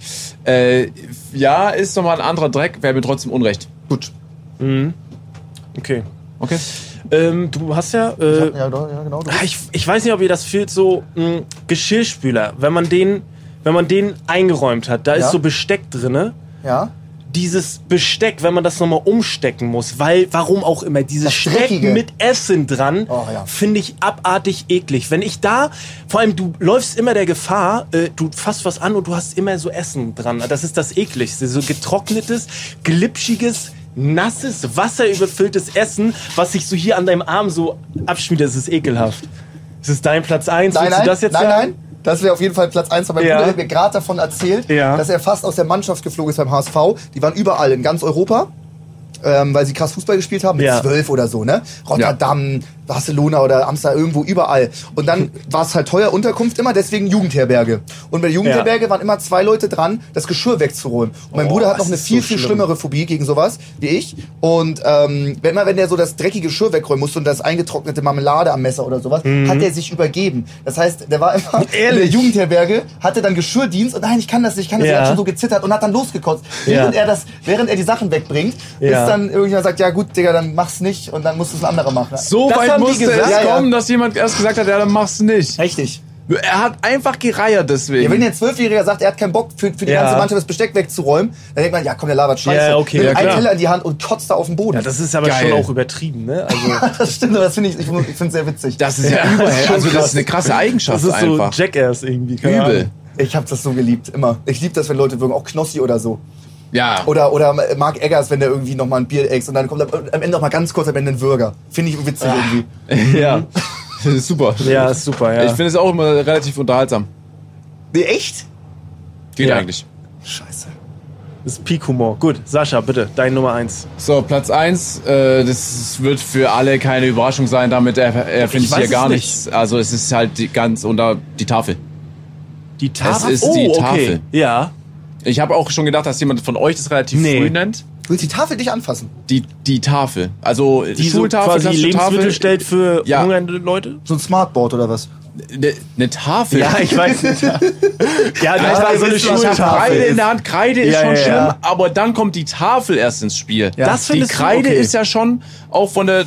S3: Äh, ja, ist nochmal ein anderer Dreck, wäre mir trotzdem unrecht.
S2: Gut.
S1: okay.
S3: Okay.
S1: Ähm, du hast ja. Äh,
S2: Ja, doch, ja, genau. Du
S1: Ah, Ich, ich weiß nicht, ob ihr das fühlt, so mh, Geschirrspüler, wenn man den, wenn man den eingeräumt hat, da
S2: Ja.
S1: ist so Besteck drinne.
S2: Ja.
S1: Dieses Besteck, wenn man das nochmal umstecken muss, weil, warum auch immer, dieses
S2: Das
S1: Stecken
S2: Dreckige.
S1: mit Essen dran,
S2: Oh, ja.
S1: finde ich abartig eklig. Wenn ich da, vor allem du läufst immer der Gefahr, äh, du fasst was an und du hast immer so Essen dran. Das ist das ekligste, so getrocknetes, glitschiges, nasses, wasserüberfülltes Essen, was sich so hier an deinem Arm so abschmiert. Das ist ekelhaft. Ist es dein Platz eins?
S2: Nein,
S1: Willst
S2: nein,
S1: du das jetzt
S2: nein,
S1: sagen?
S2: nein. Das wäre auf jeden Fall Platz 1. Mein
S1: Ja.
S2: Bruder hat mir gerade davon erzählt,
S1: Ja.
S2: dass er fast aus der Mannschaft geflogen ist beim HSV. Die waren überall in ganz Europa, ähm, weil sie krass Fußball gespielt haben, mit
S1: Ja.
S2: zwölf oder so, ne? Rotterdam, Barcelona oder Amsterdam, irgendwo überall. Und dann war es halt teuer, Unterkunft immer, deswegen Jugendherberge. Und bei der Jugendherberge waren immer zwei Leute dran, das Geschirr wegzuräumen. Und mein
S1: Oh,
S2: Bruder hat noch
S1: das
S2: eine
S1: ist
S2: viel,
S1: so
S2: viel
S1: schlimm.
S2: schlimmere Phobie gegen sowas wie ich. Und ähm, wenn mal, wenn der so das dreckige Geschirr wegräumen musste und das eingetrocknete Marmelade am Messer oder sowas,
S1: Mhm.
S2: hat er sich übergeben. Das heißt, der war immer in der Jugendherberge, hatte dann Geschirrdienst und nein, ich kann das nicht, ich kann das nicht.
S1: Ja.
S2: Er hat schon so gezittert und hat dann losgekotzt.
S1: Ja.
S2: Während, er das, während er die Sachen wegbringt,
S1: Ja.
S2: bis dann irgendjemand sagt, ja gut, Digga, dann mach's nicht und dann muss es ein anderer machen.
S3: So
S1: Das
S3: weit
S1: haben die
S3: musste
S1: gesagt?
S3: es
S2: Ja, ja.
S3: kommen, dass jemand erst gesagt hat, ja, dann mach's nicht.
S2: Richtig.
S3: Er hat einfach gereiert
S2: Ja,
S3: deswegen.
S2: wenn der Zwölfjähriger sagt, er hat keinen Bock für, für die
S1: Ja.
S2: ganze Mannschaft das Besteck wegzuräumen, dann denkt man, ja komm, der labert scheiße.
S1: Ja, okay,
S2: Nimmt
S1: ja,
S2: einen
S1: klar.
S2: Teller in die Hand und kotzt da auf den Boden.
S1: Ja, das ist aber
S3: Geil.
S1: schon auch übertrieben, ne? Also,
S2: das stimmt, aber das finde ich, ich, ich finde es sehr witzig.
S3: das ist ja,
S1: das ist
S3: überall.
S1: schon
S3: also, das
S1: krass.
S3: ist eine krasse
S1: das
S3: Eigenschaft
S1: ist so
S3: einfach.
S1: Jackass irgendwie. keine
S3: Übel.
S1: Ahnung.
S2: Ich habe das so geliebt, immer. Ich liebe das, wenn Leute wirken, auch Knossi oder so.
S3: Ja.
S2: Oder, oder Mark Eggers, wenn der irgendwie nochmal ein Bier ex und dann kommt am am Ende nochmal ganz kurz am Ende ein Würger. Finde ich witzig
S1: Ah.
S2: irgendwie.
S3: ja. Das ist super.
S1: Mhm. Ja, ist super, ja.
S3: Ich finde es auch immer relativ unterhaltsam.
S2: Nee, echt?
S3: Geht
S1: Ja.
S3: eigentlich.
S2: Scheiße.
S1: Das ist Peak-Humor. Gut, Sascha, bitte, dein Nummer eins.
S3: So, Platz 1, äh, das wird für alle keine Überraschung sein, damit er-
S1: Ich
S3: erfinde ich
S1: weiß
S3: hier
S1: es
S3: gar
S1: nicht.
S3: nichts. Also es ist halt die, ganz unter die Tafel.
S1: Die Tafel. Oh,
S3: Es ist die Tafel.
S1: Ja.
S3: Ich habe auch schon gedacht, dass jemand von euch das relativ
S1: Nee.
S3: früh nennt.
S2: Willst die Tafel dich anfassen?
S3: Die, die Tafel. Also die,
S1: Die so
S3: Schultafel,
S1: quasi
S3: klassische
S1: Lebensmittel
S3: Tafel.
S1: stellt für
S3: Ja.
S1: hungernde Leute?
S2: So ein Smartboard oder was?
S3: Eine ne Tafel.
S1: Ja, ich weiß nicht. Ja, das
S3: Also,
S1: war so eine
S3: ich hab
S1: Schultafel.
S3: Kreide in der Hand. Kreide ist
S1: Ja,
S3: schon
S1: ja,
S3: schlimm,
S1: ja.
S3: aber dann kommt die Tafel erst ins Spiel.
S1: Das
S3: die
S1: findest du
S3: Kreide
S1: okay.
S3: ist ja schon auch von der äh,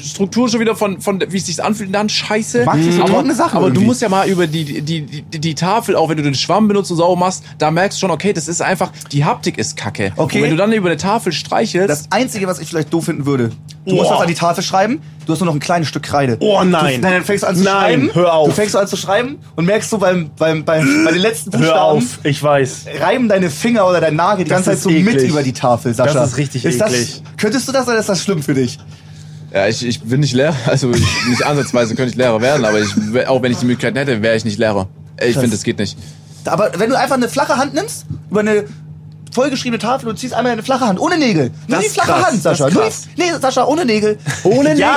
S3: Struktur schon wieder von, von der- wie es sich anfühlt, dann scheiße.
S2: Max, das sind trockene Sachen
S3: aber du
S2: irgendwie.
S3: musst ja mal über die, die, die, die, die Tafel, auch wenn du den Schwamm benutzt und sauber machst, da merkst du schon, okay, das ist einfach, die Haptik ist kacke.
S2: Okay.
S3: Und wenn du dann über der Tafel streichelst,
S2: Das Einzige, was ich vielleicht doof finden würde. Du musst
S1: Boah.
S2: das an die Tafel schreiben, du hast nur noch ein kleines Stück Kreide.
S1: Oh
S2: Du,
S1: nein.
S2: nein, dann fängst du an zu
S1: Nein,
S2: schreiben.
S1: hör auf.
S2: Du fängst an zu schreiben und merkst so beim, beim, beim, bei den letzten Buchstaben.
S1: Hör auf, ich weiß.
S2: reiben deine Finger oder dein Nagel die
S1: Das
S2: ganze Zeit
S1: ist
S2: so mit
S1: eklig.
S2: über die Tafel, Sascha.
S1: Das ist richtig
S2: das,
S1: eklig.
S2: Könntest du das oder ist das schlimm für dich?
S3: Ja, ich, ich bin nicht Lehrer, also ich, nicht ansatzweise könnte ich Lehrer werden, aber ich, wär- auch wenn ich die Möglichkeit hätte, wäre ich nicht Lehrer. Ich finde, das geht nicht.
S2: Aber wenn du einfach eine flache Hand nimmst, über eine vollgeschriebene Tafel und ziehst einmal eine flache Hand, ohne Nägel. Nur
S1: Das
S2: die
S1: ist
S2: flache
S1: krass,
S2: Hand,
S1: das ist
S2: Sascha. Nur die,
S1: krass. Oh.
S2: nee, Sascha, ohne Nägel. Ohne
S1: Ja,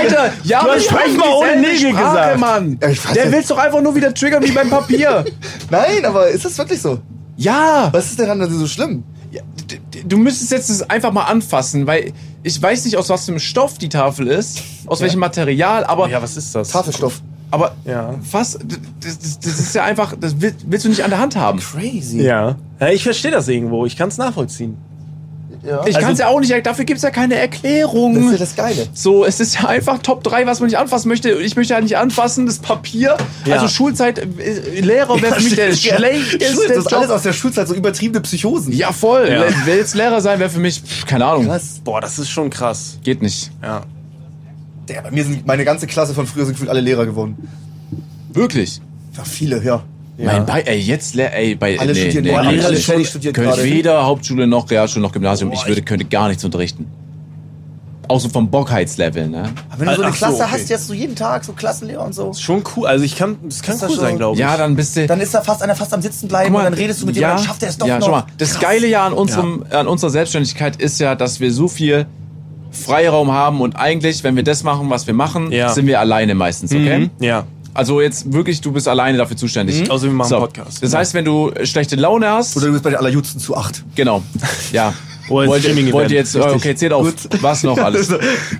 S3: Alter, ja,
S1: Du
S3: aber
S1: hast
S3: ich hab
S1: Sprechmal ohne
S3: dieselbe
S1: Nägel
S3: Sprache,
S1: gesagt.
S3: Mann.
S2: Ja, Oh, ich weiß
S3: Der
S2: ja-
S3: will's doch einfach nur wieder triggern wie beim Papier.
S2: Nein, aber ist das wirklich so?
S3: ja.
S2: Was ist denn daran so schlimm?
S3: Ja, d- d- Du müsstest jetzt das einfach mal anfassen, weil ich weiß nicht, aus was für einem Stoff die Tafel ist, aus welchem Material, aber,
S1: Ja, was ist das?
S2: Tafelstoff.
S3: aber
S1: Ja.
S3: was, d- das, das, das ist ja einfach, das will- willst du nicht an der Hand haben.
S2: Crazy.
S1: Ja. ja ich verstehe das irgendwo. Ich kann es nachvollziehen.
S3: Ich
S1: Also-
S3: kann's ja auch nicht, dafür gibt's ja keine Erklärung.
S2: Das ist ja das Geile.
S3: So, es ist ja einfach Top 3, was man nicht anfassen möchte. Ich möchte halt nicht anfassen, das Papier.
S1: Ja.
S3: Also Schulzeit, äh, Lehrer wäre für mich der
S2: Schlimm,
S3: schlechteste
S2: das ist alles
S3: Job.
S2: aus der Schulzeit, so übertriebene Psychosen.
S3: Ja, voll.
S1: Ja.
S3: Le- Willst Lehrer sein, wäre für mich, pff, keine Ahnung,
S2: Krass.
S1: Boah, das ist schon krass.
S3: geht nicht.
S1: Ja.
S2: Der, bei mir sind meine ganze Klasse von früher sind gefühlt alle Lehrer geworden.
S3: Wirklich.
S2: Ja, viele, ja.
S3: Mein bei, ey, jetzt, Lehr- ey, bei,
S2: Alle
S3: nee,
S2: studieren
S3: nee,
S2: noch.
S3: nee,
S2: Alle
S3: nee,
S2: studieren
S3: Schule-
S2: studieren
S3: könnte
S2: gerade.
S3: weder Hauptschule noch Realschule noch Gymnasium. ich würde, könnte gar nichts unterrichten. Außer vom Bockheitslevel, ne?
S2: Aber wenn du so eine
S1: Ach so,
S2: Klasse
S1: okay.
S2: hast, die hast du jeden Tag so Klassenlehrer und so.
S1: Schon cool. Also ich kann, es kann
S2: Ist das
S1: cool sein,
S2: schon-
S1: glaube Oh, ich.
S3: Ja, dann bist du,
S2: Dann ist da fast einer fast am Sitzen bleiben und dann redest du mit dem,
S3: ja,
S2: dann schafft er es doch
S3: ja,
S2: noch.
S3: Schau mal, das
S2: Krass.
S3: Geile ja an, unserem, an unserer Selbstständigkeit ist ja, dass wir so viel Freiraum haben und eigentlich, wenn wir das machen, was wir machen,
S1: Ja.
S3: sind wir alleine meistens, okay?
S1: Mhm. Ja.
S3: Also jetzt wirklich, du bist alleine dafür zuständig.
S1: Mhm. Also wir machen Podcast.
S3: Das heißt, wenn du schlechte Laune hast,
S2: Oder du bist bei den Allerjudsten zu acht.
S3: genau, ja.
S1: Oder ins
S3: Wollt,
S1: Streaming-Event.
S3: wollt ihr jetzt,
S1: Richtig.
S3: okay, zählt auf, was noch alles?
S2: du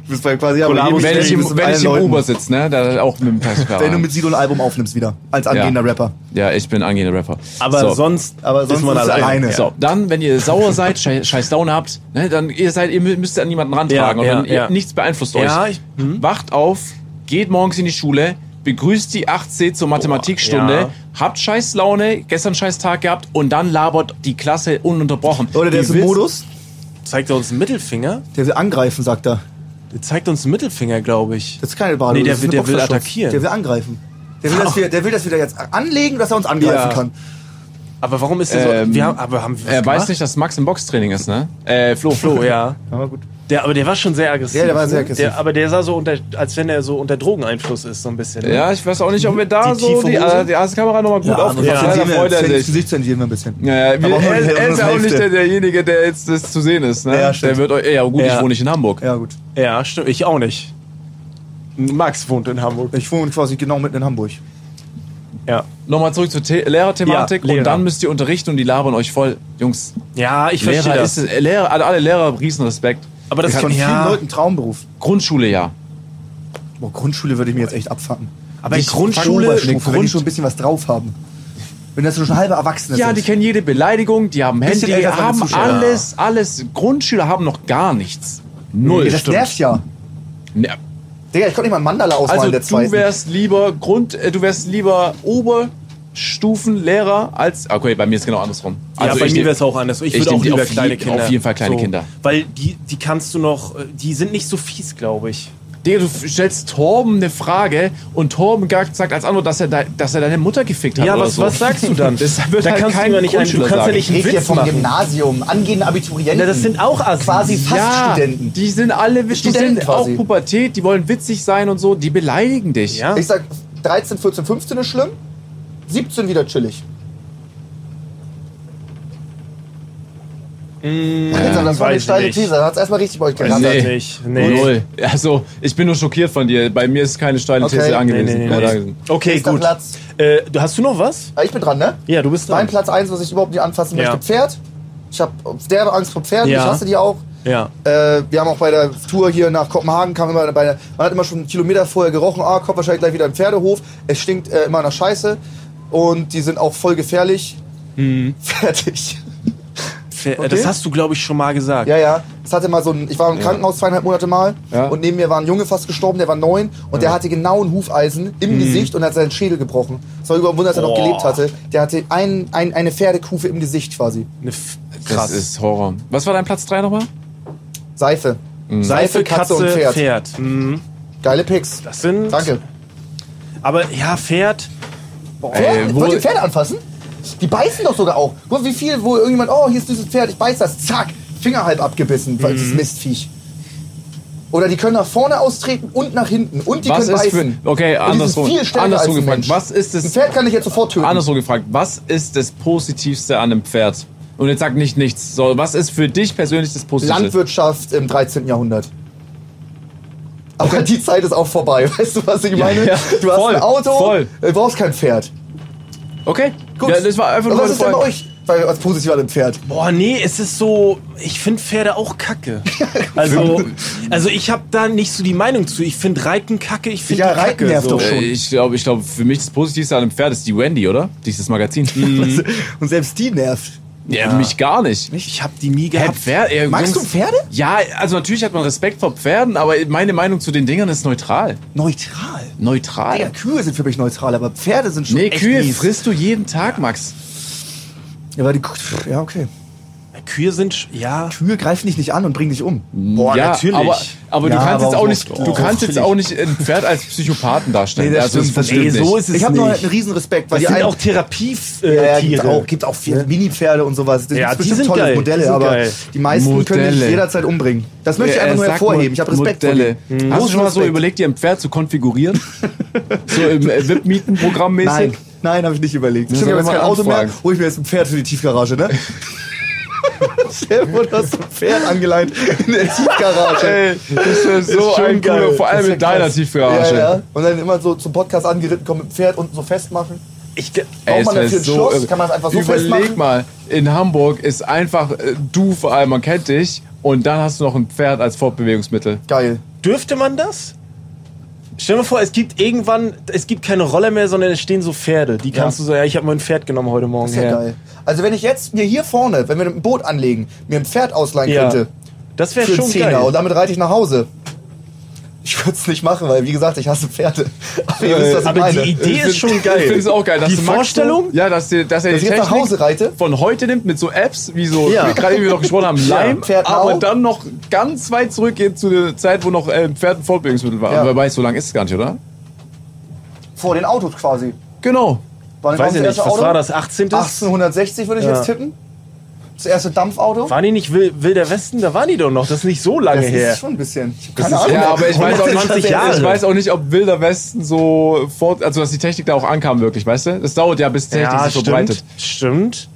S2: bist bei quasi ja, bei
S1: Kollabo-
S2: jedem
S3: Wenn ich
S2: Stream bist
S3: im,
S2: du mit
S3: wenn
S2: allen
S3: ich im
S2: Leuten.
S3: Uber sitze, ne, da auch mit dem Taxifahrer.
S2: Wenn du mit Sido ein Album aufnimmst wieder. Als angehender Rapper.
S3: ja, ich bin angehender Rapper.
S1: Aber
S3: so.
S1: sonst
S2: Aber sonst
S1: ist man
S2: ist
S1: alleine.
S2: alleine.
S1: Ja.
S3: So, dann, wenn ihr sauer seid, schei- scheiß Laune habt, ne, dann ihr seid, ihr mü- müsst an niemanden rantragen
S1: Ja, ja,
S3: und wenn ihr,
S1: ja.
S3: nichts beeinflusst
S1: Ja,
S3: euch. Mhm.
S1: ich- Mhm.
S3: Wacht auf, geht morgens in die Schule, begrüßt die 8C zur Mathematikstunde,
S1: ja.
S3: habt scheiß Laune, gestern scheiß Tag gehabt und dann labert die Klasse ununterbrochen.
S2: Oder der
S3: Die
S2: ist im
S3: Witz-
S2: Modus,
S1: Zeigt er uns einen Mittelfinger?
S2: der will angreifen, sagt er.
S1: Der zeigt uns einen Mittelfinger, glaube ich.
S2: Das ist keine Bade.
S1: Nee, der
S2: das
S1: will-
S2: ist eine
S1: der will
S2: Boxershorts.
S1: attackieren.
S2: Der will angreifen. Der will, dass wir, der will, dass wir da jetzt anlegen, dass er uns angreifen
S1: Ja.
S2: kann.
S1: Aber warum ist der
S3: Ähm,
S1: so. Wir haben, aber haben wir was
S3: Er weiß
S1: gemacht?
S3: nicht, dass Max im Boxtraining ist, ne? Äh, Flo.
S1: Flo, ja.
S2: Aber gut.
S1: Der, aber der war schon sehr aggressiv.
S2: Ja, der war sehr
S1: ne?
S2: aggressiv.
S1: Der, aber der sah so unter, als wenn er so unter Drogeneinfluss ist, so ein bisschen. ne?
S3: Ja, ich weiß auch nicht, ob wir da
S1: Die
S3: so
S1: tiefe
S3: die,
S1: Hose?
S3: äh, die Ass-Kamera nochmal gut
S2: Ja,
S3: aufgenommen
S1: ja.
S3: haben. Da freut er
S2: das
S3: sich.
S2: Gesicht zensieren wir ein bisschen.
S3: Ja, ja, wir,
S2: Aber auch nur
S3: er,
S2: die-
S3: er ist ja
S2: nur
S3: auch
S2: die
S3: nicht der,
S2: Hälfte.
S3: derjenige, der jetzt das zu sehen ist. Ne?
S2: Ja,
S3: der
S2: stimmt.
S3: wird euch, ja gut, ich
S1: Ja.
S3: wohne nicht in Hamburg.
S2: Ja, gut.
S1: ja, stimmt. Ich auch nicht. Max wohnt in Hamburg.
S2: Ich wohne quasi genau mitten in Hamburg.
S1: Ja.
S3: Nochmal zurück zur The Lehrerthematik
S1: Ja, Lehrer.
S3: und dann müsst ihr unterrichten und die labern euch voll. Jungs,
S1: Ja, ich verstehe
S3: Lehrer
S1: das.
S3: ist es- äh, Lehrer, alle, alle Lehrer riesen Respekt.
S1: aber das
S2: Das ist von
S1: kann,
S2: vielen
S1: ja,
S2: Leuten Traumberuf.
S3: Grundschule ja.
S2: Boah, Grundschule würde ich mir jetzt echt abfacken.
S1: aber
S3: die
S1: die Grundschule,
S2: Oberstufe, wenn
S3: eine
S2: die
S3: Grundsch-
S2: schon ein bisschen was drauf haben. Wenn das so schon halbe Erwachsene
S3: Ja,
S2: sind.
S3: die kennen jede Beleidigung, die haben Handy,
S2: Bisschen
S3: die
S2: älter als meine
S3: haben
S2: Zuschauer.
S3: alles, alles. Grundschüler haben noch gar nichts. Null.
S2: das nervt ja.
S3: Ne-
S2: Digga, ich konnte nicht mal Mandala ausmalen
S3: Also
S2: der
S3: du
S2: zweiten.
S3: wärst lieber Grund, äh, du wärst lieber Oberstufenlehrer als okay, bei mir ist genau andersrum. Also
S1: ja, bei
S3: ich
S1: mir
S3: nehm-
S1: wäre es auch anders. Ich,
S3: ich
S1: würde
S3: nehm
S1: auch
S3: die
S1: lieber
S3: auf je-
S1: kleine
S3: auf
S1: Kinder.
S3: jeden Fall kleine
S1: so.
S3: Kinder.
S1: Weil die, die kannst du noch, äh, die sind nicht so fies, glaube ich.
S3: Digga, du stellst Torben eine Frage und Torben sagt als Antwort, dass er, de dass er deine Mutter gefickt hat.
S1: Ja,
S3: oder
S1: was,
S3: so.
S1: was sagst du dann?
S3: Das wird
S1: da
S3: halt
S1: kannst
S3: kein
S1: du ja nicht einen, du
S3: Grundschüler
S1: kannst ja
S3: sagen.
S1: nicht
S2: ich
S1: einen
S2: rede hier
S1: Witz
S2: vom
S1: machen.
S2: Gymnasium, angehende Abiturienten.
S1: Na, das sind auch Assis.
S2: quasi Faststudenten.
S3: die sind alle, die
S2: Studenten
S3: sind auch
S2: quasi.
S3: Pubertät, die wollen witzig sein und so, die beleidigen dich.
S1: Ja.
S2: Ich sag, 13, 14, 15 ist schlimm, 17 wieder chillig. Mmh, das war eine
S1: weiß
S2: steile
S1: nicht.
S2: These. Da hat es erstmal richtig bei euch gerattert.
S3: Nee.
S1: Nicht. Nee.
S3: Null. Also, ich bin nur schockiert von dir. Bei mir ist keine steile
S2: Okay.
S3: These
S1: Nee, nee,
S3: angewiesen.
S1: nee,
S3: Oder
S1: nee.
S3: angewiesen.
S1: Okay,
S2: Nächster
S1: gut.
S2: Platz.
S1: Äh, du- hast du noch was?
S2: Ah, Ich bin dran, ne?
S1: Ja, du bist
S2: Mein
S1: dran.
S2: Platz 1, was ich überhaupt nicht anfassen
S1: Ja.
S2: möchte, Pferd. Ich habe derbe Angst vor Pferden.
S1: Ja.
S2: Ich hasse die auch.
S1: Ja.
S2: Äh, wir haben auch bei der Tour hier nach Kopenhagen kam immer bei der, man hat immer schon einen Kilometer vorher gerochen, ah, kommt wahrscheinlich gleich wieder ein Pferdehof. Es stinkt äh, immer nach Scheiße und die sind auch voll gefährlich. Fertig.
S1: Äh, Das hast du, glaube ich, schon mal gesagt.
S2: Ja, ja. Es hatte mal so ein, ich war im Krankenhaus zweieinhalb Monate mal
S3: Ja.
S2: und neben mir war ein Junge fast gestorben, der war neun und der hatte genau ein Hufeisen im Gesicht und hat seinen Schädel gebrochen. Es war überhaupt ein Wunder, dass er noch
S6: Boah.
S2: gelebt hatte. Der hatte ein, ein, eine Pferdekufe im Gesicht quasi.
S1: Eine F-
S3: Krass. Das ist Horror. Was war dein Platz 3 nochmal?
S2: Seife.
S1: Seife, Katze, und Pferd. Mhm.
S2: Geile Picks.
S1: Das sind.
S2: Danke.
S1: Aber ja, Pferd.
S2: Pferde?
S3: Ey, Äh, wo-
S2: Wollt ihr Pferde anfassen? Die beißen doch sogar auch. Guck mal, wie viel, wo irgendjemand, oh, hier ist dieses Pferd, ich beiß das, zack, Finger halb abgebissen,
S3: Mhm.
S2: weil dieses Mistviech. Oder die können nach vorne austreten und nach hinten. Und die
S3: Was
S2: können
S3: ist für
S2: beißen.
S3: ein- okay,
S2: Und die sind
S3: andersrum.
S2: Viel stärker
S3: Andersrum
S2: als ein
S3: gefragt.
S2: Mensch.
S3: Was ist das-
S2: Ein Pferd kann ich jetzt sofort töten.
S3: Andersrum gefragt, was ist das Positivste an einem Pferd? Und jetzt sag nicht nichts. So, was ist für dich persönlich das Positive?
S2: Landwirtschaft im 13. Jahrhundert. Aber die Zeit ist auch vorbei. Weißt du, was ich meine?
S3: ja.
S2: Du hast
S3: Voll,
S2: ein Auto,
S3: voll.
S2: du brauchst kein Pferd.
S3: Okay, gut. Ja, das war einfach nur
S2: was
S3: meine
S2: ist denn bei
S3: Frage.
S2: euch? Weil was positiv an dem Pferd.
S1: Boah, nee, es ist so. Ich finde Pferde auch kacke. Also, also ich habe da nicht so die Meinung zu. Ich finde Reiten kacke. Ich finde
S2: Ja,
S1: die
S2: Reiten
S1: kacke.
S2: nervt
S1: so.
S2: doch schon.
S3: Äh, Ich glaube, ich glaube, für mich das Positivste an einem Pferd ist die Wendy, oder? Dieses Magazin.
S2: Mhm.
S3: Mhm.
S2: Und selbst die nervt.
S3: ja, mich gar nicht.
S1: Ich habe die nie
S3: Hä,
S1: gehabt.
S3: Pferd, ey,
S2: Magst
S3: Jungs.
S2: du Pferde?
S3: Ja, also natürlich hat man Respekt vor Pferden, aber meine Meinung zu den Dingern ist neutral.
S2: Neutral.
S3: Neutral.
S2: Ja, Kühe sind für mich neutral, aber Pferde sind schon
S3: nee,
S2: echt
S3: Kühe
S2: mies.
S3: frisst du jeden Tag, Max.
S2: Ja, aber die, pff, ja, okay.
S1: Kühe sind. sch- Ja.
S2: Kühe greifen dich nicht an und bringen dich um.
S1: Boah,
S3: ja,
S1: natürlich.
S3: Aber, aber
S2: Ja,
S3: du kannst
S2: aber
S3: jetzt
S2: auch
S3: auch nicht,
S2: oft.
S3: du
S2: Oh,
S3: kannst jetzt
S2: natürlich.
S3: auch nicht ein Pferd als Psychopathen darstellen.
S2: Nee, das
S3: also,
S2: stimmt, das
S1: Ey,
S3: funktioniert
S1: so
S3: nicht.
S1: ist es
S2: ich habe noch
S1: nicht.
S2: einen riesen Respekt, weil
S1: Das
S2: die
S1: sind
S2: einen-
S1: auch Therapietiere.
S2: ja,
S1: Äh,
S2: ja, gibt
S1: Tiere.
S2: auch, gibt auch viele Mini-Pferde und sowas. Das
S1: Ja,
S2: gibt's
S1: die
S2: bestimmt
S1: sind
S2: tolle
S1: geil. Die
S2: Modelle,
S1: sind
S2: aber
S1: geil.
S2: die meisten können dich
S3: Modelle.
S2: jederzeit umbringen. Das möchte ich
S3: Er
S2: einfach nur
S3: sagt
S2: hervorheben. Ich habe
S3: Mod-
S2: Respekt
S3: Äh, Modelle.
S2: vor
S1: Hm.
S2: dir. Mhm.
S3: Hast du schon mal so
S2: Respekt.
S3: überlegt, dir ein Pferd zu konfigurieren? so im äh, VIP-Mieten-Programm mäßig?
S2: Nein, nein, habe ich nicht überlegt.
S3: Müssen
S2: Stimmt, ich habe
S3: wir
S2: jetzt kein
S3: mal
S2: Auto mehr,
S3: anfragen.
S2: hol ich mir jetzt ein Pferd für die Tiefgarage, ne? Stell dir vor, du hast so ein Pferd angeleint in der Tiefgarage.
S3: Ey, das wär so
S2: Ist schon
S3: ein
S2: geil.
S3: cooler, vor
S2: Ist
S3: allem
S2: ja
S3: in deiner
S2: krass.
S3: Tiefgarage.
S2: Ja, ja. Und dann immer so zum Podcast angeritten kommen mit dem Pferd unten so festmachen.
S1: Ich, ge-
S3: Ey,
S2: Braucht man
S3: es wär
S2: dafür ein Schloss?
S3: irre.
S2: Kann man das einfach so
S3: Überleg
S2: festmachen?
S3: mal, in Hamburg ist einfach äh, du vor allem, man kennt dich und dann hast du noch ein Pferd als Fortbewegungsmittel.
S2: Geil.
S1: dürfte man das? Stell dir mal vor, es gibt irgendwann, es gibt keine Roller mehr, sondern es stehen so Pferde. Die kannst du so, ja, ich habe mein Pferd genommen heute Morgen.
S2: Ist ja,
S1: her.
S2: geil. Also wenn ich jetzt mir hier vorne, wenn wir ein Boot anlegen, mir ein Pferd ausleihen
S1: Ja.
S2: könnte
S1: Das wäre
S2: für einen
S1: schon
S2: Zehner und
S1: geil.
S2: damit reite ich nach Hause. Ich würde es nicht machen, weil wie gesagt, ich hasse Pferde. Aber ihr wisst, was ich
S1: Aber
S2: meine.
S1: die Idee ist schon geil.
S3: Ich finde es auch geil. Dass
S1: Die
S3: du Max
S1: Vorstellung?
S3: So, ja, dass, dir, dass er
S2: Dass
S3: die
S2: ich jetzt nach
S3: Technik
S2: Hause reite?
S3: von heute nimmt mit so Apps, wie so,
S2: Ja.
S3: wie gerade wie wir noch gesprochen haben, Lime,
S2: Pferd
S3: aber
S2: auch.
S3: dann noch ganz weit zurückgeht zu der Zeit, wo noch äh, Pferd ein Fortbewegungsmittel war.
S2: Ja.
S3: Aber weiß, so lange ist es gar nicht, oder?
S2: Vor den Autos quasi.
S3: Genau.
S1: Weiß ich
S2: Wann kam das
S1: nicht,
S2: erste
S1: was
S2: Auto?
S1: war das? 18.
S2: 1860 würde ich
S1: Ja.
S2: jetzt tippen. Das erste Dampfauto.
S1: Waren die nicht Wil- Wilder Westen? Da waren die doch noch. Das ist nicht so lange
S2: das
S1: her.
S2: ist schon ein bisschen. Ich hab
S1: Das
S2: keine
S1: ist-
S2: Ahnung.
S3: Ja, aber ich weiß, auch
S1: 120
S3: nicht,
S1: Jahre.
S3: ich weiß auch nicht, ob Wilder Westen so fort, also dass die Technik da auch ankam, wirklich, weißt du? Das dauert ja, bis die Technik sich verbreitet.
S1: Stimmt.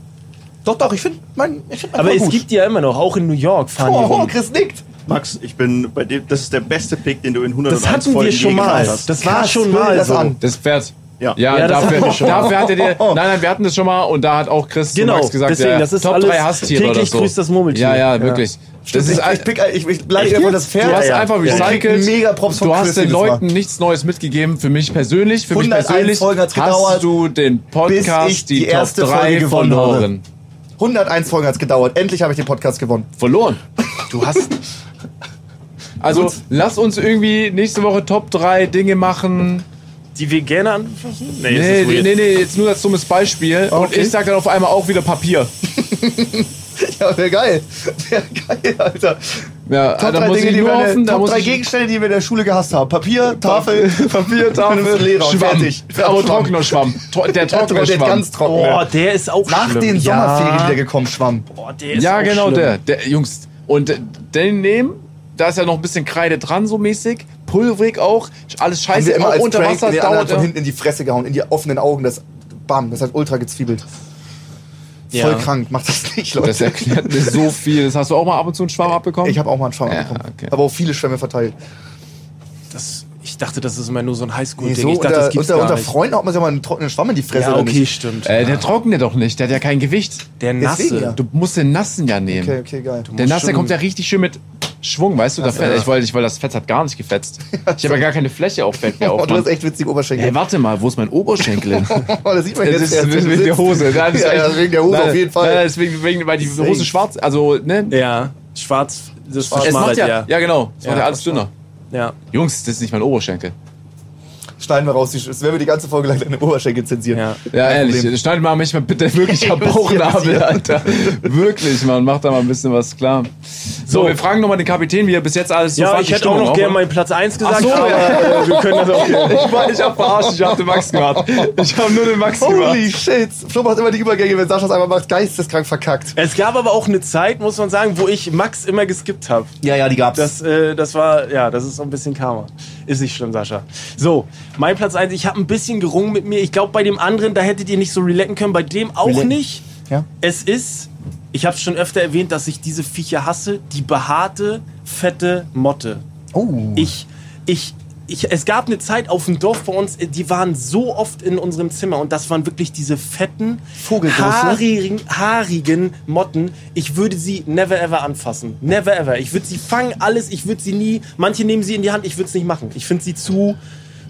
S2: Doch, doch, ich finde mein, ich find mein
S1: Aber
S2: voll
S1: es
S2: gut.
S1: gibt die ja immer noch, auch in New York fahren die
S2: Oh, oh,
S1: rum.
S2: Chris nickt.
S6: Max, ich bin bei dem, das ist der beste Pick, den du in 101
S1: Das hatten
S6: Folgen
S1: wir
S6: je
S1: schon
S6: gemacht
S1: mal.
S6: hast.
S1: Das war
S2: Krass,
S1: schon
S2: füll
S1: mal
S2: das
S1: so.
S2: an.
S3: Das Pferd.
S6: Ja.
S3: ja,
S1: Ja, das
S3: dafür,
S1: hatten wir schon.
S3: dafür hatte der. Nein, nein, wir hatten das schon mal und da hat auch Chris zu
S1: Genau,
S3: Max gesagt,
S1: deswegen,
S3: ja,
S1: das ist
S3: Top
S1: alles
S3: 3 Hasstiere
S1: täglich
S3: oder so.
S1: grüßt das Murmeltier.
S3: Ja, ja, wirklich. Das ist
S2: ich, ich, pick, ich, ich bleib
S1: Echt
S2: einfach
S1: jetzt?
S2: das
S3: Du
S2: Pferd.
S3: hast
S1: ja.
S3: einfach
S1: Ja, ja.
S3: recycelt.
S2: Mega Props von
S3: du hast
S2: Chris
S3: den
S2: dieses Mal.
S3: Leuten nichts Neues mitgegeben. Für mich persönlich, für mich
S2: 101
S3: persönlich
S2: Folgen hat's
S3: hast
S2: gedauert,
S3: du den
S2: bis ich
S3: Podcast
S2: die
S3: die, Top
S2: erste
S3: 3
S2: Folge gewonnen habe.
S3: verloren.
S2: 101 Folgen hat's gedauert. Endlich habe ich den Podcast gewonnen.
S3: Verloren. Du hast. Also lass uns irgendwie nächste Woche Top 3 Dinge machen.
S1: Die wir gerne anfassen? Nee, das
S3: Nee,
S1: ist
S3: nee,
S1: weird.
S3: nee, nee, jetzt nur als dummes Beispiel. Und
S2: Okay.
S3: ich sag dann auf einmal auch wieder Papier.
S2: Ja, wäre geil. Wäre geil, Alter.
S3: Ja,
S2: Top
S3: da
S2: drei
S3: muss
S2: Dinge,
S3: ich
S2: die
S3: nur
S2: wir
S3: hoffen,
S2: in der,
S3: da
S2: Top
S3: muss
S2: drei
S3: ich
S2: Gegenstände, die wir in der Schule gehasst haben. Papier, Tafel, Papier, Tafel, Lehrer und
S3: Schwamm.
S2: fertig.
S3: Aber
S2: Schwamm.
S3: trockener Schwamm. Tro- Der
S2: Der
S3: trockene
S2: ist
S3: Schwamm.
S2: ganz trocken.
S1: Oh, der ist auch
S2: Nach
S1: schlimm.
S2: den Sommerferien
S1: ja.
S2: wieder gekommen, Schwamm.
S1: Oh, der ist
S3: Ja,
S1: auch
S3: genau,
S1: schlimm.
S3: der, der. Jungs, und äh, den nehmen, da ist ja noch ein bisschen Kreide dran, so mäßig. Pulverig auch. Alles
S2: Haben
S3: scheiße,
S2: wir immer
S3: auch
S2: als
S3: unter
S2: Prank
S3: Wasser
S2: in den anderen
S3: dauert.
S2: von
S3: ja.
S2: hinten in die Fresse gehauen, in die offenen Augen. Das, bam, das hat ultra gezwiebelt.
S1: Ja.
S2: Voll krank, macht das nicht, Leute.
S3: Das erklärt mir so viel. Das hast du auch mal ab und zu einen Schwamm abbekommen?
S2: ich habe auch mal einen Schwamm
S3: Ja,
S2: abbekommen.
S3: okay.
S2: Aber auch viele Schwämme verteilt.
S1: Das, ich Ich dachte, das ist immer nur so ein Highschool-Ding.
S2: Nee, so
S1: ich dachte,
S2: unter,
S1: das gibt's
S2: unter,
S1: gar
S2: unter
S1: nicht.
S2: Freunden haut man sich mal einen trockenen Schwamm in die Fresse.
S1: ja,
S2: oder
S1: okay,
S2: nicht?
S1: stimmt.
S3: Äh, der trocknet doch nicht, der hat ja kein Gewicht.
S1: der Nasse.
S2: deswegen ja.
S3: Du musst den Nassen ja nehmen.
S2: Okay, okay, geil.
S3: Der Nass, der
S1: schon-
S3: kommt ja richtig schön mit Schwung, weißt du? Da fett. Ich wollte, ich wollte, das Fett hat gar nicht gefetzt. Ich habe ja gar keine Fläche auf Fett mehr
S2: Oh,
S3: auf.
S2: du
S3: Mann.
S2: hast echt witzige Oberschenkel.
S3: Hey, warte mal, wo ist mein Oberschenkel?
S2: Oh, das sieht man
S3: Das
S2: jetzt
S3: ist
S2: erst, wenn
S3: wegen
S2: du
S3: wegen der
S2: sitzt.
S3: Hose. Das ist
S2: Ja,
S3: echt-
S2: ja, wegen der Hose
S3: Nein,
S2: auf jeden Fall.
S3: Nein, deswegen, wegen, weil die Hose schwarz, also, ne?
S1: Ja, schwarz. Das
S3: Es macht
S1: verschmalt,
S3: ja,
S2: halt,
S3: ja, genau. Es macht
S1: Ja,
S3: ja alles dünner.
S1: ja.
S3: Jungs, das ist nicht mein Oberschenkel.
S2: Schneiden wir raus. die- Das werden wir die ganze Folge lang deine Oberschenkel zensieren.
S1: Ja.
S3: Ja,
S2: Kein
S3: ehrlich,
S2: Problem.
S3: schneid mal mich mal bitte wirklich am Bauchnabel, Alter. Wirklich, Mann, mach da mal ein bisschen was klar. So, wir fragen nochmal den Kapitän, wie er bis jetzt alles so
S1: Ja,
S3: fand,
S1: ich
S3: die
S1: hätte auch
S3: Stimmung
S1: noch gerne
S3: oder?
S1: meinen Platz 1 gesagt,
S3: Ach so,
S1: aber
S3: ja.
S1: äh, wir können das auch.
S3: Ich war ich hab verarscht, ich hab den Max gemacht. Ich hab nur den Max gemacht.
S2: Holy shit. Flo macht immer die Übergänge, wenn Sascha es einmal macht. Geisteskrank verkackt.
S1: Es gab aber auch eine Zeit, muss man sagen, wo ich Max immer geskippt habe.
S2: Ja, ja, die gab's.
S1: Das, äh, das war, ja, das ist so ein bisschen Karma. Ist nicht schlimm, Sascha. So, mein Platz 1, ich habe ein bisschen gerungen mit mir. Ich glaube, bei dem anderen, da hättet ihr nicht so relaten können, bei dem auch
S2: Relaten.
S1: nicht.
S2: Ja.
S1: Es ist, ich habe es schon öfter erwähnt, dass ich diese Viecher hasse, die behaarte, fette Motte.
S2: oh.
S1: Ich, ich, ich, es gab eine Zeit auf dem Dorf bei uns, die waren so oft in unserem Zimmer und das waren wirklich diese fetten,
S2: Vogelgroße.
S1: haarigen, haarigen Motten. Ich würde sie never ever anfassen. Never ever. Ich würde sie fangen, alles. Ich würde sie nie. Manche nehmen sie in die Hand, ich würde es nicht machen. Ich finde sie zu,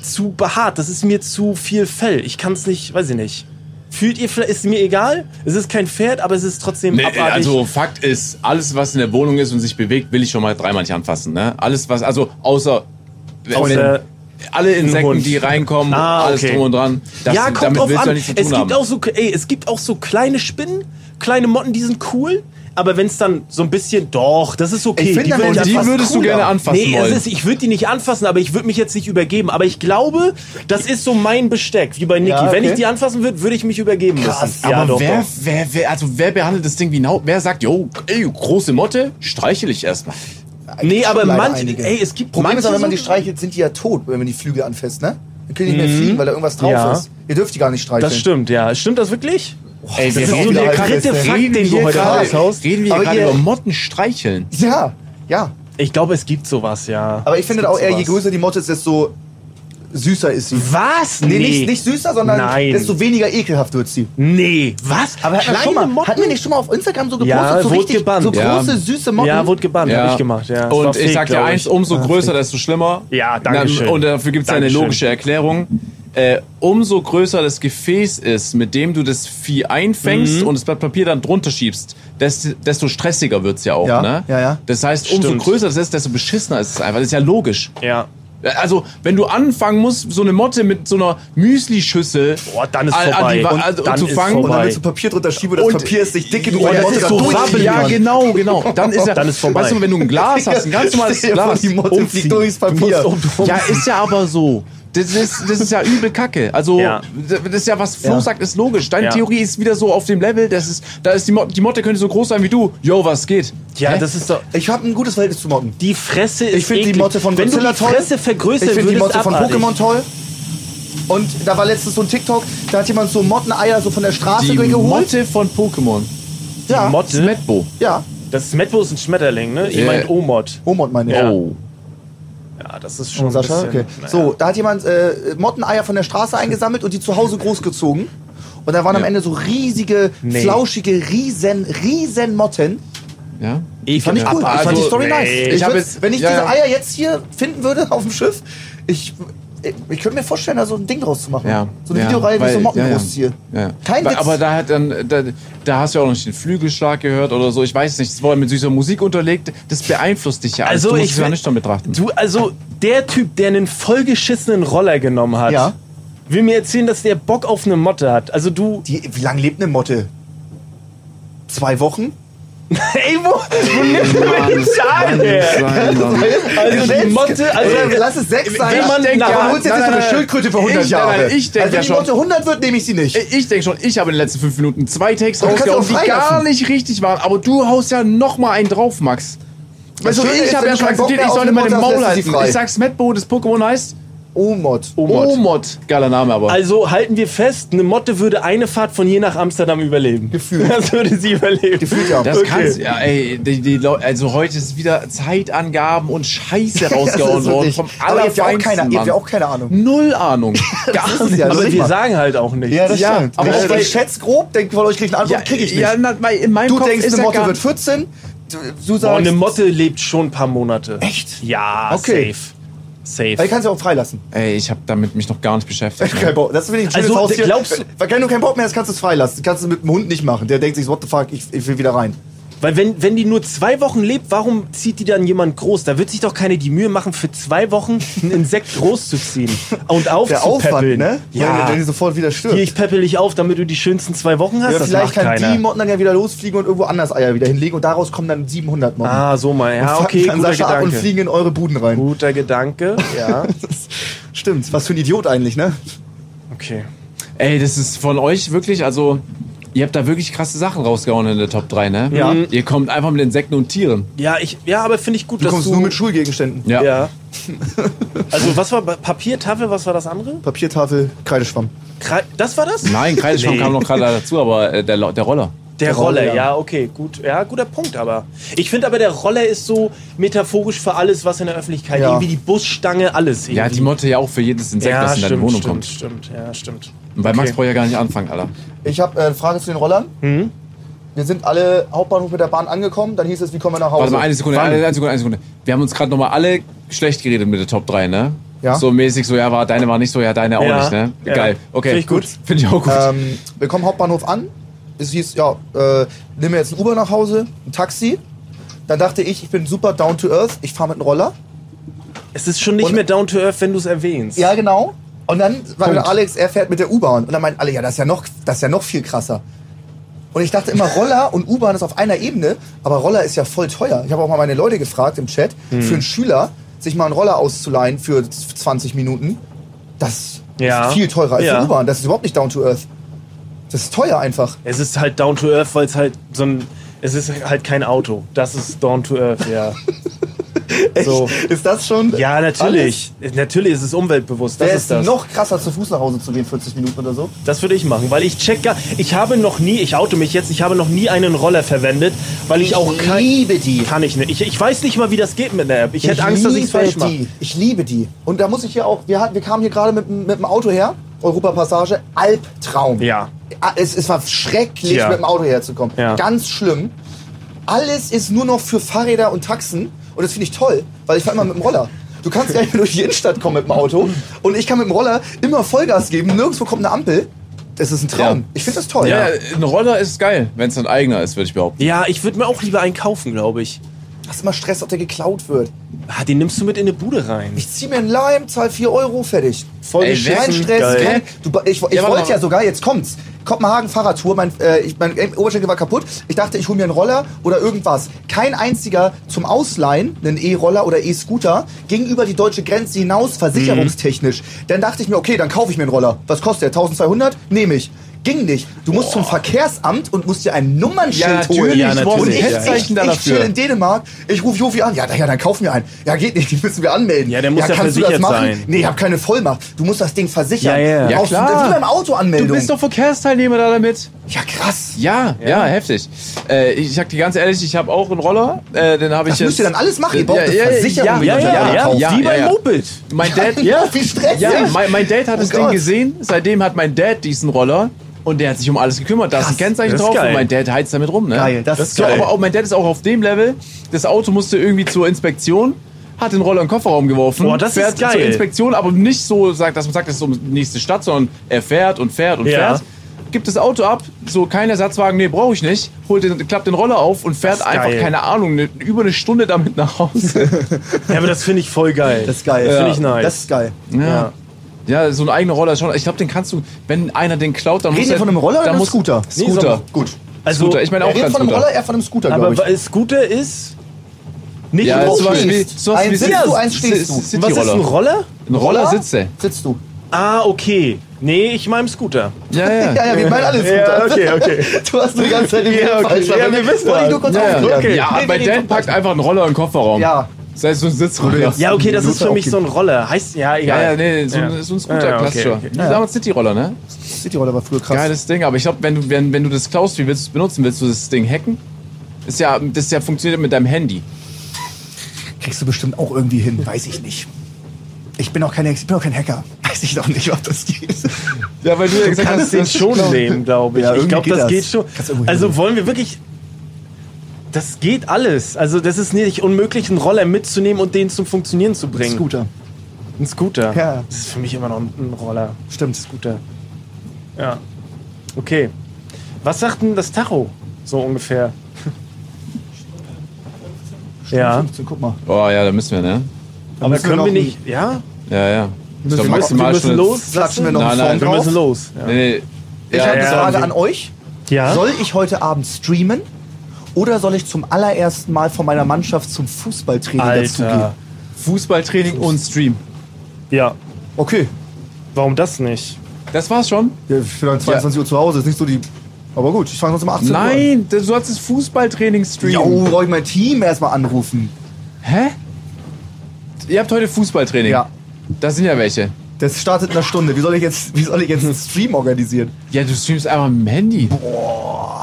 S1: zu behaart. Das ist mir zu viel Fell. Ich kann es nicht, weiß ich nicht. Fühlt ihr, vielleicht- ist mir egal. Es ist kein Pferd, aber es ist trotzdem
S3: Nee,
S1: abartig.
S3: also Fakt ist, alles was in der Wohnung ist und sich bewegt, will ich schon mal dreimal nicht anfassen. Ne? Alles was, also außer,
S1: Außer-
S3: alle Insekten,
S1: Hund.
S3: die reinkommen,
S1: Ah,
S3: alles
S1: okay.
S3: drum und dran. Das,
S1: ja, kommt
S3: damit
S1: drauf
S3: willst du ja
S1: an.
S3: nichts zu
S1: es
S3: tun
S1: gibt
S3: haben.
S1: auch so, ey, es gibt auch so kleine Spinnen, kleine Motten, die sind cool. Aber wenn es dann so ein bisschen, doch, das ist okay.
S2: Ich find,
S1: die
S2: dann
S1: würd
S2: werden
S1: ich
S3: die
S1: anfassen.
S3: würdest du gerne anfassen
S1: nee,
S3: wollen.
S1: es ist, ich würde die nicht anfassen, aber ich würde mich jetzt nicht übergeben. Aber ich glaube, das ist so mein Besteck, wie bei Niki.
S2: Ja, okay.
S1: Wenn ich die anfassen würde, würde ich mich übergeben
S2: Krass,
S1: müssen.
S3: Aber wer, wer, wer, also wer behandelt das Ding wie genau? Wer sagt, jo, ey, große Motte, streichel ich erstmal.
S1: Nee, aber
S2: leider
S1: manche,
S2: einige.
S1: ey, es gibt
S2: Problem ist
S1: manche
S2: aber, wenn man die
S1: so-
S2: streichelt, sind die ja tot, wenn man die Flügel anfasst, ne? Dann können die nicht mehr fliegen, weil da irgendwas drauf
S1: Mhm. Ja.
S2: ist. Ihr dürft die gar nicht streicheln.
S1: Das stimmt, ja. Stimmt das wirklich?
S3: Ey,
S2: das ist so der dritte
S1: Fakt, den du heute raushaust.
S3: Reden wir hier
S2: Aber
S3: gerade
S2: ihr-
S3: über Motten streicheln.
S2: Ja, ja.
S1: Ich glaube, es gibt sowas, ja.
S2: Aber ich finde
S1: Es
S2: auch
S1: gibt
S2: eher, je
S1: sowas.
S2: größer die Motte ist, desto süßer ist sie.
S1: Was?
S2: Nee, Nicht, nicht süßer, sondern
S1: Nein.
S2: desto weniger ekelhaft wird sie.
S1: Nee, was?
S2: Aber hat man schon mal,
S1: Motten?
S2: hatten wir nicht schon mal auf Instagram so gepostet,
S1: Ja,
S2: so
S1: wurde
S2: richtig,
S1: gebannt.
S2: so große,
S3: Ja.
S2: süße Motten?
S1: Ja, wurde gebannt, hab ich gemacht. Ja, Es war
S3: und ich
S1: fake,
S3: sag dir
S1: glaub
S3: eins, umso größer, desto schlimmer.
S1: Ja, danke schön.
S3: Na, Und dafür gibt es eine
S1: Dankeschön.
S3: logische Erklärung. Äh, umso größer das Gefäß ist, mit dem du das Vieh einfängst
S1: Mhm.
S3: und das Blatt Papier dann drunter schiebst, des- desto stressiger wird es ja auch.
S2: Ja,
S3: ne?
S2: ja, ja.
S3: Das heißt, umso
S1: Stimmt.
S3: größer das ist, desto beschissener ist es einfach. Das ist ja logisch.
S1: Ja.
S3: Also, wenn du anfangen musst, so eine Motte mit so einer Müsli-Schüssel
S1: Boah, dann ist
S3: an, an die,
S1: vorbei.
S3: Wa-
S1: Und
S3: also,
S1: dann
S3: zu
S1: ist
S3: fangen,
S2: Und
S1: vorbei.
S2: dann willst du Papier drunter schieben und das
S3: Und-
S2: Papier ist nicht dick genug.
S1: Ja,
S2: und die
S1: das
S2: Motte
S1: ist
S2: da
S1: so wabbelig.
S2: durchfliegen kann.
S3: ja, genau, genau. Dann ist ja,
S1: Dann ist vorbei.
S3: Weißt du, wenn du ein Glas hast, ein ganz normales
S2: Stell dir vor,
S3: Glas.
S2: Die Motte
S1: Umziehen.
S2: fliegt durchs Papier.
S3: Ja, ist ja aber so. Das ist, das ist ja übel Kacke. Also,
S1: Ja.
S3: das ist ja, was Flo
S2: Ja.
S3: sagt, ist logisch. Deine
S1: Ja.
S3: Theorie ist wieder so auf dem Level, das ist, da ist die, Motte, die Motte könnte so groß sein wie du. Yo, was geht?
S1: ja,
S3: Hä?
S1: das ist doch.
S2: Ich habe ein gutes Verhältnis zu Motten.
S1: Die Fresse ist
S2: Ich finde die
S1: eklig.
S2: Motte von
S1: Wenn du
S2: Godzilla
S1: die
S2: toll.
S1: Fresse vergrößern
S2: Ich finde die
S1: würdest,
S2: Motte von
S1: abartig.
S2: Pokémon toll. Und da war letztens so ein TikTok, da hat jemand so Motteneier so von der Straße
S3: die
S2: geholt.
S3: Motte von Pokémon.
S1: Hm?
S2: ja,
S1: Motte?
S3: Smetbo.
S2: ja.
S1: Das Smetbo ist ein Schmetterling, ne? Ihr
S3: Ja.
S1: meint Omod.
S2: Omot meine ich. Oh,
S3: Oh.
S1: Ja, das ist schon.
S2: Sascha,
S1: ein bisschen,
S2: okay. So, da hat jemand äh, Motteneier von der Straße eingesammelt und die zu Hause großgezogen. Und da waren am
S3: Ja.
S2: Ende so riesige,
S1: Nee.
S2: flauschige, riesen, riesen Motten.
S3: Ja.
S1: Ich
S2: Fand ich cool. ich fand
S3: also,
S2: die Story nice.
S1: nee.
S2: Ich
S3: Ich hab
S2: würd,
S3: jetzt-
S2: wenn ich
S3: ja,
S2: diese
S3: ja.
S2: Eier jetzt hier finden würde auf dem Schiff, ich, ich, ich könnte mir vorstellen, da so ein Ding draus zu machen.
S3: Ja,
S2: Ne? So eine
S3: ja,
S2: Videoreihe, wie
S3: weil-
S2: so Motten
S3: ja, ja.
S2: großziehe.
S3: Ja.
S2: Kein
S3: Weil-
S2: Witz.
S3: Aber da hat dann, da, da hast du ja auch noch nicht den Flügelschlag gehört oder so. Ich weiß es nicht. Das war mit süßer Musik unterlegt. Das beeinflusst dich ja. alles.
S1: Also
S3: du musst
S1: ich
S3: es ja
S1: wär-
S3: nicht damit betrachten.
S1: Du, also der Typ, der einen vollgeschissenen Roller genommen hat,
S2: Ja.
S1: will mir erzählen, dass der Bock auf eine Motte hat. Also du.
S2: Die, wie lange lebt eine Motte? Zwei Wochen?
S1: Ey, wo, wo nimmst du mir die Zahlen
S2: Äh,
S1: her?
S3: Nein, Mann.
S1: Also die
S2: Selbst-
S1: Motte, also
S2: Oder lass es sechs sein.
S1: man denkt,
S2: Na,
S1: ja,
S2: aber holst jetzt
S3: nein,
S2: nicht so eine
S3: nein, nein.
S2: Schildkröte für 100
S3: Ich- nein,
S2: Jahre.
S3: nein, ich denk
S2: also, wenn
S3: ja
S2: die
S3: schon. Äh,
S2: Motte 100 wird, nehme ich sie nicht.
S3: Ich denke schon, ich habe in den letzten fünf Minuten zwei Takes
S2: Aber du kannst
S3: rausgehauen,
S2: ja auch
S3: die
S2: freilassen.
S3: gar nicht richtig waren. Aber du haust ja noch mal einen drauf, Max. Also
S2: Schöne
S3: ich
S2: ist,
S3: habe
S2: wenn
S3: ja
S2: du
S3: schon
S2: keinen Bock
S3: akzeptiert,
S2: mehr
S3: ich
S2: auf
S3: soll
S2: eine
S3: immer
S2: Motte
S3: den
S2: hast,
S3: Maul
S2: lässt du sie
S3: halten.
S2: frei.
S3: Ich sag's Metbo, das Pokémon heißt
S2: Omod.
S3: oh Omod. Geiler Name aber.
S1: Also halten wir fest, eine Motte würde eine Fahrt von hier nach Amsterdam überleben.
S2: Gefühlt.
S1: Das würde sie überleben.
S2: Gefühlt ja.
S3: das
S1: okay.
S3: kann's. Ja, ey, die, die Leu- also heute ist wieder Zeitangaben und Scheiße
S2: Das
S3: rausgehauen
S2: ist
S3: worden.
S2: wirklich-
S3: Vom
S2: Aber ihr habt ja auch
S3: Allerfeinsten,
S2: keine- ihr habt
S3: Mann.
S2: ja auch keine Ahnung.
S3: Null Ahnung.
S2: Das
S3: Gar
S2: ist
S3: nicht.
S2: ja-
S1: Aber
S2: Also
S1: wir
S2: mal.
S1: sagen halt auch nichts.
S2: Ja, das
S3: Ja,
S2: stimmt.
S3: aber
S2: Aber
S3: auch
S2: ich,
S3: weil-
S2: ich schätze grob, denke von euch kriegt eine Antwort, krieg ich nicht.
S3: Ja, na, weil in meinem
S2: du
S3: Kopf
S2: denkst,
S3: ist
S2: eine
S3: ja
S2: Motte
S3: gar-
S2: wird 14, du, du
S1: Boah,
S2: sagst...
S1: eine Motte lebt schon ein paar Monate.
S2: Echt?
S1: Ja,
S2: Okay.
S1: safe.
S2: Weil ich
S1: Safe.
S2: kann es ja auch freilassen.
S3: Ey, ich habe damit mich noch gar nicht beschäftigt. ne?
S2: Kein Bock. Das finde ich ein schönes
S1: Also,
S2: Haustier.
S1: glaubst du-
S2: Weil wenn du keinen Bock mehr hast, kannst du es freilassen. Kannst du mit dem Hund nicht machen. Der denkt sich, what the fuck, ich, ich will wieder rein.
S1: Weil wenn, wenn die nur zwei Wochen lebt, warum zieht die dann jemand groß? Da wird sich doch keine die Mühe machen, für zwei Wochen ein Insekt großzuziehen und
S2: Der Aufwand,
S1: aufzupäppeln.
S2: ne?
S1: Ja.
S2: Wenn, wenn die sofort wieder stirbt.
S1: Hier, ich peppel dich auf, damit du die schönsten zwei Wochen hast.
S2: ja,
S1: das
S2: vielleicht
S1: macht
S2: kann
S1: keiner.
S2: die Motten dann ja wieder losfliegen und irgendwo anders Eier wieder hinlegen und daraus kommen dann 700 Motten.
S1: ah, so mal. Ja,
S2: Und
S1: okay,
S2: fangen
S1: guter
S2: dann Sascha ab und
S1: Gedanke.
S2: fliegen in eure Buden rein.
S1: Guter Gedanke. Ja,
S2: Das stimmt. Was für ein Idiot eigentlich, ne?
S1: okay.
S3: Ey, das ist von euch wirklich, also ihr habt da wirklich krasse Sachen rausgehauen in der Top 3, ne?
S1: Ja.
S3: Ihr kommt einfach mit Insekten und Tieren.
S1: Ja, ich, ja aber finde ich gut,
S2: Du
S1: dass
S2: kommst
S1: du...
S2: nur mit Schulgegenständen.
S3: Ja.
S1: ja. Also was war bei- Papiertafel, was war das andere?
S2: Papiertafel, Kreideschwamm.
S1: Krei- Das war das?
S3: Nein, Kreideschwamm
S1: Nee.
S3: kam noch gerade dazu, aber äh, der, Lo- der Roller.
S1: Der,
S2: Der
S1: Roller,
S2: Roller,
S1: ja.
S2: ja.
S1: okay, gut. Ja, guter Punkt, aber. Ich finde aber, der Roller ist so metaphorisch für alles, was in der Öffentlichkeit,
S2: Ja.
S1: irgendwie die Busstange, alles. Irgendwie.
S3: Ja, die Motte ja auch für jedes Insekt,
S1: ja,
S3: das in
S1: stimmt,
S3: deine Wohnung
S1: stimmt,
S3: kommt.
S1: stimmt, ja, stimmt.
S3: Und bei Max braucht ja gar nicht anfangen, Alter.
S2: Ich habe äh, eine Frage zu den Rollern.
S3: Mhm.
S2: Wir sind alle Hauptbahnhof mit der Bahn angekommen. Dann hieß es, wie kommen wir nach Hause?
S3: Warte mal, eine Sekunde, eine, eine Sekunde, eine Sekunde. Wir haben uns gerade nochmal alle schlecht geredet mit der Top 3, ne?
S2: Ja.
S3: So mäßig, so ja, war, deine war nicht so, ja, deine auch
S1: Ja.
S3: nicht, ne?
S1: Ja.
S3: Geil. Okay.
S1: Finde ich gut.
S3: Finde ich auch gut.
S2: Ähm, wir kommen Hauptbahnhof an. Es hieß, ja, äh, nimm mir jetzt ein Uber nach Hause, ein Taxi. Dann dachte ich, ich bin super down to earth. Ich fahre mit einem Roller.
S1: Es ist schon nicht
S2: Und-
S1: mehr down to earth, wenn du es erwähnst.
S2: Ja, genau. Und dann war dann Alex, er fährt mit der U-Bahn. Und dann meinten alle, ja, das ist ja noch, das ist ja noch viel krasser. Und ich dachte immer, Roller und U-Bahn ist auf einer Ebene, aber Roller ist ja voll teuer. Ich habe auch mal meine Leute gefragt im Chat,
S1: Mhm.
S2: für einen Schüler sich mal einen Roller auszuleihen für 20 Minuten, das
S1: Ja.
S2: ist viel teurer als
S1: Ja.
S2: die U-Bahn. Das ist überhaupt nicht down to earth. Das ist teuer einfach.
S1: Es ist halt down to earth, weil es halt so ein. Es ist halt kein Auto. Das ist down to earth, ja. So.
S2: Ist das schon?
S1: Ja, natürlich. Natürlich ist es umweltbewusst. Das
S2: Wäre
S1: ist
S2: es
S1: das.
S2: noch krasser, zu Fuß nach Hause zu gehen, 40 Minuten oder so?
S1: Das würde ich machen, weil ich check gar. Ich habe noch nie, ich oute mich jetzt, ich habe noch nie einen Roller verwendet, weil ich, auch kein.
S2: liebe die.
S1: Kann ich nicht. Ich, ich weiß nicht mal, wie das geht mit einer App. Ich, hätte
S2: Ich
S1: Angst, dass ich es
S2: liebe
S1: falsch mache.
S2: die. Ich liebe die. Und da muss ich hier auch, wir, hatten, wir kamen hier gerade mit, dem- mit dem Auto her, Europapassage, Albtraum.
S1: Ja.
S2: Ah, Es, es war schrecklich,
S1: Ja.
S2: mit dem Auto herzukommen.
S1: Ja.
S2: Ganz schlimm. Alles ist nur noch für Fahrräder und Taxen. Und das finde ich toll, weil ich fahre immer mit dem Roller. Du kannst ja nicht mehr durch die Innenstadt kommen mit dem Auto. Und ich kann mit dem Roller immer Vollgas geben. Nirgendwo kommt eine Ampel. Das ist ein Traum.
S3: Ja.
S2: Ich finde das toll.
S3: ja, ein Roller ist geil, wenn es ein eigener ist, würde ich behaupten.
S1: Ja, ich würde mir auch lieber einen kaufen, glaube ich.
S2: Hast immer Stress, ob der geklaut wird.
S1: Ah, den nimmst du mit in eine Bude rein.
S2: Ich zieh mir einen Leim, zahl 4 Euro, fertig. Voll
S3: Ey,
S2: Kein
S3: Wissen,
S2: Stress,
S3: geil.
S2: kein, du, ba- Ich, ich
S3: Ja, warte
S2: wollte ja
S3: mal.
S2: sogar, jetzt kommt's. Kopenhagen Fahrradtour, mein, äh, ich, mein Oberschenkel war kaputt. Ich dachte, ich hole mir einen Roller oder irgendwas. Kein einziger zum Ausleihen, einen E-Roller oder E-Scooter, ging über die deutsche Grenze
S3: Mhm.
S2: hinaus, versicherungstechnisch. Dann dachte ich mir, okay, dann kaufe ich mir einen Roller. Was kostet der? 1200? Nehme ich. Ging nicht. Du musst zum Verkehrsamt und musst dir ein Nummernschild
S3: Ja, natürlich,
S2: holen.
S3: ja, natürlich.
S2: Und ich, ich,
S3: Kennzeichen da
S2: ich
S3: dafür.
S2: chill in Dänemark. Ich rufe Jofi an. Ja, na ja, dann kauf mir einen. Ja, geht nicht. Die müssen wir anmelden.
S1: Ja, der muss ja
S2: kannst du das
S1: versichert
S2: machen?
S1: sein.
S2: Nee, ich habe keine Vollmacht. Du musst das Ding versichern.
S1: Ja, ja.
S3: Ja,
S2: Brauchst
S3: klar.
S2: Du, wie beim Autoanmeldung.
S3: Du bist doch Verkehrsteilnehmer da damit.
S2: ja, krass.
S3: Ja, ja, heftig. Äh, ich sag dir ganz ehrlich, ich habe auch einen Roller. Äh, den habe ich
S2: Das müsst ihr dann alles machen. Ihr braucht eine Versicherung, wenn
S3: Ja,
S2: ihr einen Roller
S3: ja, ja,
S2: kauft.
S3: ja,
S1: wie
S3: ja,
S1: beim
S3: ja.
S1: Moped.
S3: Mein Dad,
S2: Ja, wie stressig. Oh
S3: Ja, mein, mein Dad hat das Ding
S2: Gott.
S3: gesehen. Seitdem hat mein Dad diesen Roller und der hat sich um alles gekümmert. Da ist ein
S2: Krass,
S3: Kennzeichen
S1: das ist
S3: drauf
S1: geil.
S3: und mein Dad heizt damit rum. Ne?
S2: Geil, das ist
S3: so,
S2: geil.
S3: Aber auch, mein Dad ist auch auf dem Level. Das Auto musste irgendwie zur Inspektion. Hat den Roller in den Kofferraum geworfen.
S1: Boah, das ist
S3: fährt
S1: geil.
S3: Zur Inspektion, aber nicht so, sagt, dass man sagt, das ist um die nächste Stadt, sondern er fährt und fährt und
S1: Ja.
S3: fährt. Gibt das Auto ab, so kein Ersatzwagen, nee, brauche ich nicht. Holt den, klappt den Roller auf und fährt
S1: ist
S3: einfach,
S1: geil.
S3: keine Ahnung, ne, über eine Stunde damit nach Hause.
S1: Ja, aber das finde ich voll geil.
S2: Das ist geil.
S1: Das finde ich
S2: Ja.
S1: nice.
S2: Das ist geil.
S3: Ja. ja. so ein eigener Roller ist schon. Ich glaube, den kannst du, wenn einer den klaut, dann
S2: Reden
S3: muss
S2: wir
S3: er-
S2: von einem Roller oder
S3: dann
S2: einem
S3: muss-
S2: Scooter?
S3: Scooter.
S2: Gut.
S1: also,
S3: Scooter. Ich meine
S2: Er
S3: auch
S2: redet
S3: ganz
S2: von einem
S3: Scooter.
S2: Roller, er von einem Scooter, glaube
S1: aber
S2: ich.
S1: weil es Scooter ist nicht
S3: Ja,
S1: hoch.
S2: Wo
S3: zum Beispiel,
S2: stehst?
S3: zum Beispiel
S2: Eins sitzt
S3: Sit-
S2: du, eins stehst
S3: Sit-
S2: du.
S3: Sit-
S1: Was ist ein Roller?
S3: Ein Roller sitzt er.
S2: Sitzt du.
S1: Ah, okay. Nee, ich meine Scooter.
S3: Ja, ja.
S2: Ja, ja, wir meinen alle Scooter.
S1: okay, okay.
S2: Du hast eine ganze Zeit den
S1: Ja, okay.
S2: falsch
S1: Ja, wir wissen
S2: Wollte ich
S1: das.
S2: nur kurz
S3: ja, ja.
S2: aufklären.
S3: ja
S2: Nee,
S3: bei
S2: nee, nee,
S3: Dan packt einfach einen Roller in den Kofferraum.
S2: Ja,
S3: Sei es so ein Sitzroller.
S1: Ja, okay, das ist für mich
S2: auch
S1: so ein Roller. Heißt, ja, egal.
S3: Ja, ja, nee, so, ein-
S1: Ja.
S3: so ein Scooter,
S1: Ja, okay,
S3: klassischer.
S1: okay.
S3: Damals sind die Roller, ne?
S2: Cityroller war früher krass.
S3: Geiles Ding, aber ich glaube, wenn du, wenn, wenn du das klaust, wie willst du es benutzen? Willst du das Ding hacken? Ist ja, das ja funktioniert mit deinem Handy.
S8: Kriegst du bestimmt auch irgendwie hin, weiß ich nicht. Ich bin auch kein, ich bin auch kein Hacker. Weiß ich doch nicht, ob das geht.
S3: Ja, weil du ja gesagt
S1: kannst den schon nehmen, glaube ich.
S8: Ja,
S1: ich
S8: irgendwie
S1: glaube,
S8: geht
S1: das,
S8: das.
S1: geht schon.
S8: Kannst irgendwo
S1: Also
S8: hin.
S1: wollen wir wirklich. Das geht alles. Also das ist nicht unmöglich, einen Roller mitzunehmen und den zum Funktionieren zu bringen.
S2: Scooter.
S1: Ein Scooter.
S2: Ja.
S1: Das ist für mich immer noch ein ein Roller.
S2: Stimmt.
S1: Scooter. Ja. Okay. Was sagt denn das Tacho? So ungefähr. ja.
S2: 15, guck mal.
S3: Oh ja, da müssen wir, ne?
S1: Aber
S2: müssen wir
S1: können
S2: noch
S1: wir
S2: ein-
S1: nicht. Ja?
S3: Ja, ja. Ich glaub,
S1: Wir müssen, wir
S3: maximal
S1: müssen
S3: schon-
S1: los.
S2: Klatschen wir noch
S3: Nein,
S2: einen
S3: nein,
S2: Song
S1: Wir
S2: drauf?
S1: müssen los. Ja.
S3: Nee, nee.
S8: Ich
S3: Ja,
S8: habe
S1: ja.
S8: eine Frage an euch.
S1: Ja?
S8: Soll ich heute Abend streamen? Oder soll ich zum allerersten Mal von meiner Mannschaft zum Fußballtraining dazugehen?
S1: Alter.
S3: Fußballtraining und Stream.
S1: Ja.
S2: Okay.
S1: Warum das nicht?
S3: Das war's schon?
S2: Ja, ich bin dann 22 Uhr zu Hause, ist nicht so die. Aber gut, ich fange sonst um 18
S3: Nein, das- du hast das
S2: Uhr.
S3: Fußballtraining-Stream.
S2: Jo, oh, brauche ich mein Team erstmal anrufen.
S3: Hä? Ihr habt heute Fußballtraining?
S2: Ja.
S3: Da sind ja welche.
S2: Das startet in einer Stunde. Wie soll ich jetzt, wie soll ich
S1: Hm.
S2: jetzt einen Stream organisieren?
S3: Ja, du streamst einfach mit dem Handy.
S1: Oh,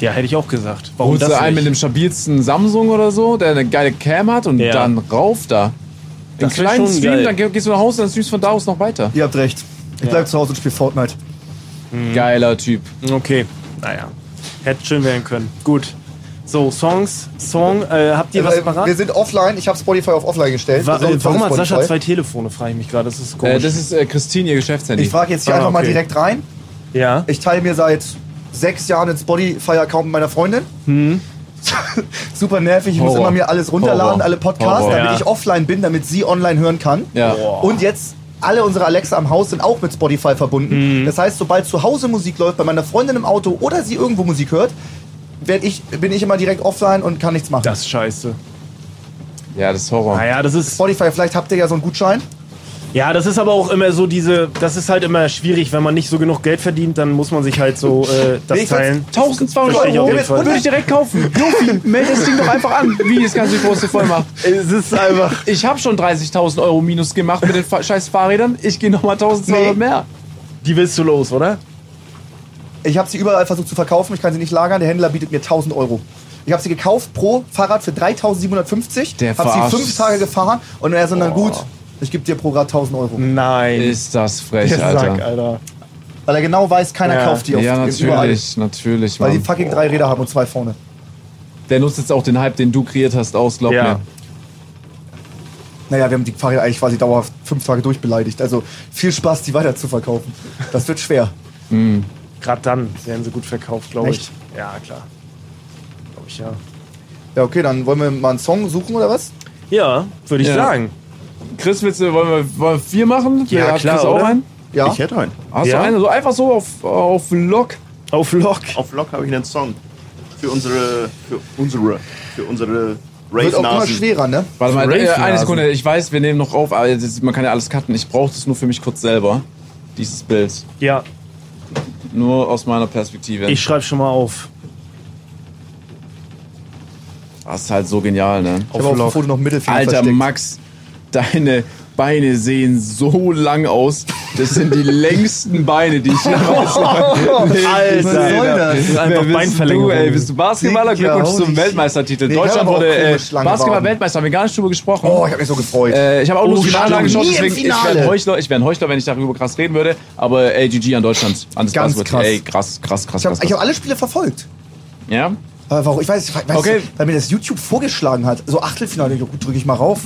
S1: Ja, hätte ich auch gesagt. Warum
S3: Holst du
S1: das
S3: einen
S1: nicht?
S3: mit dem stabilsten Samsung oder so, der eine geile Cam hat und
S1: Ja.
S3: dann rauf da. Einen
S1: Das wär
S3: kleinen
S1: schon
S3: Stream,
S1: geil.
S3: dann geh- gehst du nach Hause, dann streamst von da aus noch weiter.
S2: Ihr habt recht. Ich bleib zu Hause und spiele Fortnite.
S1: Mhm.
S3: Geiler Typ. Äh,
S1: Okay, naja. Hätte schön werden können. Gut. So, Songs, Song, äh, habt ihr was
S2: Weil wir
S1: parat?
S2: sind offline, ich habe Spotify auf offline gestellt.
S1: Wa
S2: Wir sind
S1: äh, warum hat
S2: von
S1: Sascha
S2: Spotify.
S1: zwei Telefone, frage ich mich gerade. Das ist
S3: Äh,
S1: komisch.
S3: das ist äh, Christine, ihr Geschäftshandy.
S2: Ich frage jetzt hier
S1: Ah,
S2: einfach mal
S1: okay.
S2: direkt rein.
S1: ja.
S2: Ich teile mir seit sechs Jahren den Spotify-Account mit meiner Freundin.
S1: Hm.
S2: Super nervig, ich muss
S3: Horror.
S2: immer mir alles runterladen,
S3: Horror.
S2: alle Podcasts,
S3: Horror.
S2: damit
S1: Ja.
S2: ich offline bin, damit sie online hören kann.
S3: Ja.
S2: Und jetzt, alle unsere Alexa am Haus sind auch mit Spotify
S1: Hm.
S2: verbunden. Das heißt, sobald zu Hause Musik läuft, bei meiner Freundin im Auto oder sie irgendwo Musik hört, werd ich, bin ich immer direkt offline und kann nichts machen.
S1: das ist scheiße.
S3: Ja, das ist Horror.
S1: Naja, das ist.
S2: Spotify, vielleicht habt ihr ja so einen Gutschein.
S1: Ja, das ist aber auch immer so diese. Das ist halt immer schwierig, wenn man nicht so genug Geld verdient, dann muss man sich halt so äh, das
S2: Nee, ich
S1: teilen.
S3: 1200
S1: Verstehe ich
S3: Euro
S1: auf jeden Fall.
S3: würde ich direkt kaufen. Jofi, melde das Ding doch einfach an, wie das ganze große Vollmacht.
S1: Es ist einfach.
S3: Ich habe schon 30.000 Euro minus gemacht mit den Fa- scheiß Fahrrädern. Ich gehe nochmal 1.200
S2: Nee.
S3: mehr.
S1: Die willst du los, oder?
S2: Ich habe sie überall versucht zu verkaufen, ich kann sie nicht lagern. Der Händler bietet mir 1000 Euro. Ich habe sie gekauft pro Fahrrad für 3750.
S3: Der
S2: Habe
S3: verarscht.
S2: sie fünf Tage gefahren und er sagt dann gut, ich gebe dir pro Rad 1000 Euro.
S3: Mhm.
S1: Nein.
S3: Ist das frech,
S1: Der
S3: Alter.
S1: Sack, Alter.
S2: Weil er genau weiß, keiner
S1: Ja.
S2: kauft die auf
S3: Ja,
S2: überall.
S3: natürlich, natürlich,
S2: Weil die
S3: Mann.
S2: fucking drei Räder haben und zwei vorne.
S3: Der nutzt jetzt auch den Hype, den du kreiert hast, aus, glaub
S1: Ja.
S3: mir.
S2: Naja, wir haben die Fahrräder eigentlich quasi dauerhaft fünf Tage durchbeleidigt. Also viel Spaß, die weiter zu verkaufen. Das wird schwer.
S1: Gerade dann werden sie gut verkauft, glaube ich.
S2: Echt?
S1: Ja, klar. Glaube ich ja.
S2: Ja, okay, dann wollen wir mal einen Song suchen oder was?
S1: Ja, würde ich
S3: Ja.
S1: sagen.
S3: Chris, willst du, wollen wir, wollen wir vier machen?
S1: Ja,
S3: Hat
S1: klar,
S3: Chris auch
S1: oder?
S3: einen?
S2: Ja.
S6: Ich hätte einen.
S3: Hast
S1: Ja.
S3: du einen? So einfach so auf, auf Lock.
S1: Auf Lock.
S6: Auf Lock habe ich einen Song. Für unsere, für unsere, für unsere
S2: Wird auch immer
S6: Rave-Nasen.
S2: schwerer, ne?
S3: Warte mal,
S1: Rave
S3: äh,
S1: Nasen.
S3: eine Sekunde. Ich weiß, wir nehmen noch auf, aber das, ist- man kann ja alles cutten. Ich brauche das nur für mich kurz selber. Dieses Bild.
S1: Ja,
S3: Nur aus meiner Perspektive.
S1: ich schreibe schon mal auf.
S3: das ist halt so genial, ne?
S2: Ich habe auf dem Foto noch einen Mittelfinger
S3: Alter,
S2: versteckt.
S3: Max, deine Beine sehen so lang aus. Das sind die längsten Beine, die ich
S2: was
S3: jemals
S2: soll das?
S1: Das ist einfach
S3: Wer bist
S1: Beinverlängerung.
S3: Du, ey, bist du Basketballer?
S2: Digga,
S3: Glückwunsch zum
S2: holy
S3: Weltmeistertitel.
S2: shit. Nee,
S3: Deutschland
S2: ich hab aber auch
S3: wurde äh,
S2: komisch lange
S3: Basketball-Weltmeister. Haben wir gar nicht drüber gesprochen.
S2: Oh, ich habe mich so gefreut.
S3: äh, ich habe auch nur das Finale
S2: stimmt.
S3: angeschaut,
S2: Nie im
S3: deswegen ich wäre
S2: Finale.
S3: ein Heuchler, ich wär ein Heuchler, wenn ich darüber krass reden würde. Aber ey, GG an Deutschland. An das
S2: Ganz
S3: Basketball.
S2: krass.
S3: Ey, krass, krass, krass,
S2: ich habe
S3: krass.
S2: ich hab
S3: krass.
S2: alle Spiele verfolgt.
S3: Ja?
S2: Aber warum? Ich weiß, ich weiß
S3: Okay.
S2: weil mir das YouTube vorgeschlagen hat. So Achtelfinale, ich dachte, gut, drücke ich mal rauf.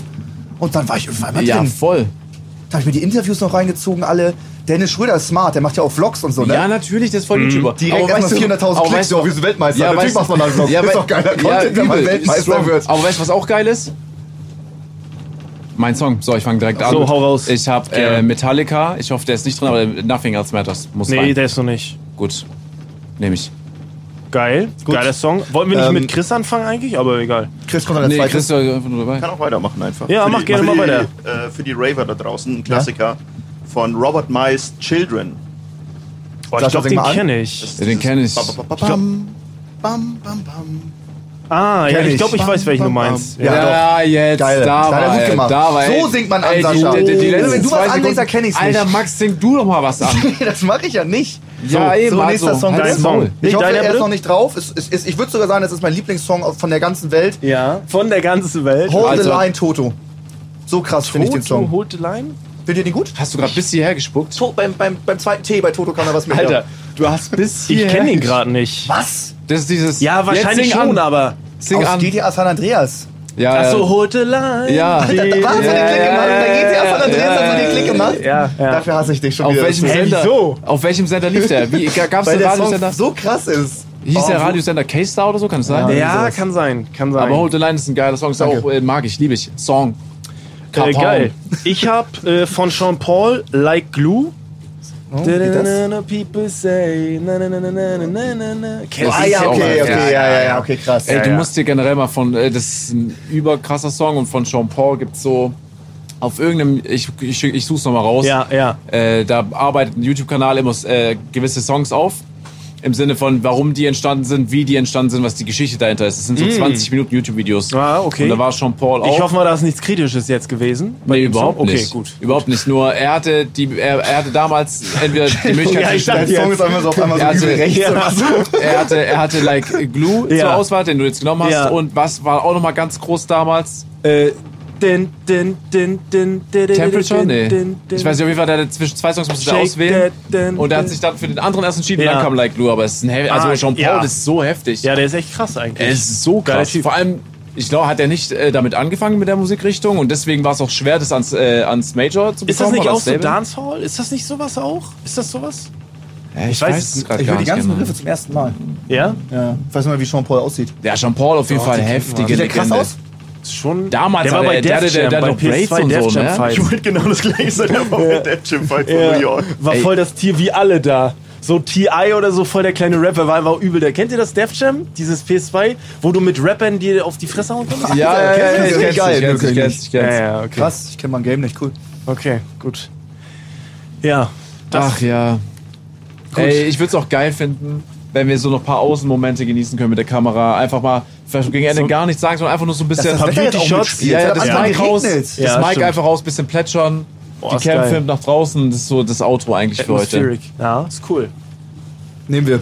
S2: Und dann war ich irgendwann mal
S3: Ja,
S2: drin.
S3: voll.
S2: Da habe ich mir die Interviews noch reingezogen, alle. Dennis Schröder ist smart, der macht ja auch Vlogs und so, ne?
S3: Ja, natürlich, das ist voll YouTuber.
S2: Direkt
S3: Aber weißt
S2: erstmal 400.000
S3: du- aber
S2: Klicks,
S3: weißt du-
S2: ja, wir sind Weltmeister.
S3: Ja,
S2: Natürlich
S3: weißt-
S2: macht man das noch.
S3: Ja,
S2: ist
S3: wei-
S2: doch geiler
S3: ja,
S2: Content, wenn man
S3: übel,
S2: Weltmeister
S3: strong.
S2: wird.
S3: Aber weißt du, was auch geil ist? Mein Song. So, ich fange direkt an.
S2: Also,
S1: So, hau raus.
S3: Ich habe äh,
S1: Gerne.
S3: Metallica. Ich hoffe, der ist nicht drin, aber Nothing Else Matters muss
S1: Nee,
S3: rein.
S1: der ist noch nicht.
S3: Gut. Nehme ich.
S1: Geil, geiler Song. Wollten wir nicht
S2: Ähm,
S1: mit Chris anfangen eigentlich? Aber egal.
S2: Chris kommt an der
S3: Nee,
S2: zweiten.
S3: Chris ist einfach nur dabei.
S6: kann auch weitermachen einfach.
S1: Ja,
S6: Für
S1: mach
S6: die-
S1: gerne
S6: für
S1: mal
S6: die, Äh, für die Raver da draußen, ein Klassiker von Robert Mize, Children.
S1: Boah,
S2: Sascha,
S1: ich glaube,
S2: sing
S1: den
S2: mal an.
S1: kenne ich.
S3: Den kenn ich.
S6: Bam, bam, bam, bam, bam, bam, bam.
S1: Ah, ja,
S2: Kenn
S1: ich
S2: ich.
S1: glaube, ich weiß, welchen du meinst. Ja.
S2: Ja,
S3: Ja, jetzt,
S2: Geil.
S3: da
S2: Das hat er
S3: war
S2: gut
S3: er,
S2: gemacht.
S3: da war er.
S2: So singt man an,
S3: Ey,
S2: Sascha.
S3: Die, die, die letzten
S2: Wenn du was
S3: zwei
S2: anlegst,
S3: Sekunden-
S2: dann kenn ich's nicht.
S3: Alter, Max, sing du doch mal was an.
S2: das mache ich ja nicht.
S3: ja, eben,
S2: so, nächster
S3: also,
S2: Song.
S3: halt's
S1: Dein
S3: Maul.
S1: Song.
S2: Ich
S1: Nicht
S2: hoffe,
S1: deiner,
S2: er ist
S1: bitte?
S2: noch nicht drauf. Es, es, es, ich würde sogar sagen, das ist mein Lieblingssong von der ganzen Welt.
S1: ja, von der ganzen Welt.
S2: Hold the
S3: Also-
S2: Line, Toto. So krass finde ich den Song.
S1: Holt the Line?
S2: Findet ihr den gut?
S3: Hast du gerade bis hierher gespuckt?
S2: To beim, beim, beim zweiten Tee bei Toto kann er was mit.
S3: Alter, du hast bis
S1: Ich
S3: hierher...
S1: kenne ihn
S3: ges-
S1: gerade nicht.
S2: Was?
S3: Das ist dieses...
S1: Ja, wahrscheinlich
S3: jetzt sing
S1: schon,
S3: an.
S1: aber.
S3: Sing
S2: Aus
S3: an.
S2: GTA San Andreas.
S3: Ja,
S1: Achso, Holt the Line.
S3: Ja.
S2: Da, da Äh, hat so den Klick gemacht. Da GTA San Andreas hat so den Klick gemacht.
S1: Ja, ja.
S2: Dafür hasse ich dich schon
S3: Auf
S2: wieder.
S3: welchem
S1: Hä,
S3: Sender?
S1: wieso?
S3: Auf welchem Sender lief der? Wie gab's
S2: Weil
S3: den
S2: der Song
S3: Radiosender?
S2: so krass ist.
S3: Hieß der
S2: Oh,
S3: Radiosender K-Star oder so? Kann es sein?
S1: Ja, kann sein, kann sein.
S3: Aber Hold the Line ist ein geiler Song. Ist auch, äh, mag ich, liebe ich. Song.
S1: äh,
S3: Kapau.
S1: geil. Ich hab äh, von Sean Paul Like Glue. Oh,
S2: geht das?
S1: people say na na na na na na na na.
S3: Das
S2: Ah
S3: ist
S2: ja,
S3: auch
S2: okay,
S3: geil.
S2: okay, ja, ja, ja, okay, krass.
S3: Ey,
S1: Ja,
S3: du
S1: ja.
S3: musst dir generell mal von, äh, das ist ein überkrasser Song und von Sean Paul gibt's so auf irgendeinem, ich, ich, ich such's nochmal raus.
S1: Ja, ja.
S3: Äh, da arbeitet ein YouTube-Kanal immer äh, gewisse Songs auf. Im Sinne von, warum die entstanden sind, wie die entstanden sind, was die Geschichte dahinter ist. Das sind so 20 Minuten YouTube-Videos.
S1: Mm. Ah, okay.
S3: Und da war Sean Paul auch.
S1: Ich hoffe mal, da ist nichts Kritisches jetzt gewesen. Bei
S3: Nee,
S1: dem Song.
S3: überhaupt
S1: okay,
S3: nicht.
S1: gut.
S3: Überhaupt nicht. Nur er hatte, die, er, er hatte damals entweder die Möglichkeit
S1: Ja, ich
S3: zu
S1: dachte
S2: Der Song ist einfach so auf einmal so
S3: Ja, also-
S2: übel rechts.
S1: Ja.
S3: er hatte, er hatte like Glue zur
S1: Ja.
S3: Auswahl, den du jetzt genommen hast.
S1: Ja.
S3: Und was war auch nochmal ganz groß damals?
S1: Äh, din, din, din, din, din, din,
S3: Temperature?
S1: din,
S3: Nee.
S1: din, din.
S3: Ich weiß nicht, auf jeden Fall, der hatte zwischen zwei Songs musste er
S1: Shake
S3: auswählen.
S1: that, then,
S3: Und er hat
S1: then.
S3: sich dann für den anderen erst entschieden.
S1: Ja.
S3: Dann kam like Glue. Aber es ist ein heftig. Also
S1: Ah,
S3: Jean Paul
S1: ja.
S3: das ist so heftig.
S1: Ja, der ist echt krass eigentlich.
S3: Es ist so
S1: Geiler
S3: krass.
S1: Typ.
S3: Vor allem, ich glaube, hat er nicht äh, damit angefangen mit der Musikrichtung. Und deswegen war es auch schwer, das ans, äh, ans Major zu bekommen.
S1: ist das nicht
S3: oder
S1: auch
S3: ans
S1: so
S3: Label.
S1: Dancehall? Ist das nicht sowas auch? Ist das sowas?
S3: Ja, ich,
S1: Ich
S3: weiß,
S1: weiß
S3: es
S1: es-
S3: gerade
S2: Ich
S3: gar
S2: höre die
S3: nicht
S2: ganzen
S3: genau.
S2: Griffe zum ersten Mal.
S1: Ja?
S2: Ja. Ich weiß nicht mal, wie Sean Paul aussieht.
S3: Ja, Jean Paul auf jeden Fall heftige
S2: Sieht der krass
S3: Legende.
S2: aus?
S1: Schon.
S3: Damals
S1: der war
S3: hat er-
S1: bei
S3: der hatte-
S1: Death
S3: der-
S1: Jam,
S3: der
S1: bei
S3: hatte
S1: PS2
S3: doch Raids und
S1: Death
S3: so,
S1: Jam
S3: ne?
S1: Fights.
S6: Ich wollte genau das gleiche sagen, der war mit der Fight von New York.
S1: War voll das Tier wie alle da. So T.I. oder so, voll der kleine Rapper, war einfach übel. Der kennt ihr das Def Jam, dieses PS2, wo du mit Rappern dir auf die Fresse hauen kannst?
S3: Ja, ja,
S2: Alter,
S3: ja,
S2: kennst du
S3: ja,
S2: das?
S3: ich kenn's,
S2: Geil,
S3: ich kenn's, ich
S2: wirklich.
S3: kenn's, ich kenn's.
S1: okay.
S2: Krass, ich kenne mein Game nicht, cool.
S1: Okay, gut. Ja.
S3: Ach ja. Ey, ich würde es auch geil finden, wenn wir so noch ein paar Außenmomente genießen können mit der Kamera. Einfach mal, vielleicht gegen Ende gar nichts sagen, sondern einfach nur so ein bisschen.
S1: das Wetter jetzt auch
S2: Ja,
S3: ja, ja,
S2: ja,
S3: das
S2: das hat
S3: Mic raus,
S2: geregnet.
S3: das
S1: Ja,
S3: Mic
S1: stimmt.
S3: einfach raus, bisschen plätschern.
S1: Boah,
S3: die
S1: ist
S3: Cam
S1: geil.
S3: filmt nach draußen, das ist so das Outro eigentlich für heute.
S1: Atmospheric. Ja, ist cool.
S2: Nehmen wir.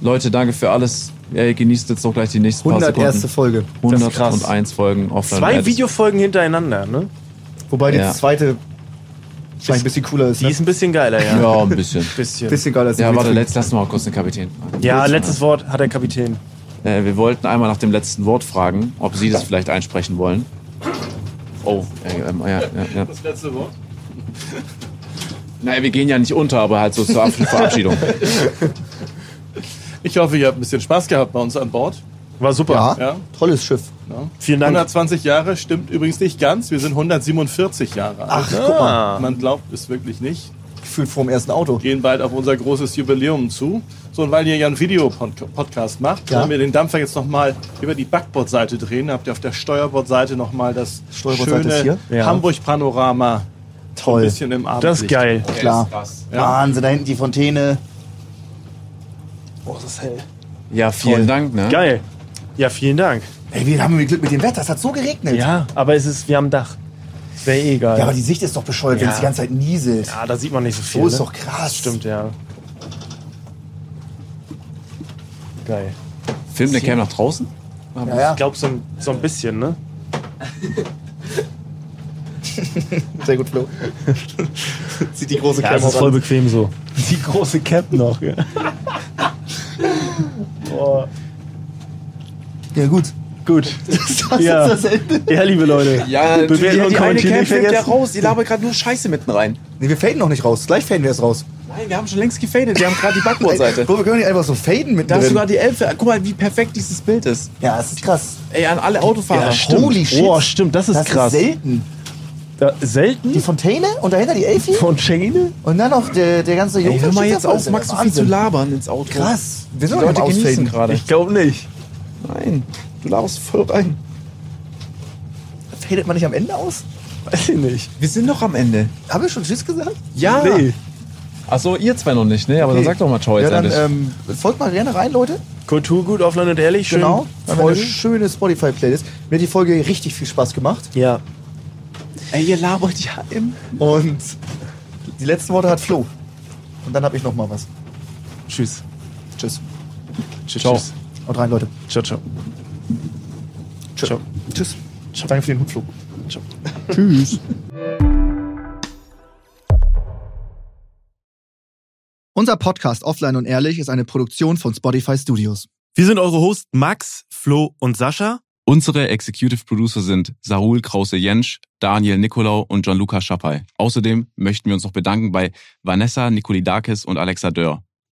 S3: Leute, danke für alles. Ey, genießt jetzt doch gleich die nächsten paar
S2: 100 erste
S3: Sekunden.
S2: Folge.
S1: Das ist krass.
S3: 101 Folgen offline.
S1: Zwei
S3: Ads.
S1: Videofolgen hintereinander, ne?
S2: Wobei die
S3: Ja.
S2: zweite vielleicht ein bisschen cooler ist.
S1: Die
S2: Ne?
S1: ist ein bisschen geiler, ja.
S3: Ja, ein bisschen.
S1: Bisschen.
S2: bisschen geiler als die
S3: Ja, warte,
S2: letzte.
S3: letzt, lass mal kurz den Kapitän fragen.
S1: Ja, letztes Wort hat der Kapitän.
S3: Äh, wir wollten einmal nach dem letzten Wort fragen, ob Sie das vielleicht einsprechen wollen. Oh, äh, ähm, ja, ja, ja.
S5: Das letzte Wort.
S3: Naja, wir gehen ja nicht unter, aber halt so zur Ab- Verabschiedung.
S5: Ich hoffe, ihr habt ein bisschen Spaß gehabt bei uns an Bord.
S1: War super.
S2: Ja,
S5: Ja.
S2: tolles Schiff.
S1: Vielen Dank.
S5: 120 Jahre stimmt übrigens nicht ganz. Wir sind 147 Jahre alt. Ah.
S2: Ach, guck mal.
S5: Man glaubt es wirklich nicht.
S2: Gefühlt vor dem ersten Auto.
S5: Gehen bald auf unser großes Jubiläum zu. So, und weil ihr ja einen Videopodcast macht,
S2: Ja.
S5: wollen wir den Dampfer jetzt nochmal über die Backbordseite drehen. Habt ihr auf der Steuerbordseite nochmal das
S2: Steuerbordseite ist
S5: schöne
S1: hier? Ja.
S5: Hamburg-Panorama.
S2: Toll.
S5: Ein bisschen im Abend.
S1: Das ist geil.
S2: Klar.
S9: Wahnsinn, da hinten die Fontäne.
S3: Ja, vielen Dank, ne?
S1: Geil. Ja, vielen Dank.
S2: Ey, wir haben Glück mit dem Wetter.
S9: Das hat so geregnet.
S1: Ja, aber es ist, wir haben Dach. Wäre eh geil.
S9: Ja, aber die Sicht ist doch bescheuert, wenn es die ganze Zeit nieselt.
S1: Ah, da sieht man nicht so viel.
S9: so ist
S1: ne?
S9: doch krass.
S1: Stimmt, ja. Geil.
S3: Film der Cam nach draußen?
S9: Ja, ja.
S1: Ich glaube, so, ein- so ein bisschen, ne?
S2: Sehr gut, Flo. Sieht die große
S1: Ja, es
S2: Kamera
S1: ist voll
S2: an.
S1: bequem so. Die große Cap noch. Ja. Boah.
S2: Ja, gut.
S1: Gut. ja. ja, liebe Leute. Bewerten und kommentieren nicht vergessen.
S3: raus, ihr labert gerade nur Scheiße mitten rein.
S2: Nee, wir faden noch nicht raus. Gleich faden wir es raus.
S3: Nein, wir haben schon längst gefadet, wir haben gerade die Backbordseite.
S2: Bro, wir können nicht einfach so faden mit
S3: Da hast du gerade Ah, die Elfe. Guck mal, wie perfekt dieses Bild ist.
S2: Ja, das ist krass.
S3: Ey, an alle Autofahrer.
S2: Äh, Holy shit.
S1: Boah, stimmt, das ist
S2: das
S1: krass.
S2: ist selten.
S1: da, selten?
S2: Die Fontäne und dahinter die Elfi
S1: Von Chaine?
S2: und dann noch der, der ganze
S3: Ey, hör mal
S2: Jungfernstieg
S3: jetzt
S2: davor.
S3: auf,
S2: Das ist
S3: Max, so viel zu
S2: Wahnsinn.
S3: labern ins Auto.
S2: Krass. Wir
S3: Die
S2: sind doch nicht
S3: Leute
S2: am
S3: genießen
S2: Ausfaden.
S3: gerade.
S1: glaube nicht.
S3: Nein, du laberst voll rein.
S2: Fadet man nicht am Ende aus?
S1: Weiß ich nicht.
S3: Wir sind noch am Ende.
S2: Haben wir schon Tschüss gesagt?
S3: Ja.
S1: Nee.
S3: Achso, ihr zwei noch nicht, ne? Aber dann
S2: Okay.
S3: sagt doch mal Ciao
S2: Ja,
S3: jetzt
S2: dann
S3: endlich.
S2: ähm, folgt mal gerne rein, Leute.
S1: Kulturgut auf Land und Ehrlich. Schön
S2: Genau. Voll
S1: folgen.
S2: schöne Spotify-Playlist. Mir hat die Folge richtig viel Spaß gemacht.
S1: Ja.
S2: Ey, ihr labert ja im. Und die letzten Worte hat Flo. Und dann habe ich noch mal was.
S1: Tschüss.
S2: Tschüss.
S1: Tschüss.
S3: Ciao.
S1: Tschüss.
S2: Und rein, Leute.
S1: Ciao, ciao.
S2: Tschüss.
S1: Ciao.
S2: Tschüss. Danke für den Hut, Flo.
S1: ciao.
S2: Unser Podcast Offline und Ehrlich ist eine Produktion von Spotify Studios.
S10: Wir sind eure Hosts Max, Flo und Sascha.
S3: Unsere Executive Producer sind Saul Krause-Jensch, Daniel Nicolau und Gianluca Schappay. Außerdem möchten wir uns noch bedanken bei Vanessa Nikolidakis und Alexa Dörr.